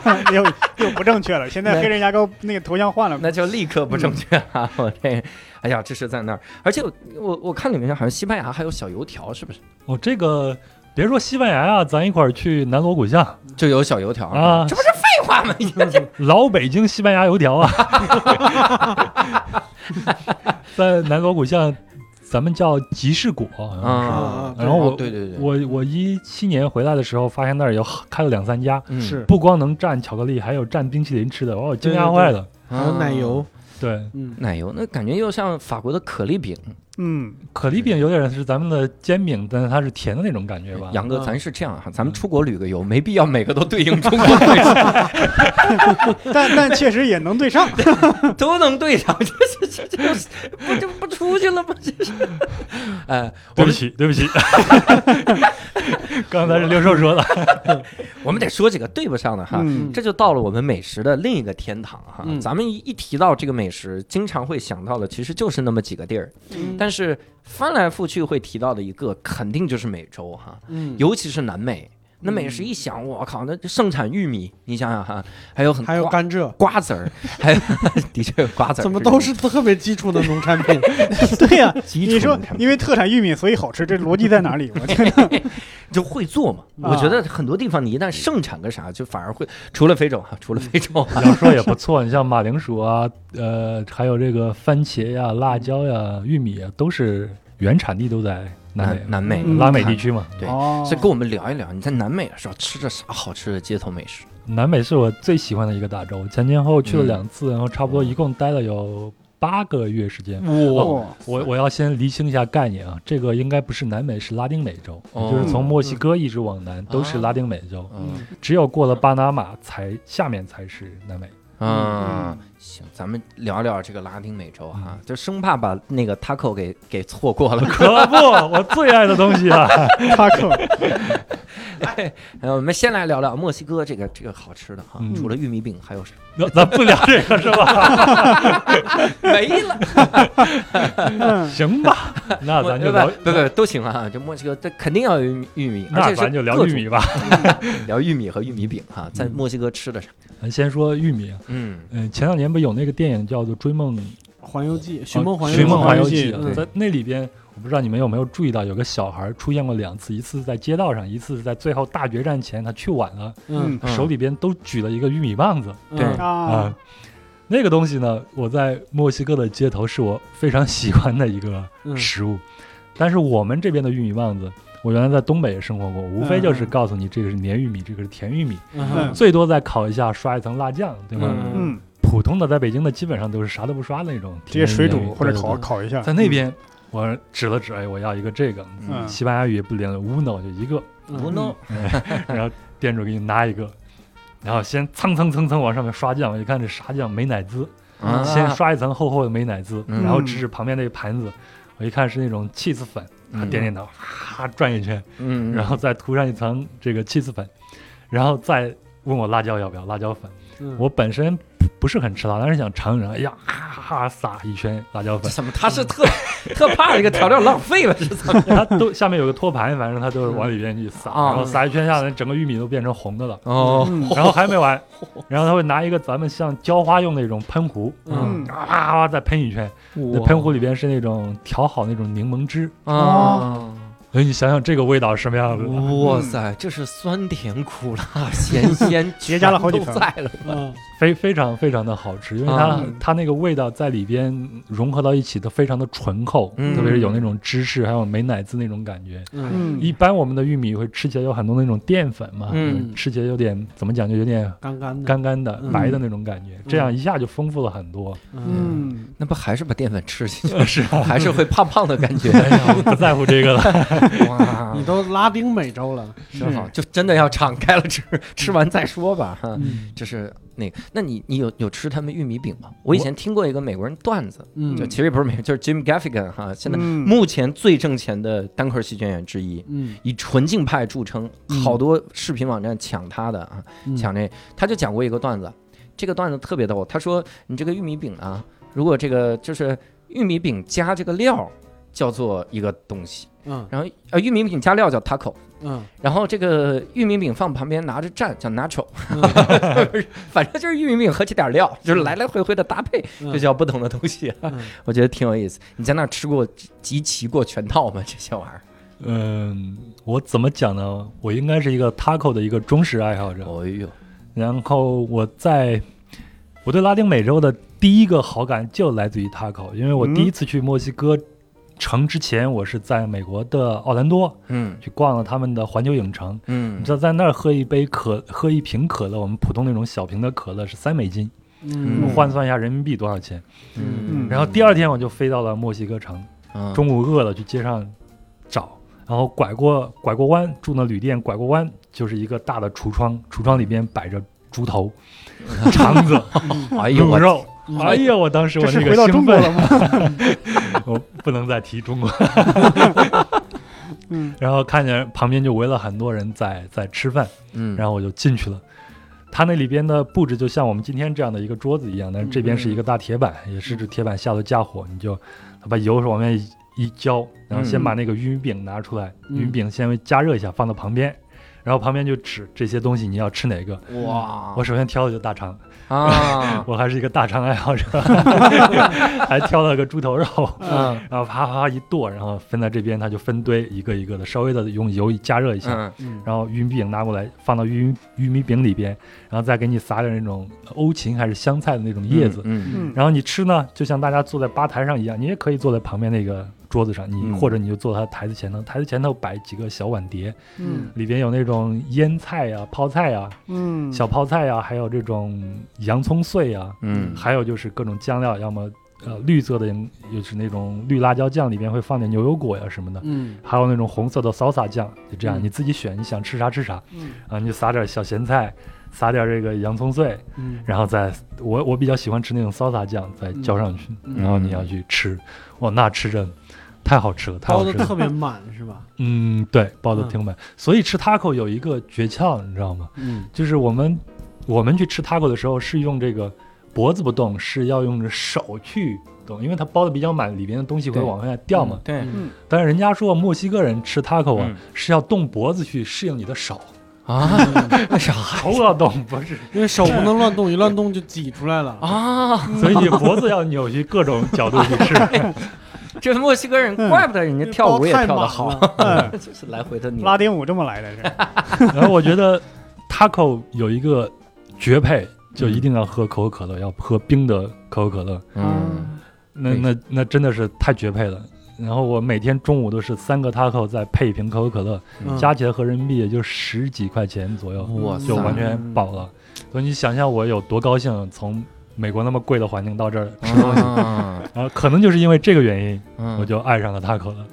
S1: 嗯又又不正确了。现在黑人牙膏那个头像换了，
S3: 那就立刻不正确啊！我这，哎呀，这是在那儿，而且我我我看里面好像西班牙还有小油条，是不是？
S5: 我哦这个别说西班牙啊，咱一块儿去南锣鼓巷
S3: 就有小油条
S5: 啊，
S3: 这不是废话吗？你这这
S5: 老北京西班牙油条 啊，在南锣鼓巷，咱们叫集市果，好像是
S3: 啊，
S5: 然后我
S3: 对对对，
S5: 我我一七年回来的时候，发现那儿有开了两三家，
S3: 嗯
S2: 是，
S5: 不光能蘸巧克力，还有蘸冰淇淋吃的，把哦我惊讶坏了。
S2: 还有奶油
S3: 啊，，
S5: 对，
S2: 嗯，
S3: 奶油，那感觉又像法国的可丽饼。
S1: 嗯，
S5: 可丽饼有点是咱们的煎饼，但是它是甜的那种感觉吧？
S3: 杨哥，
S2: 嗯
S3: 咱是这样哈，啊咱们出国旅个游，没必要每个都对应中国的
S1: 但但确实也能对上。
S3: 都能对上， 这这这这不就不出去了吗？ 这是，
S2: 嗯
S3: 哎，我
S5: 对不
S3: 们
S5: 起，对不起， 刚才是刘寿说的。
S3: 我们得说几个对不上的哈。
S1: 嗯
S3: 这就到了我们美食的另一个天堂哈。
S2: 嗯
S3: 咱们一一提到这个美食，经常会想到的其实就是那么几个地儿，
S2: 嗯
S3: 但是翻来覆去会提到的一个，肯定就是美洲哈，
S2: 嗯，
S3: 尤其是南美。那美食一想，我靠，那盛产玉米，你想想哈，还有很
S2: 还有
S3: 瓜
S2: 甘蔗，
S3: 瓜子儿， 还有的确有瓜子儿，
S2: 怎么都是特别基础的农产品？
S1: 对 呀、
S3: 基础
S1: 你说
S3: 的
S1: 因为特产玉米所以好吃，这逻辑在哪里？ 我天哪！
S3: 就会做嘛。
S1: 啊
S3: 我觉得很多地方你一旦盛产个啥，就反而会，除了非洲哈，除了非洲啊哈，
S5: 要说也不错，你像马铃薯啊，呃，还有这个番茄呀、辣椒呀、玉米啊，都是原产地都在南美
S3: 南、南美、
S1: 嗯
S5: 拉美地区嘛。
S3: 对
S1: 哦
S2: 嗯
S3: 所以跟我们聊一聊，你在南美的时候吃着啥好吃的街头美食？
S5: 南美是我最喜欢的一个大洲，前前后后去了
S3: 嗯
S5: 两次，然后差不多一共待了有八个月时
S3: 嗯
S5: 间。
S1: 哇，
S5: 我我要先厘清一下概念啊，这个应该不是南美，是拉丁美洲，
S3: 哦
S5: 就是从墨西哥一直往南都是拉丁美洲，
S3: 嗯
S5: 只有过了巴拿马才下面才是南美。
S2: 嗯
S3: 啊，行，咱们聊聊这个拉丁美洲哈，就生怕把那个 taco 给给错过了。
S5: 可不， 我最爱的东西啊！
S1: 他 可
S3: 呃，我们先来聊聊墨西哥这个这个好吃的哈
S5: 嗯，
S3: 除了玉米饼还有啥？
S5: 那咱不聊这个是吧？
S3: 没了，
S1: 嗯
S5: 行 吧，那啊咱就
S3: 呃
S5: 聊
S3: 不，不不都行啊，就墨西哥这肯定要有玉米玉米，而
S5: 那
S3: 且是
S5: 咱就聊
S3: 各
S5: 玉
S3: 种
S5: 米吧。
S3: 聊玉米和玉米饼哈，在墨西哥吃的啥？
S5: 咱先说玉米，
S3: 嗯，
S5: 嗯，前两年不有那个电影叫做《追梦啊
S2: 《环游记》《寻梦环游
S5: 寻
S2: 记》
S5: 梦环游记啊
S2: 嗯》，
S5: 在那里边，我不知道你们有没有注意到，有个小孩出现过两次，一次在街道上，一次是在最后大决战前，他去晚了，
S2: 嗯
S3: 嗯
S5: 手里边都举了一个玉米棒子
S2: 嗯
S3: 对
S1: 啊，
S5: 那个东西呢，我在墨西哥的街头是我非常喜欢的一个
S2: 嗯
S5: 食物，但是我们这边的玉米棒子，我原来在东北也生活过，无非就是告诉你这个是黏玉米，这个是甜玉米，
S2: 嗯
S5: 最多再烤一下，刷一层辣酱，对吧？
S2: 嗯
S1: 嗯，
S5: 普通的在北京的基本上都是啥都不刷的那种，
S1: 直接水煮或者
S5: 烤。对对
S1: 烤烤一下。
S5: 嗯在那边，我指了指，哎，我要一个这个，
S1: 嗯
S5: 西班牙语也不灵，uno 就一个，
S3: 不
S2: 嗯
S3: 弄
S5: 然后店主给你拿一个，然后先蹭蹭蹭蹭往上面刷酱，我一看这啥酱，美乃滋，
S3: 啊，
S5: 先刷一层厚厚的美乃滋，
S3: 嗯
S5: 然后指指旁边那个盘子，我一看是那种 cheese 粉，他
S3: 嗯
S5: 点点头，哈转一圈，
S3: 嗯，
S5: 然后再涂上一层这个 cheese 粉，然后再问我辣椒要不要辣椒粉，
S2: 嗯
S5: 我本身不不是很吃辣，但是想尝一尝，哎呀，哈哈撒一圈辣椒粉
S3: 这。怎么他是特特怕这个调料浪费了是怎 么？
S5: 它都下面有个托盘，反正它都是往里边去撒，
S3: 啊
S5: 然后撒一圈下来，整个玉米都变成 红的了。
S3: 哦，
S1: 嗯
S5: 然后还没完，然后他会拿一个咱们像浇花用的那种喷壶，
S2: 嗯
S1: 嗯
S5: 啊啊啊再喷一圈。那喷壶里边是那种调好那种柠檬汁，
S3: 啊。
S5: 所以你想想这个味道是什么样
S2: 嗯
S5: 子的？
S3: 哇塞，这是酸甜苦辣啊咸 鲜，
S1: 叠加了好几
S3: 全
S1: 层
S3: 都在了。
S2: 嗯
S5: 非非常非常的好吃，因为它、
S3: 啊
S5: 它那个味道在里边融合到一起的非常的醇厚，
S3: 嗯
S5: 特别是有那种芝士还有美乃滋那种感觉。
S2: 嗯，
S1: 嗯
S5: 一般我们的玉米会吃起来有很多那种淀粉嘛，
S3: 嗯
S5: 吃起来有点怎么讲就有点
S2: 干干的，
S5: 干干的、
S2: 嗯
S5: 白的那种感觉，这样一下就丰富了很多。
S2: 嗯
S1: 嗯，
S3: 那不还是把淀粉吃进去，
S5: 是啊，
S3: 还是会胖胖的 感觉？
S5: 哎呀，我不在乎这个了。
S3: 哇
S2: 你都拉丁美洲了，
S3: 真好，就真的要敞开了吃，吃完再说吧。哈，
S2: 嗯
S3: 这是那个，那你你有有吃他们玉米饼吗？我以前听过一个美国人段子，
S2: 嗯
S3: 就其实不是美，就是 Jim Gaffigan 哈，现在
S1: 嗯
S3: 目前最挣钱的单口喜剧演员之一，
S2: 嗯
S3: 以纯净派著称，好多视频网站抢他的啊，
S2: 嗯
S3: 抢这，他就讲过一个段子，这个段子特别逗。他说：“你这个玉米饼啊，如果这个就是玉米饼加这个料，叫做一个东西。
S2: 嗯
S3: 然后呃，玉米饼加料叫 taco。
S2: 嗯
S3: 然后这个玉米饼放旁边拿着蘸叫 nacho，
S2: 嗯
S3: 反正就是玉米饼和这点料，就是来来回回的搭配，
S2: 嗯
S3: 这叫不同的东西。
S2: 嗯
S3: 我觉得挺有意思。你在那儿吃过集齐过全套吗？这些玩意儿？
S5: 嗯，我怎么讲呢？我应该是一个 taco 的一个忠实爱好者。
S3: 哎呦，
S5: 然后我在我对拉丁美洲的第一个好感就来自于 taco，因为我
S1: 嗯
S5: 第一次去墨西哥城之前，我是在美国的奥兰多
S3: 嗯
S5: 去逛了他们的环球影城。你
S3: 嗯
S5: 知，道在那儿喝一杯可喝一瓶可乐，我们普通那种小瓶的可乐是三美金，
S2: 嗯
S5: 换算一下人民币多少钱？
S1: 嗯
S5: 然后第二天我就飞到了墨西哥城，
S3: 嗯
S5: 中午饿了去街上找，然后拐过拐过弯住那旅店，拐过弯就是一个大的橱窗，橱窗里边摆着 猪头、肠子、
S3: 哎呦
S5: 卤
S3: 我
S5: 肉。
S2: 嗯
S5: 哎呀，我当时
S1: 这
S5: 我
S1: 是
S5: 那
S1: 回到
S5: 个
S1: 中
S5: 兴
S1: 国
S5: 奋，
S1: 了 吗？
S5: 我不能再提 中国。
S1: 嗯
S5: 然后看见旁边就围了很多人在在吃饭，
S3: 嗯
S5: 然后我就进去了。它那里边的布置就像我们今天这样的一个桌子一样，但是这边是一个大铁板，也是指铁板下头架火，你就把油往面一一浇，然后先把那个玉米饼拿出来，
S2: 嗯
S5: 玉米饼先加热一下，放到旁边，然后旁边就指这些东西你要吃哪个。
S3: 哇
S5: 我首先挑的就是大肠，
S3: 啊
S5: 我还是一个大肠爱好者，还挑了个猪头肉，
S3: 嗯
S5: 然后啪啪啪一剁，然后分在这边，它就分堆一个一个的，稍微的用油一加热一下，
S3: 嗯
S2: 嗯
S5: 然后玉米饼拿过来放到玉米玉米饼里边，然后再给你撒点那种欧芹还是香菜的那种叶子。
S3: 嗯
S1: 嗯，
S5: 然后你吃呢，就像大家坐在吧台上一样，你也可以坐在旁边那个桌子上，你、
S3: 嗯
S5: 或者你就坐在台子前头，台子前头摆几个小碗碟，
S1: 嗯
S5: 里边有那种腌菜呀、泡菜呀、
S1: 嗯，
S5: 小泡菜啊呀，还有这种洋葱碎呀，
S3: 嗯
S5: 还有就是各种酱料，要么呃绿色的，就是那种绿辣椒酱，里边会放点牛油果呀什么的。
S2: 嗯
S5: 还有那种红色的salsa 酱，就这样，
S2: 嗯
S5: 你自己选，你想吃啥吃啥，
S1: 嗯
S5: 啊，你就撒点小咸菜，撒点这个洋葱碎，
S2: 嗯
S5: 然后再我我比较喜欢吃那种 salsa 酱，再浇上去，
S2: 嗯
S5: 然后你要去吃，哇，那吃着太好吃了，太
S2: 包
S5: 好
S2: 的
S5: 吃了
S2: 特，别满是吧？
S5: 嗯，对，包的
S2: 嗯
S5: 挺满，所以吃 taco 有一个诀窍，你知道吗？
S2: 嗯
S5: 就是我们我们去吃 taco 的时候是用这个脖子不动，是要用着手去动，因为它包的比较满，里边的东西会
S3: 对
S5: 往外掉嘛。
S3: 对
S2: 嗯
S5: 但是人家说墨西哥人吃 taco 啊，
S3: 嗯
S5: 是要动脖子去适应你的手，
S3: 啊， 为啥
S5: 头要动，不是，
S2: 因为手不能乱动，一乱动就挤出来了。
S3: 啊？
S5: 所以你脖子要扭去各种角度去吃。
S3: 这墨西哥人，
S5: 嗯
S3: 怪不得人家跳舞也跳得好，
S2: 好，
S1: 嗯
S3: 就是来回的扭。
S1: 拉丁舞这么来的是？
S5: 然后我觉得 taco 有一个绝配，就一定要喝可口可乐，要喝冰的可口可乐，
S3: 嗯，
S5: 那
S3: 对
S5: 那那真的是太绝配了。然后我每天中午都是三个 taco 再配一瓶可口可乐，
S2: 嗯
S5: 加起来合人民币也就十几块钱左右，
S3: 哇塞
S5: 就完全饱了。所以你想象我有多高兴，从美国那么贵的环境到这儿
S3: 嗯
S5: 吃东西，
S3: 啊
S5: 然后可能就是因为这个原因，
S3: 嗯
S5: 我就爱上了 taco 了。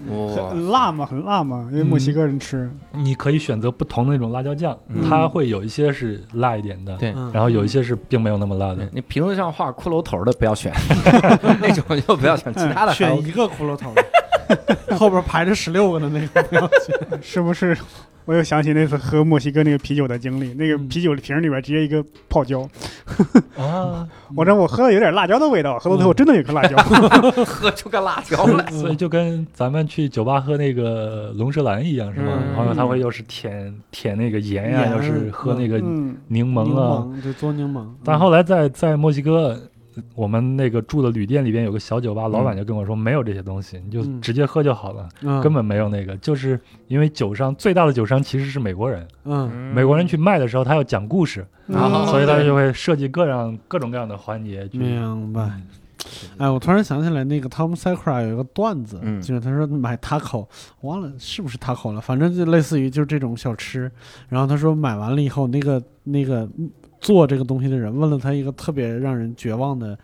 S1: 嗯
S3: 哇
S1: 很辣吗？很辣吗？因
S5: 嗯
S1: 为墨西哥人吃，
S5: 你可以选择不同的那种辣椒酱，
S3: 嗯
S5: 它会有一些是辣一点的，
S3: 对
S2: 嗯
S5: 然后有一些是并没有那么辣的。
S3: 你瓶子上画骷髅头的不要选， 那种就不要
S2: 嗯
S3: 选，其他的还
S2: 选
S3: OK
S2: 一个骷髅头， 后边排着十六个的那个不要选。
S1: 是不是？ 我又想起那次喝墨西哥那个啤酒的经历，那个
S2: 嗯
S1: 啤酒瓶里边直接一个泡椒，
S2: 哦
S5: 啊，
S1: 我让我喝的有点辣椒的味道，喝到最后真的有颗辣椒。
S3: 喝出个辣条来。
S5: 所 以就跟咱们去酒吧喝那个龙舌兰一样，是吗？
S3: 嗯
S5: 然后它会又是舔舔那个盐哎呀、
S2: 盐啊
S5: 又是喝那个
S1: 嗯
S5: 柠
S2: 柠
S5: 檬啊。
S2: 檬，对，嘬柠檬。嗯
S5: 但后来在在墨西哥，我们那个住的旅店里边有个小酒吧，老板就跟我说没有这些东西，你就
S2: 嗯
S5: 直接喝就好了，
S2: 嗯
S5: 根本没有那个。就是因为酒商最大的酒商其实是美国人，
S2: 嗯
S5: 美国人去卖的时候他要讲故事，
S3: 啊
S5: 所以他
S3: 对
S5: 就会设计各样各种各样的环节去。
S2: 明白。哎，我突然想起来，那个 Tom Sakura 有一个段子，
S3: 嗯
S2: 就是他说买 taco，我忘了是不是 taco 了，反正就类似于就是这种小吃。然后他说买完了以后，那个那个嗯做这个东西的人问了他一个特别让人绝望的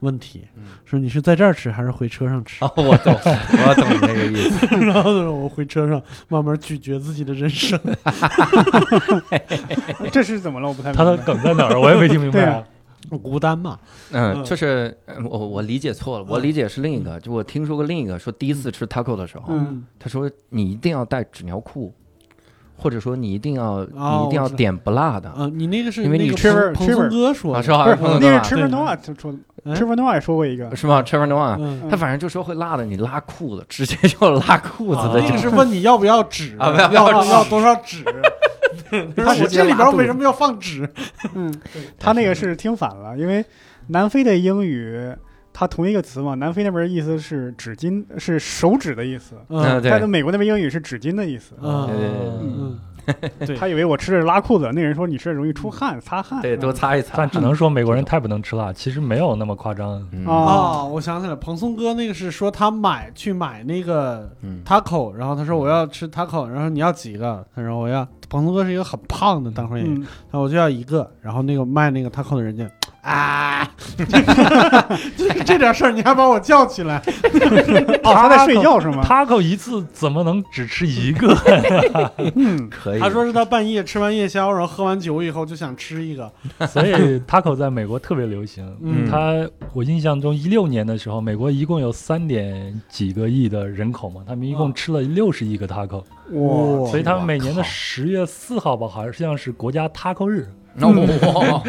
S2: 问题，
S3: 嗯
S2: 说你是在这儿吃还是回车上吃？
S3: 哦，我懂，我懂你那个意思。
S2: 然后他说我回车上慢慢咀嚼自己的人生。
S1: 这是怎么了？我不太明
S5: 他
S1: 白。嗯
S5: 的梗在哪儿？我也没听明白啊。
S2: 孤单嘛，
S3: 嗯，
S2: 嗯
S3: 就是呃我我理解错了，我理解是另一个。就我
S2: 嗯
S3: 听说过另一个，说第一次吃 taco 的时候，
S1: 嗯
S3: 他说你一定要带纸尿裤。或者说你一定要
S2: 哦
S3: 你一定要
S2: 我知道
S3: 点不落的，
S2: 啊，你那个是
S3: 因为
S2: 那
S3: 你
S2: 个
S1: 吃
S2: 彭
S1: 吃
S2: 彭松哥说
S3: 啊
S2: 的
S3: 是吧？
S1: 不是，那是
S2: 对
S1: Trevor Noah 出出
S2: 嗯
S1: Trevor Noah 也说过一个，
S3: 是吗？Trevor Noah，
S2: 嗯，
S3: 他反正就说会辣的，你拉裤子，直接就拉裤子
S2: 啊
S3: 的
S2: 那
S3: 就
S2: 个
S3: 是。
S2: 是问你要不要纸
S3: 啊不
S2: 要
S3: 要不要
S2: 要
S3: 纸
S2: 多少 纸？他说我这里边为什么要放纸？
S1: 嗯，他那个是听反了，因为南非的英语它同一个词嘛，南非那边意思是纸巾，是手指的意思，
S3: 嗯，对
S1: 但是美国那边英语是纸巾的意思。
S2: 啊嗯
S3: 对对对
S5: 哦
S2: 嗯，对
S1: 他以为我吃的是拉裤子，那人说你吃的容易出汗，擦汗。啊
S3: 对，多擦一擦。
S5: 但只能说美国人太不能吃辣，其实没有那么夸张。
S3: 嗯
S1: 啊
S2: 哦，我想起来，蓬松哥那个是说他买去买那个
S3: 嗯
S2: taco，然后他说我要吃 taco，然后你要几个？他说我要蓬松哥是一个很胖的当红演员，
S1: 嗯，
S2: 他说我就要一个，然后那个卖那个 taco 的人家。啊， 就是这点事儿你还把我叫起来？
S1: 哦，他在睡觉是吗？
S5: taco 一次怎么能只吃一个？
S1: 嗯，
S3: 可以。
S2: 他说是他半夜吃完夜宵，然后喝完酒以后就想吃一个。
S5: 所以 taco 在美国特别流行。
S2: 嗯
S5: 它我印象中一六年的时候，美国一共有三点几个亿的人口嘛，他们一共吃了六十亿个 taco，、
S1: 哇，
S5: 所以他们每年的
S3: 哇靠
S5: 十月四号吧，好像是国家 taco 日，
S3: 那我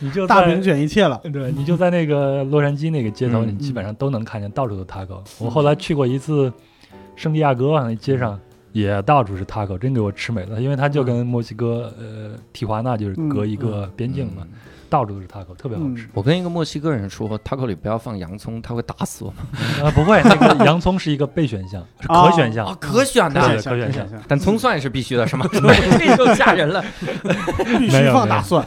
S5: 你就
S2: 大
S5: 在
S2: 饼卷一切了。
S5: 对你就在那个洛杉矶那个街头，
S3: 嗯
S5: 你基本上都能看见到处都 taco。我后来去过一次圣地亚哥那街上。也到处是 taco，真给我吃美了，因为它就跟墨西哥呃提华纳就是隔一个边境
S3: 嗯
S5: 嘛，到处都是 taco，特别
S1: 嗯
S5: 好吃。
S3: 我跟一个墨西哥人说，taco 里不要放洋葱，他会打死我们。
S5: 啊，不会，那个洋葱是一个备选项，是哦可选项。
S3: 嗯可选
S5: 的
S1: 可选
S5: 对对
S1: 项，
S5: 可
S1: 可
S5: 选
S1: 选
S5: 项
S1: 项。
S3: 但葱蒜是必须的，是吗？ 这就吓人了。
S2: 必
S5: 没
S2: 须
S5: 有
S2: 放
S5: 没
S2: 大
S5: 有
S2: 蒜，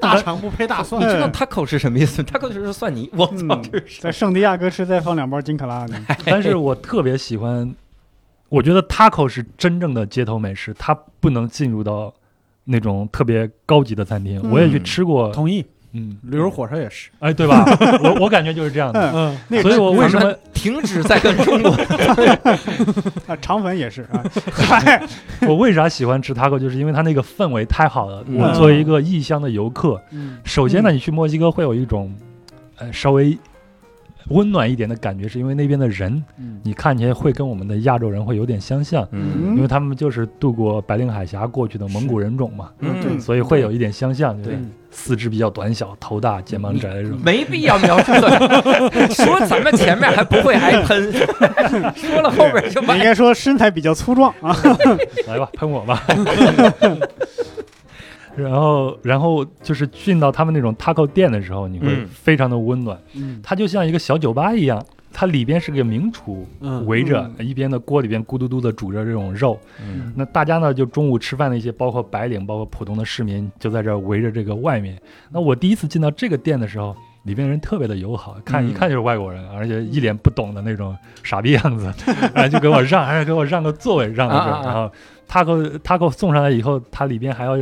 S2: 大肠不 配大
S3: 你
S2: 蒜。
S3: 知道 taco 是什么意思？taco 就是蒜泥。我操，
S1: 嗯
S3: 这是
S1: 在圣地亚哥吃再放两包金卡拉呢，
S5: 但是我特别喜欢，我觉得 taco 是真正的街头美食，它不能进入到那种特别高级的餐厅。
S1: 嗯
S5: 我也去吃过，
S2: 同意，
S5: 嗯，
S2: 旅游火车也是。
S5: 哎，对吧？我我感觉就是这样的。
S2: 嗯，
S1: 那个
S5: 所以我为什
S3: 咱
S5: 么
S3: 们停止在跟中国？
S1: 啊，肠粉也是啊， 嗨
S5: 我为啥喜欢吃 taco，就是因为它那个氛围太好了。
S3: 嗯
S5: 我作为一个异乡的游客，首先呢，你去墨西哥会有一种，呃，稍微温暖一点的感觉，是因为那边的人，
S2: 嗯
S5: 你看起来会跟我们的亚洲人会有点相像，
S1: 嗯
S5: 因为他们就是渡过白令海峡过去的蒙古人种嘛，
S3: 嗯，
S5: 所以会有一点相像，就
S3: 对
S5: 是四肢比较短小，头大，肩膀窄这种。
S3: 没必要描述的。说咱们前面还不会还喷， 说了后边就
S1: 你应
S3: 完。
S1: 该说身材比较粗壮啊，
S5: 来吧，喷我吧。 然后，然后就是进到他们那种 taco 店的时候，你会
S3: 嗯
S5: 非常的温暖，
S2: 嗯
S5: 它就像一个小酒吧一样，它里边是个名厨，
S2: 嗯，
S5: 围着一边的锅里边咕嘟嘟的煮着这种肉。
S3: 嗯
S5: 那大家呢，就中午吃饭的一些，包括白领，包括普通的市民，就在这儿围着这个外面。那我第一次进到这个店的时候，里面人特别的友好，看
S3: 嗯
S5: 一看就是外国人，而且一脸不懂的那种傻逼 样子，然后就给我让，哎还是给我让个座位，让个座
S3: 啊啊啊
S5: 然后他给我他给我送上来以后，它里边还要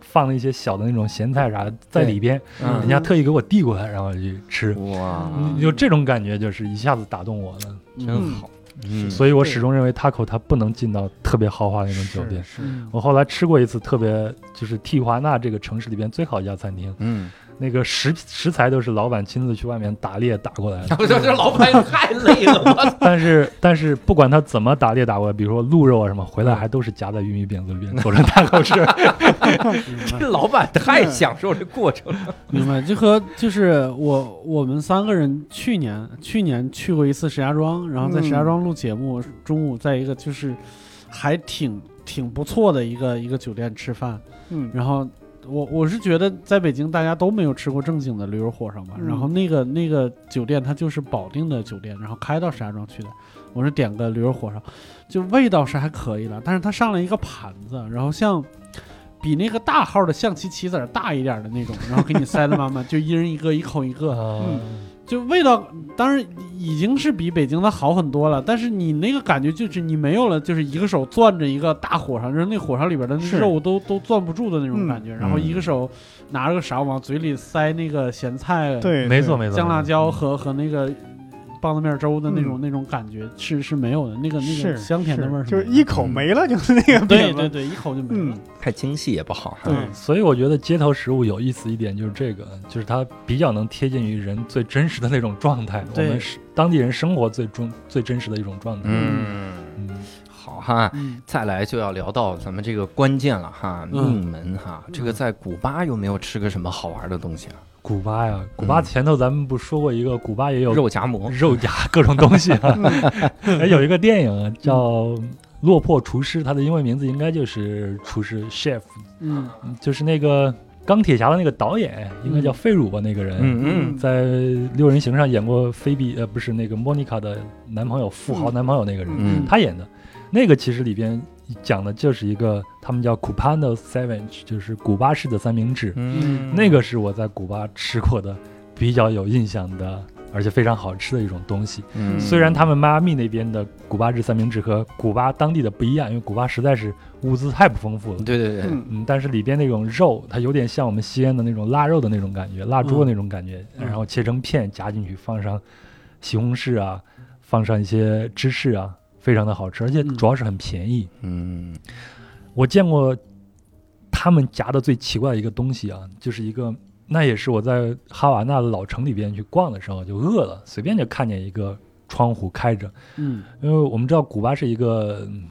S5: 放了一些小的那种咸菜啥的在里边，人
S3: 嗯
S5: 家特意给我递过来，然后去吃。
S3: 哇
S5: 你有这种感觉，就是一下子打动我了。
S3: 真好。嗯
S5: 所以我始终认为 taco 它不能进到特别豪华那种酒店。
S1: 嗯
S5: 我后来吃哦过一次特别，就是蒂华纳这个城市里边最好一家餐厅，
S3: 嗯，
S5: 那个食食材都是老板亲自去外面打猎打过来的。
S3: 我说这老板也太累了，我操
S5: 但是但是不管他怎么打猎打过来，比如说鹿肉啊什么，回来还都是夹在玉米饼子里边 做成 taco 吃。
S3: 这老板太享受这过程了。
S2: 明白，就和就是我我们三个人去年去年去过一次石家庄，然后在石家庄录节目，中午在一个就是还挺挺不错的一个一个酒店吃饭，
S1: 嗯
S2: 然后我我是觉得在北京大家都没有吃过正经的驴肉火烧嘛，
S1: 嗯
S2: 然后那个那个酒店它就是保定的酒店，然后开到石家庄去的，我是点个驴肉火烧，就味道是还可以了，但是它上了一个盘子，然后像。比那个大号的象棋棋子儿大一点的那种，然后给你塞得满满，就一人一个，一口一个，
S1: 嗯
S2: 就味道当然已经是比北京的好很多了，但是你那个感觉就是你没有了，就是一个手攥着一个大火烧，就是那火烧里边的那
S1: 是
S2: 肉都都攥不住的那
S1: 嗯
S2: 种感觉，
S5: 嗯
S2: 然后一个手拿着个勺往嘴里塞那个咸菜、
S1: 对，
S5: 没错没错，
S2: 酱辣椒和和那个棒子面粥的那种、那种感觉是是没有的，那个那
S1: 嗯是
S2: 个香甜的味儿
S1: 就是
S2: 没有
S1: 一口没了，就是那个
S2: 对
S1: 饼
S2: 对
S1: 了。
S2: 对，一口就没了
S1: 嗯。，
S3: 太精细也不好。嗯
S1: 对，
S5: 所以我觉得街头食物有意思一点就是这个，就是它比较能贴近于人最真实的那种状态，我
S2: 对
S5: 们是当地人生活最中最真实的一种状态。
S3: 嗯，
S5: 嗯，
S3: 好哈。
S2: 嗯
S3: 再来就要聊到咱们这个关键了哈，
S2: 嗯
S3: 命门哈，这个在古巴有没有吃个什么好玩的东西啊？
S5: 古巴呀，古巴
S3: 嗯
S5: 前头咱们不说过一个，古巴也有
S3: 肉夹馍，
S5: 肉夹各种东西 啊。哎有一个电影啊叫《落魄厨师》，它的英文名字应该就是厨师 chef，
S2: 嗯
S5: 就是那个钢铁侠的那个导演，应该叫费鲁吧那个人。
S3: 嗯嗯，
S5: 在《六人行》上演过菲比，呃，不是那个莫妮卡的男朋友，富豪
S2: 嗯
S5: 男朋友那个人，
S3: 嗯
S5: 他演的。那个其实里边讲的就是一个他们叫 Cubano Savage，就是古巴式的三明治。
S3: 嗯
S5: 那个是我在古巴吃过的比较有印象的，而且非常好吃的一种东西。
S3: 嗯
S5: 虽然他们迈阿密那边的古巴制三明治和古巴当地的不一样，因为古巴实在是物资太不丰富了。
S3: 对对对，
S2: 嗯
S5: 嗯，但是里边那种肉，它有点像我们西安的那种腊肉的那种感觉，腊猪的那种感觉，
S2: 嗯
S5: 然后切成片夹进去，放上西红柿啊，放上一些芝士啊，非常的好吃，而且
S2: 嗯
S5: 主要是很便宜。
S3: 嗯
S5: 我见过他们夹的最奇怪的一个东西啊，就是一个，那也是我在哈瓦那的老城里边去逛的时候就饿了，随便就看见一个窗户开着，
S2: 嗯
S5: 因为我们知道古巴是一个、嗯、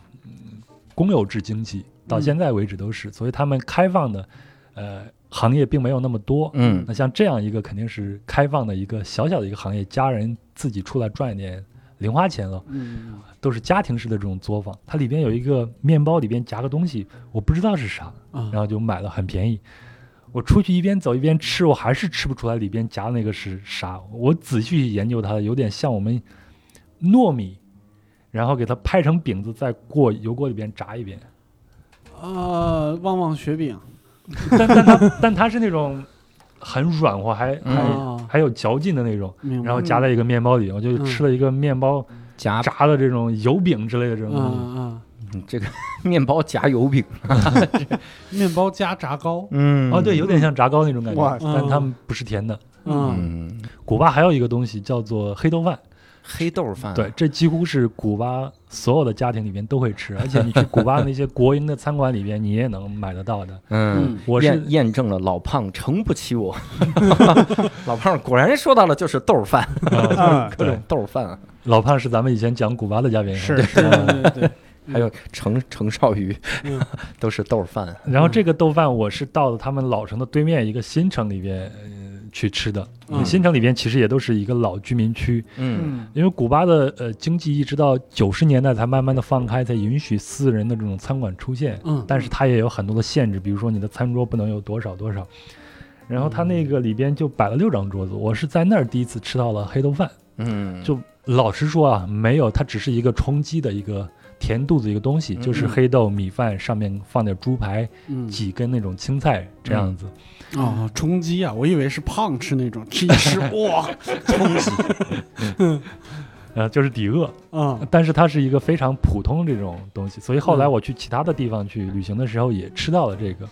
S5: 公有制经济，到
S2: 嗯
S5: 现在为止都是，所以他们开放的呃行业并没有那么多。
S3: 嗯
S5: 那像这样一个肯定是开放的一个小小的一个行业，家人自己出来赚一点零花钱了，
S2: 嗯
S5: 都是家庭式的这种作坊。它里边有一个面包，里边夹个东西，我不知道是啥，
S2: 啊
S5: 然后就买了，很便宜。我出去一边走一边吃，我还是吃不出来里边夹那个是啥。我仔细研究它，有点像我们糯米，然后给它拍成饼子，再过油锅里边炸一遍。
S2: 啊，旺旺雪饼
S5: 但但它但它是那种很软和，还还、
S2: 啊，
S5: 还有嚼劲的那种。
S2: 明白
S5: 嗯然后夹在一个面包里，我就吃了一个面包
S3: 夹
S5: 炸的这种油饼之类的这种东西。
S2: 嗯嗯，
S3: 嗯这个 面包夹油饼，
S2: 面包加炸糕，
S3: 嗯
S5: 哦，对，有点像炸糕那种感
S1: 哇
S5: 觉，嗯但它们不是甜的。
S2: 嗯
S3: 嗯，
S5: 古巴还有一个东西叫做黑豆饭，
S3: 黑豆饭，
S5: 对，，这几乎是古巴所有的家庭里边都会吃，而且你去古巴那些国营的餐馆里边，你也能买得到的。
S3: 嗯
S2: 嗯，
S5: 我是
S3: 验验证了老胖撑不起我，老胖果然说到了就是豆饭，
S5: 呃
S1: 啊，
S3: 各种豆饭啊，
S5: 老胖是咱们以前讲古巴的嘉宾，
S1: 是
S5: 对
S2: 对对对，嗯
S3: 还有程程少鱼
S2: 嗯
S3: 都是豆饭，
S5: 然后这个豆饭我是到了他们老城的对面一个新城里边、呃、去吃的。
S2: 嗯
S5: 新城里边其实也都是一个老居民区，
S3: 嗯
S2: 嗯
S5: 因为古巴的呃经济一直到九十年代才慢慢的放开，才允许私人的这种餐馆出现。
S2: 嗯，
S5: 但是它也有很多的限制，比如说你的餐桌不能有多少多少。然后它
S3: 嗯
S5: 那个里边就摆了六张桌子，我是在那儿第一次吃到了黑豆饭。
S3: 嗯，
S5: 就老实说啊，没有，它只是一个充饥的一个填肚子一个东西，
S3: 嗯
S5: 就是黑豆米饭上面放点猪排，
S2: 嗯
S5: 几根那种青菜这
S3: 嗯
S5: 样子。
S2: 哦，充饥啊！我以为是胖吃那种，吃一 吃哇，充饥
S5: 呃，就是抵饿，
S2: 啊！
S5: 但是它是一个非常普通的这种东西，所以后来
S2: 嗯
S5: 我去其他的地方去旅行的时候也吃到了这个，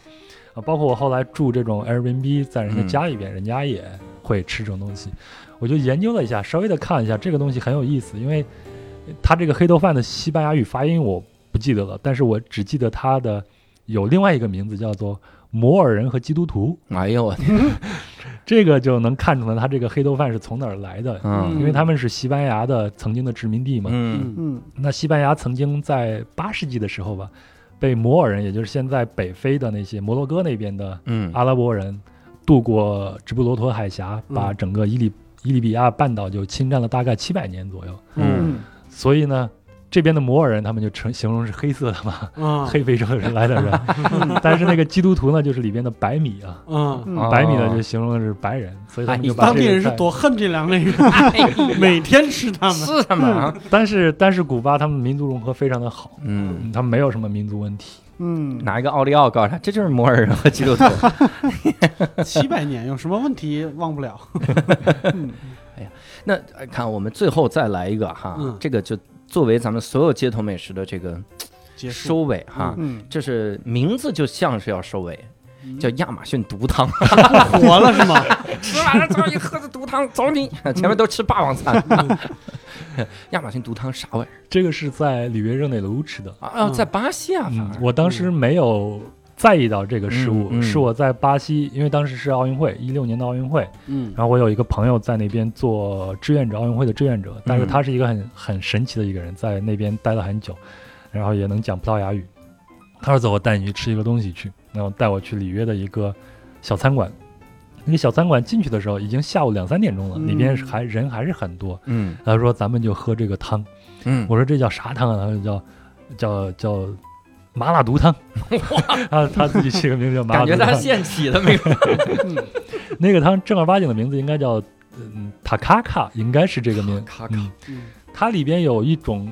S5: 啊，包括我后来住这种 Airbnb，在人家
S3: 嗯
S5: 家里边，人家也会吃这种东西，我就研究了一下，稍微的看了一下这个东西很有意思，因为它这个黑豆饭的西班牙语发音我不记得了，但是我只记得它的有另外一个名字叫做摩尔人和基督徒，
S3: 哎呦我天，
S5: 这个就能看出来它这个黑豆饭是从哪儿来的，
S3: 嗯
S5: 因为他们是西班牙的曾经的殖民地嘛，
S3: 嗯
S2: 嗯
S1: 嗯
S5: 那西班牙曾经在八世纪的时候吧，被摩尔人，也就是现在北非的那些摩洛哥那边的
S3: 嗯
S5: 阿拉伯人，渡过直布罗陀海峡，
S2: 嗯
S5: 把整个伊利伊利比亚半岛就侵占了大概七百年左右。
S3: 嗯
S2: 嗯
S5: 所以呢，这边的摩尔人他们就成形容是黑色的嘛，
S2: 啊
S5: 黑非洲人来的 人。但是那个基督徒呢，就是里边的白米啊，
S2: 啊！
S1: 嗯
S5: 白米呢就形容的是白人，所以他们就把
S2: 哎当
S5: 这
S2: 地
S5: 个
S2: 人是
S5: 菜
S2: 多恨这两类人，每天吃他们。
S3: 是他们啊，
S5: 但是但是古巴他们民族融合非常的好，
S3: 嗯。
S5: 嗯他们没有什么民族问题。
S1: 嗯，
S3: 拿一个奥利奥告诉他，这就是摩尔人和基督徒。
S2: 七百年有什么问题忘不了？
S3: 那哎看我们最后再来一个哈，
S2: 嗯
S3: 这个就作为咱们所有街头美食的这个
S2: 结束
S3: 收尾哈，
S1: 嗯，
S3: 这是名字就像是要收尾，叫亚马逊毒汤，
S2: 活了是吗？
S3: 吃完了之后一喝着毒汤嗯走你， 前面都吃霸王餐。 亚马逊毒汤啥味儿
S5: 这个是在里约热内卢吃的，
S3: 啊？
S2: 嗯
S3: 在巴西啊，反
S5: 嗯，
S3: 而
S5: 我当时没有在意到这个食物，
S3: 嗯嗯
S5: 是我在巴西，因为当时是奥运会，一六年的奥运会，
S2: 嗯
S5: 然后我有一个朋友在那边
S3: 嗯
S5: 做志愿者，奥运会的志愿者，但是他是一个很很神奇的一个人，在那边待了很久，然后也能讲葡萄牙语。他说：“走，我带你去吃一个东西去。”然后带我去里约的一个小餐馆。那个小餐馆进去的时候，已经下午两三点钟了，
S2: 嗯
S5: 里边是还人还是很多。
S3: 嗯
S5: 他说：“咱们就喝这个汤。”
S3: 嗯，
S5: 我说：“这叫啥汤啊？”他说：“叫叫叫麻辣毒汤。”他他自己起个名字叫麻辣
S3: 感
S5: 毒
S3: 觉
S5: 汤。
S3: 他现起的那个，
S5: 那个汤正儿八经的名字应该叫嗯塔卡卡，应该是这 个名。
S3: 塔卡卡
S5: 嗯
S2: 嗯
S5: 它里边有一种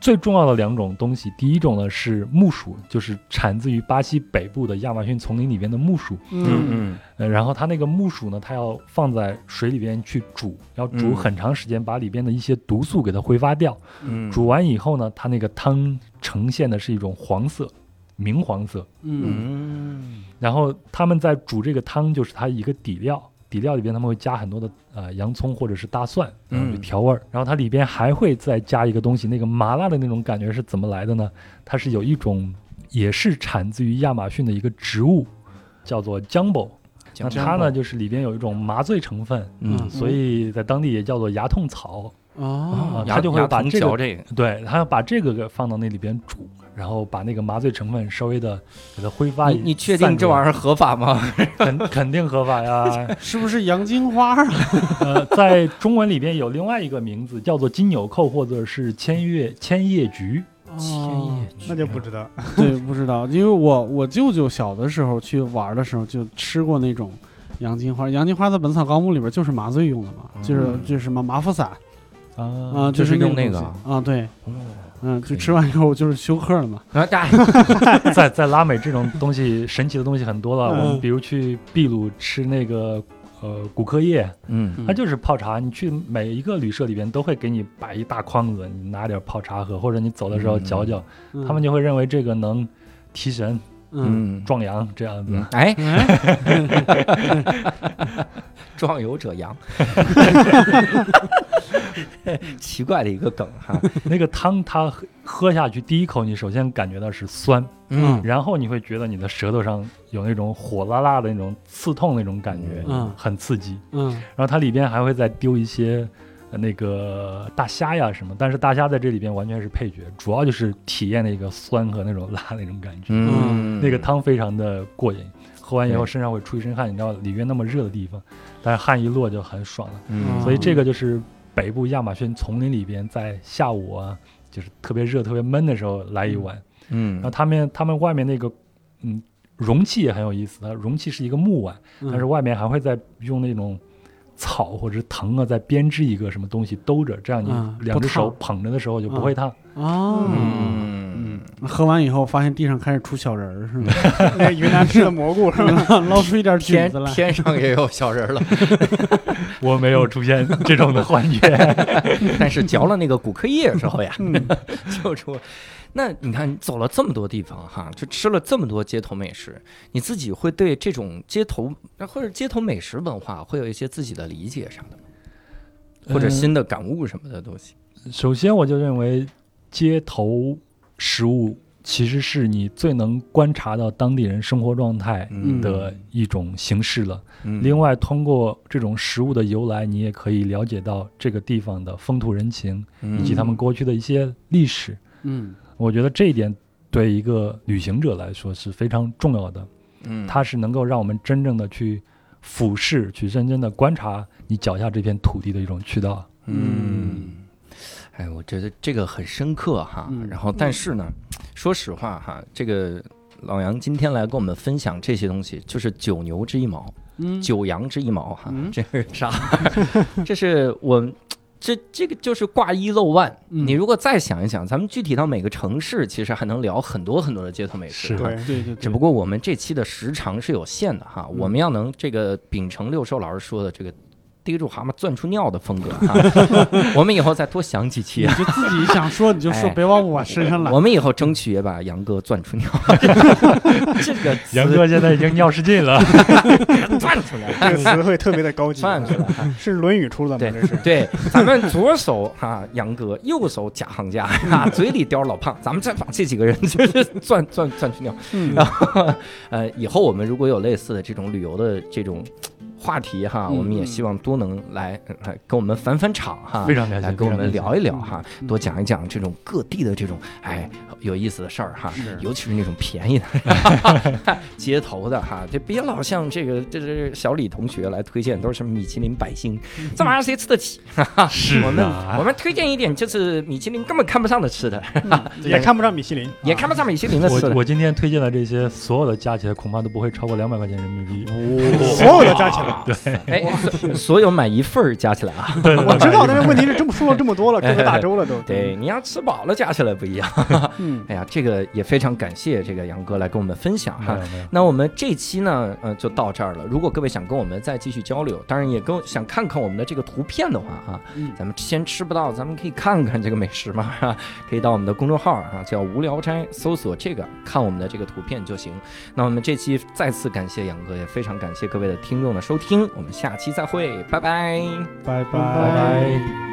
S5: 最重要的两种东西，第一种呢是木薯，就是产自于巴西北部的亚马逊丛林里边的木薯。
S3: 嗯
S5: 呃，然后它那个木薯呢，它要放在水里边去煮，要煮
S3: 嗯
S5: 很长时间，把里边的一些毒素给它挥发掉。
S3: 嗯，
S5: 煮完以后呢，它那个汤呈现的是一种黄色，明黄色。
S2: 嗯
S3: 嗯
S5: 然后他们在煮这个汤，就是它一个底料，底料里边他们会加很多的呃洋葱或者是大蒜，
S3: 嗯
S5: 然后去调味儿。然后它里边还会再加一个东西，那个麻辣的那种感觉是怎么来的呢？它是有一种也是产自于亚马逊的一个植物，叫做 jumbo。那它呢，就是里边有一种麻醉成分，
S3: 嗯，嗯
S5: 所以在当地也叫做牙痛草。
S2: 哦
S5: 啊，他就会把
S3: 牙疼
S5: 这个
S3: 嚼这个，
S5: 对，它要把这个给放到那里边煮，然后把那个麻醉成分稍微的给它挥发。
S3: 你你确定这玩
S5: 意
S3: 意儿合法吗？
S5: 儿肯肯定合法呀？
S2: 是不是洋金花啊？
S5: 呃，在中文里边有另外一个名字叫做金纽扣或者是千叶千 叶菊。
S2: 哦，
S1: 那就不知道。
S2: 对，不知道，因为我我舅舅小的时候去玩的时候就吃过那种洋金花，洋金花在《本草纲目》里边就是麻醉用的嘛，就是
S3: 嗯
S2: 就是什么麻附散
S5: 啊
S2: 啊，
S5: 啊，
S3: 就是是用那
S2: 个
S3: 个
S2: 东西啊，对，嗯，
S3: 可
S2: 就
S3: 以
S2: 吃完以后就是休克了嘛，
S3: 啊，大
S5: 在在拉美这种东西神奇的东西很多了，
S1: 嗯
S5: 我们比如去秘鲁吃那个。呃，骨科叶，
S3: 嗯
S5: 它就是泡茶。你去每一个旅社里边都会给你摆一大筐子，你拿点泡茶喝，或者你走的时候
S3: 嗯
S5: 嚼嚼，
S2: 嗯
S5: 他们就会认为这个能提神、
S2: 嗯，
S3: 嗯
S5: 壮阳这样子。
S3: 嗯，哎，
S2: 哎，
S3: 壮游者羊， 奇怪的一个梗哈，
S5: 那个汤它喝喝下去第一口，你首先感觉到是酸，
S2: 嗯
S5: 然后你会觉得你的舌头上有那种火辣辣的那种刺痛那种感觉，
S2: 嗯
S5: 很刺激。
S2: 嗯
S5: 然后它里边还会再丢一些、呃那个大虾呀什么，但是大虾在这里边完全是配角，主要就是体验那个酸和那种辣那种感觉。
S2: 嗯
S5: 那个汤非常的过瘾，喝完以后
S3: 对
S5: 身上会出一身汗，你知道里约那么热的地方，但是汗一落就很爽了。
S3: 嗯，
S5: 所以这个就是北部亚马逊丛林里边，在下午啊，就是特别热、特别闷的时候来一碗。然
S3: 嗯
S5: 后他们他们外面那个嗯容器也很有意思，它容器是一个木碗，
S2: 嗯
S5: 但是外面还会再用那种草或者是藤啊，再编织一个什么东西兜着，这样你
S2: 嗯
S5: 两
S2: 不
S5: 只手
S2: 烫
S5: 捧着的时候就不会烫。
S2: 哦，
S3: 嗯
S2: 喝完以后发现地上开始出小人儿是 吗？
S1: 那云南吃的蘑菇是吧？
S2: 捞出一点菌
S3: 天
S2: 子来，
S3: 天上也有小人儿了，
S2: 嗯
S5: 我没有出现这种的幻 觉。
S3: 但是嚼了那个骨科叶的时候呀，
S1: 嗯，
S3: 就出。那你看，你走了这么多地方哈，就吃了这么多街头美食，你自己会对这种街头或者街头美食文化会有一些自己的理解啥的吗，或者新的感悟什么的东西？
S5: 首先，我就认为街头食物其实是你最能观察到当地人生活状态
S2: 嗯
S5: 的一种形式了。
S3: 嗯
S5: 另外，通过这种食物的由来，你也可以了解到这个地方的风土人情
S3: 嗯
S5: 以及他们过去的一些历史。
S2: 嗯
S5: 我觉得这一点对一个旅行者来说是非常重要的，
S3: 嗯
S5: 它是能够让我们真正的去俯视、去认真的观察你脚下这片土地的一种渠道。
S3: 嗯，哎，我觉得这个很深刻哈。
S2: 嗯
S3: 然后，但是呢，说实话哈，这个老杨今天来跟我们分享这些东西，就是九牛之一毛，
S2: 嗯，
S3: 九阳之一毛哈。
S2: 嗯
S3: 这是啥？ 这是我。这这个就是挂一漏万。
S2: 嗯
S3: 你如果再想一想，咱们具体到每个城市，其实还能聊很多很多的街头美食
S5: 是。
S1: 对，
S2: 对对，
S3: 只不过我们这期的时长是有限的哈，
S1: 嗯
S3: 我们要能这个秉承六兽老师说的这个逮住蛤蟆钻出尿的风格哈， 我们以后再多想几期
S2: 你。就自己想说你就说，
S3: 哎
S2: 别往我身上揽。
S3: 我们以后争取也把杨哥 钻出尿，这个词
S5: 杨哥现在已经尿失禁了。
S3: 钻出来，
S1: 这个词汇特别的高级，
S3: 钻出来哈。
S1: 是《论语》出的
S3: 对
S1: 吗？ 这是。
S3: 对，咱们左手哈、杨哥，右手假行家，哈、嘴里叼老胖，咱们再把这几个人 就是钻钻钻去尿。
S1: 嗯
S3: 然后呃，以后我们如果有类似的这种旅游的这种话题哈，
S2: 嗯
S3: 我们也希望多能来呃来跟我们返返场哈
S5: 非。常感谢，
S3: 来跟我
S5: 非常感
S3: 们
S5: 谢
S3: 聊一聊哈，
S2: 嗯
S3: 多讲一讲这种各地的这种哎有意思的事儿哈，
S2: 是
S3: 尤其是那种便宜的街头的 哈，就别老像这个这这小李同学来推荐都是什么米其林百星，这玩意儿谁吃得起？
S5: 是
S3: 我们
S5: 嗯啊
S3: 我们推荐一点就是米其林根本看不上的吃的，
S1: 也看不上米其林，
S3: 也看不上米其林的吃
S5: 我
S3: 的。
S5: 我今天推荐的这些所有的加起来，恐怕都不会超过两百块钱人民币。
S1: 所有的加起来。
S3: 哎，所所有买一份儿加起来啊，
S1: 我知道，但是问题是这么说了这么多了，各个大洲了都。嗯
S3: 对，你要吃饱了加起来不一样。
S2: 嗯，
S3: 嗯 哎呀，这个也非常感谢这个杨哥来跟我们分享
S5: 没
S3: 哈
S5: 有。没有，
S3: 那我们这期呢，呃，就到这儿了。如果各位想跟我们再继续交流，当然也跟想看看我们的这个图片的话啊，
S2: 嗯
S3: 咱们先吃不到，咱们可以看看这个美食嘛，哈， 可以到我们的公众号啊，叫“无聊斋”，搜索这个，看我们的这个图片就行。那我们这期再次感谢杨哥，也非常感谢各位的听众的收听，我们下期再会，拜拜。
S1: 拜拜
S2: 拜
S5: 拜。